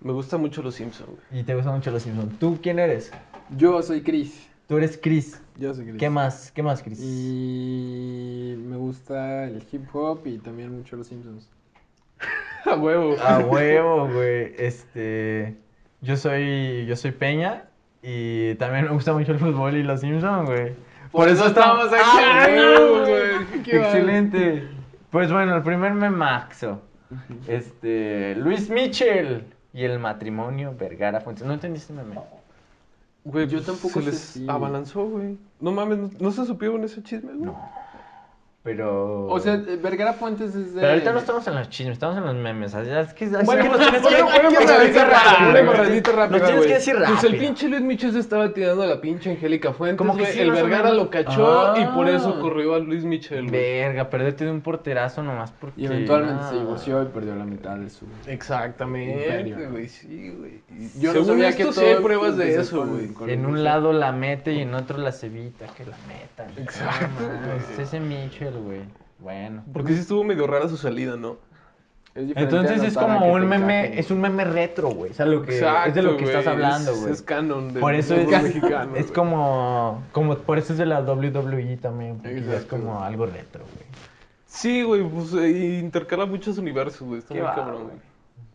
Me gusta mucho los Simpsons, güey. Y te gustan mucho los Simpsons. ¿Tú quién eres? Yo soy Chris. Tú eres Chris. Yo soy Chris. ¿Qué más? ¿Qué más, Chris? Y me gusta el hip hop y también mucho los Simpsons. [laughs] A huevo. A huevo, güey. Este. Yo soy. Yo soy Peña. Y también me gusta mucho el fútbol y los Simpsons, güey. Por eso estamos aquí. A Ah, huevo, no, güey. Qué va. Excelente. Pues bueno, el primer memaxo. Este. Luis Mitchell. Y el matrimonio Vergara Fuentes. ¿No entendiste el meme? Güey, Yo pues, tampoco se sé les si- abalanzó, güey. No mames, ¿no, no se supieron ese chisme, güey? Pero. O sea, eh, Vergara Fuentes es de. Pero ahorita no estamos en los chismes, estamos en los memes. así Es que, así eh, Bueno, que pues, bueno, tienes bueno, que- bueno, tienes que bueno, decir bueno, rápido, bueno, pues, güey. bueno, ratito Nos rápido, tienes güey. que decir Pues el rápido. pinche Luis Micho se estaba tirando a la pinche Angélica Fuentes, Como que güey. sí, el más o Vergara menos. lo cachó Ah. y por eso corrió a Luis Michel, güey. Verga, perderte de un porterazo nomás porque. Y eventualmente Ah. se divorció y perdió la mitad de su. Exactamente, Imperio. güey, sí, güey. Y Yo no según sabía esto, que sí todo hay pruebas de empezó eso, con- güey. con- En un lado la mete y en otro la cevita, que la metan. Exacto, No mames, güey. es ese Mitchell, güey. Bueno. Porque sí estuvo medio rara su salida, ¿no? Es diferente Entonces a es notar a como que un te meme, encajen. es un meme retro, güey. Es, algo que, es de lo que güey, estás hablando, es- güey. Es canon de Por eso es, mexicano. es güey. como, como, por eso es de la WWE también, porque ya es Exacto. como algo retro, güey. Sí, güey, pues eh, intercala muchos universos, güey. Está Qué muy va, cabrón, güey. güey.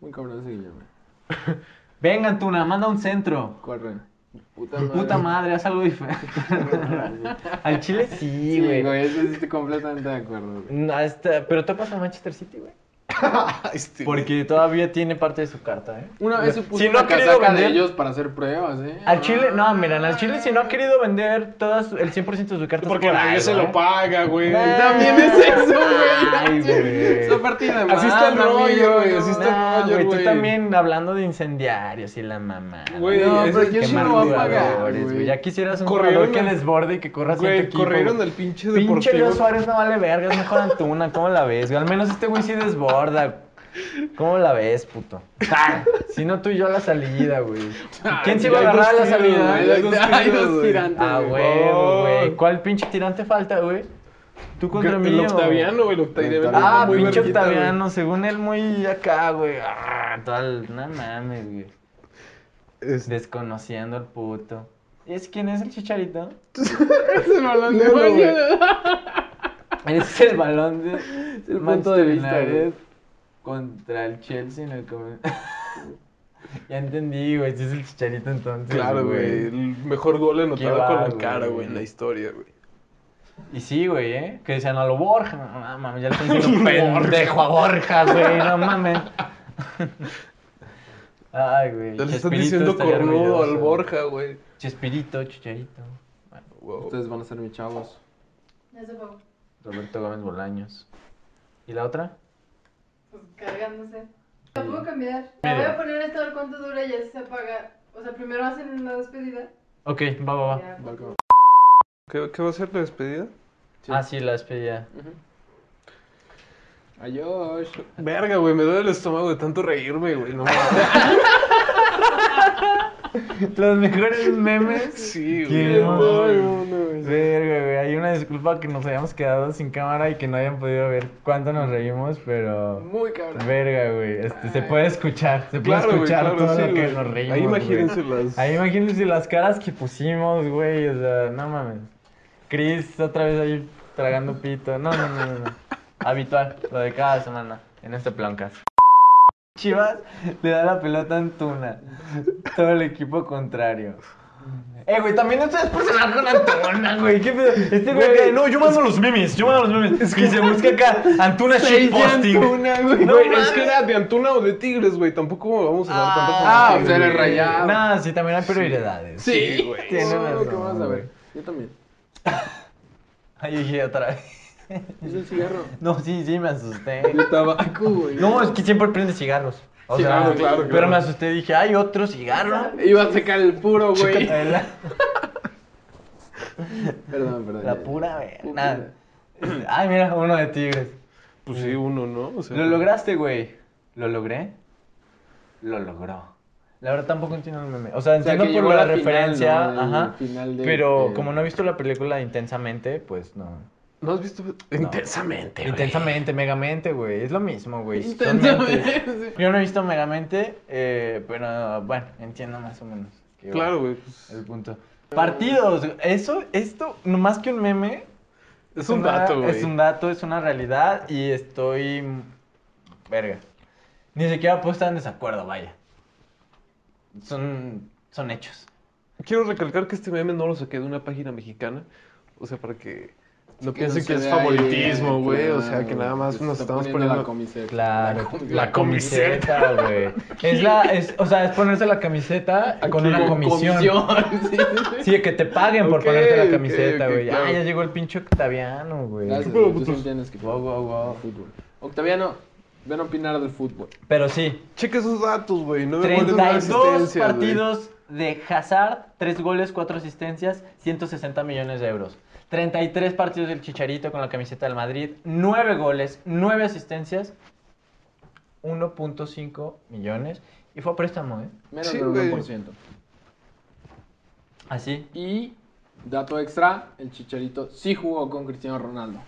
Muy cabrón ese Guillermo. Venga, Tuna, manda un centro. Corren. Puta madre. Puta madre, haz algo diferente. [laughs] Al Chile sí, Sí, güey. güey, eso sí estoy completamente de acuerdo, güey. No, hasta- pero topas Mm, a Manchester City, güey. [laughs] Este, Porque todavía tiene parte de su carta, ¿eh? Una vez se puso Si no ha una querido casaca de vender- ellos para hacer pruebas, ¿eh? Al Chile, no, miren, al Chile si no ha querido vender todas, su- el 100% de su carta. es Porque por nadie algo, se ¿eh? lo paga, güey. [laughs] Ah. También es eso, Ay, güey. güey. Esa partida de Así está el mano, rollo, güey, amigo, así está el Nah, rollo, güey, tú güey. también hablando de incendiarios y la mamá. Güey, No, ese pero es ¿quién qué se lo va a madrugadores, pagar, güey? Ya quisieras un Corrieron corredor que al- desborde y que corras en tu Güey, equipo. corrieron güey. al pinche Pinche deportivo. Leo Suárez no vale verga, es mejor Antuna, ¿cómo la ves? güey? Al menos este güey sí desborda. ¿Cómo la ves, puto? Ah, Si no tú y yo a la salida, [laughs] güey. ¿Quién se iba a Hay agarrar a la dos tiros, salida? güey, hay dos Hay tiros, dos güey. tirantes, Ah, güey. huevo, Oh. güey. ¿Cuál pinche tirante falta, güey? Tú contra mí. El o- Octaviano, güey, el Octaviano. Ah, muy pinche verguita, güey. Octaviano, según él muy acá, güey. Ah, tal, no mames, güey. Este, Desconociendo al puto. ¿Es quién es el chicharito? [laughs] Es el balón de No, no, baño. Es el balón de es el punto de vista, güey. contra el Chelsea en el com- [laughs] Ya entendí, güey, si es el chicharito entonces. Claro, güey. El mejor gol anotado Qué va, con la cara, güey. güey, en la historia, güey. Y sí, güey, ¿eh? Que decían a lo Borja. No no mames, ya [laughs] le estoy diciendo pendejo a Borja, güey. No mames. [laughs] Ay, güey. Ya Le están Chespirito diciendo estaría cornudo al orgulloso. Borja, güey. Chespirito, Chicharito. Bueno, Wow. Ustedes van a ser mis chavos. No se fue, Roberto Gómez Bolaños. ¿Y la otra? pues cargándose. La puedo cambiar. La voy Media. a poner esta a este ver cuánto dura y ya se apaga. O sea, primero hacen una despedida. Ok, va, va, va. Ya. pues, Va, cabrón. ¿Qué, ¿Qué va a ser la despedida? Sí. Ah, sí, la despedida. Ujú. Adiós. Verga, güey, me duele el estómago de tanto reírme, [laughs] güey. No mames. [laughs] Los mejores memes. [laughs] Sí, Qué güey. mal. No, no, güey. Verga, güey. Hay una disculpa que nos hayamos quedado sin cámara y que no hayan podido ver cuánto nos reímos, pero. Muy cabrón. Verga, güey. Este, se puede escuchar. Se puede Claro, güey, escuchar claro, todo sí, lo que güey. nos reímos. Ahí güey. imagínense las... Ahí imagínense las caras que pusimos, güey. O sea, no mames. Chris otra vez ahí tragando pito. No, no, no, no, no. Habitual, lo de cada semana en este plancas. Chivas le da la pelota a Antuna. Todo el equipo contrario. Eh, güey, también esto es personal con Antuna, güey. ¿Qué pedo? Este güey, que- no, yo mando los memes, yo mando los memes. Es que se busca acá Antuna shitposting. Antuna, güey. Güey, No es que era de Antuna o de Tigres, güey. Tampoco vamos a hablar tampoco. Ah, de pues Tigres, eres güey. rayado. No, sí, también hay prioridades. Sí, güey. Tiene Tiene razón, ¿Qué razón, vas a güey. ver? Yo también. Ay, dije otra vez. Es el cigarro. No, sí, sí, me asusté. De tabaco, güey. No, es que siempre prende cigarros. O Sí, sea, claro, claro, pero claro. me asusté, dije, hay otro cigarro. Iba a sacar el puro, güey. [laughs] El- La, Perdón, perdón. ya, ya. pura verga. [clears throat] Ay, mira, uno de tigres. Pues sí, uno, ¿no? O sea, Lo lograste, güey. ¿Lo logré? Lo logró. La verdad tampoco entiendo el meme. O sea, O sea, entiendo que por llegó la a la final, referencia, ¿no? El ajá. final de- pero de- [laughs] como no he visto la película intensamente, pues no. ¿No has visto? Intensamente, güey. Intensamente, megamente, güey. Es lo [laughs] mismo, güey. Son mentes. Intentamente. Yo no he visto megamente, eh, pero bueno, entiendo más o menos. que va Claro, güey. pues, El punto. Partidos. Eso, esto, no más que un meme, es un una- dato, güey. Es un dato, es una realidad y estoy. Verga. Ni siquiera puedo estar en desacuerdo, vaya. Son, son hechos. Quiero recalcar que este meme no lo saqué de una página mexicana. O sea, para que no no piensen se que es vea ahí, favoritismo, güey. O claro, sea, que nada más se nos está estamos poniendo. la camiseta. Claro. La, la comiseta. Camiseta, güey. Es la. es- o sea, es ponerse la camiseta Ah, con una comisión. sí. Sí, que te paguen por Ok, ponerte ok, la camiseta, ok, güey. claro. Ah, ya llegó el pinche Octaviano, güey. Gracias, pedo, güey, tú sí putos? entiendes que Wow, wow, wow. fútbol. Octaviano, ven a opinar del fútbol. Pero sí, Checa esos datos, güey. No me cuentes nada de 32 asistencias, güey. partidos de Hazard, 3 goles, 4 asistencias, 160 millones de euros. 33 partidos del Chicharito con la camiseta del Madrid, 9 goles, 9 asistencias, 1.5 millones. Y fue a préstamo, ¿eh? Menos Sí, del güey. 1%. Ah, Así. Y, dato extra, el Chicharito sí jugó con Cristiano Ronaldo.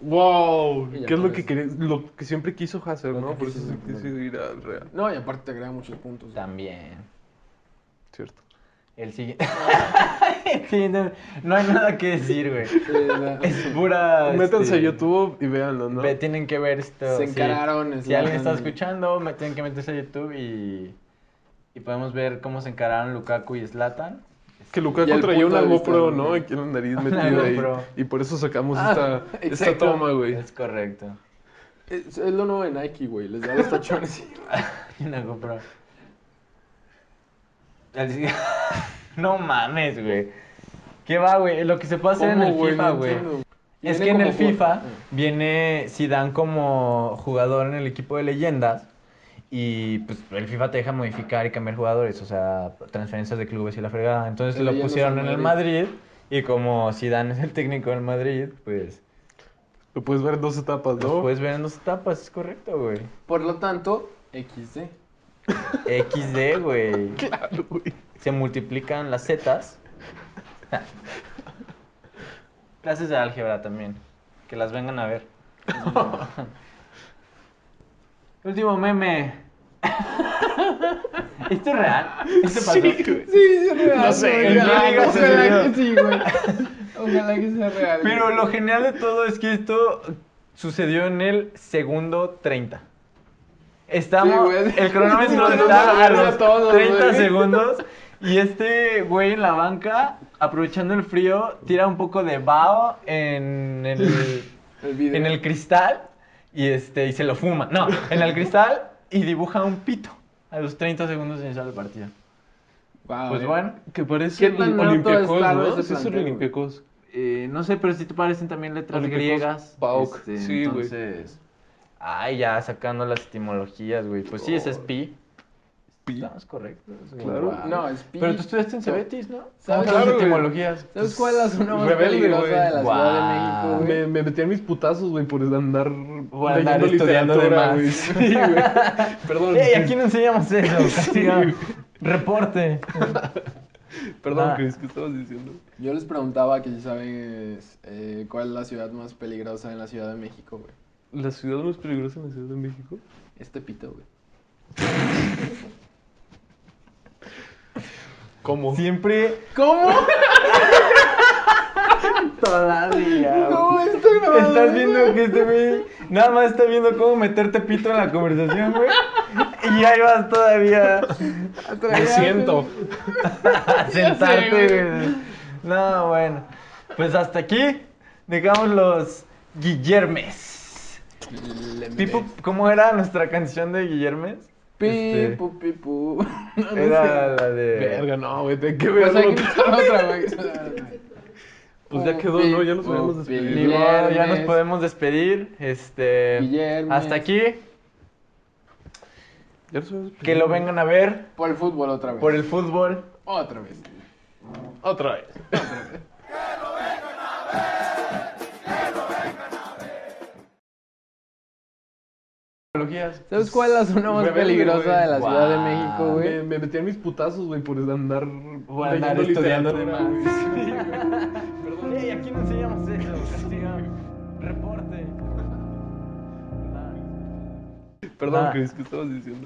Wow, Y ya ¿qué es lo con que, eso. quería- lo que siempre quiso Hazard, Lo no? que Por quiso eso se siempre. quiso ir al Real, No, y aparte te agrega muchos puntos. También. ¿cierto? El [laughs] siguiente. El siguiente- no hay nada que decir, güey. Eh, la- [laughs] Es Ah, pura. Métanse este, a YouTube y véanlo, ¿no? ve- tienen que ver esto. se sí. encararon. Si alguien está Zlatan. escuchando, me tienen que meterse a YouTube y, y podemos ver cómo se encararon Lukaku y Zlatan. Que Y Lukaku el traía punto una de vista GoPro, de- ¿no? Aquí en [laughs] la nariz Una metida ahí. GoPro. Y por eso sacamos Ah, esta, esta exacto. toma, güey. Es correcto. [laughs] Es, es lo nuevo de Nike, güey. Les da los [laughs] tachones. Una GoPro. El si- [laughs] no mames, güey. ¿Qué va, güey? Lo que se puede hacer en ¿Cómo, el güey? FIFA, No güey. entiendo. Viene Es que en como el por- FIFA Ah. viene Zidane como jugador en el equipo de leyendas y pues el FIFA te deja modificar y cambiar jugadores, o sea, transferencias de clubes y la fregada. Entonces De lo leyendas pusieron al en el Madrid. Madrid y como Zidane es el técnico del Madrid, pues Lo puedes ver en dos etapas, los ¿no? puedes ver en dos etapas, es correcto, güey. Por lo tanto, XD. XD, güey. Claro, güey. Se multiplican las zetas. Clases de álgebra también, que las vengan a ver. [laughs] Último [laughs] meme. ¿Esto es real? ¿Esto pasó? Sí, es real. No sé, güey. no Ojalá, digas ojalá eso, que sí, güey. Ojalá que sea real. güey. Pero lo genial de todo es que esto sucedió en el segundo 30. Sí, Estamos, güey. [laughs] el cronómetro Sí, está güey, a nos los todos, 30 güey. segundos y este güey en la banca, aprovechando el frío, tira un poco de bao en [laughs] el, El video. en el cristal y, este, y se lo fuma. No, en el cristal y dibuja un pito a los 30 segundos de iniciar el partido. Wow, Pues eh. bueno, Que parece ¿Qué el tan alto Olympiacos, está ¿no? ese Sí, es el plantel, güey? Olympiacos. Eh, no sé, pero si te parecen también letras Olímpicos, griegas. este, Paok, sí, güey. Entonces. Ay, ya sacando las etimologías, güey. Pues sí, ese es pi. Pi. Estamos correctos. güey. Claro. Wow. No, es pi. Pero tú estudiaste en Cebetis, ¿no? ¿Sabes? ¿Cómo son Claro, las güey. etimologías? ¿Sabes cuál es la zona más Rebelde, peligrosa güey. de la Ciudad de Guau. México, güey? Me, me metían mis putazos, güey, por andar Por andar leyendo estudiando de literatura, más. [laughs] güey. Sí, güey. Perdón. ¡Ey, aquí no enseñamos eso! Sí. castiga. Reporte. Perdón, Ah. Chris, ¿qué estabas diciendo? Yo les preguntaba que si sabes eh, cuál es la ciudad más peligrosa en la Ciudad de México, güey. ¿La ciudad más peligrosa en la Ciudad de México? Este pito, güey. [laughs] ¿Cómo? Siempre. ¿Cómo? Todavía. güey. No, está grabado. Estás viendo que este güey nada más está viendo cómo meterte pito en la conversación, güey. Y ahí vas todavía Me siento. [laughs] a sentarte, güey. güey. No, bueno. Pues hasta aquí dejamos los Guillermes. Tipo, ¿cómo era nuestra canción de Guillermes? Este, Pipu, pipu. Ah, No, no Era sé. la de. Verga, no, güey, ¿de qué voy a Pues hay que preguntar? buscar [laughs] otra, güey. Pues ya quedó, ¿no? Ya nos habíamos despedido. Ni modo, ya nos Guillermes. podemos despedir. Este. Guillermes. Hasta aquí. Ya nos habíamos Que lo vengan a ver Por el fútbol otra vez. por el fútbol. Otra vez. Otra vez. ¿Sabes cuál es la zona más Rebelde, peligrosa güey. de la Ciudad de Guau. México, Me, güey? me metí en mis putazos, güey, por andar, por andar estudiando [laughs] de más. [laughs] Perdón. Ey, aquí no enseñamos eso. Reporte. [laughs] Perdón, Nada. Chris, ¿qué estabas diciendo?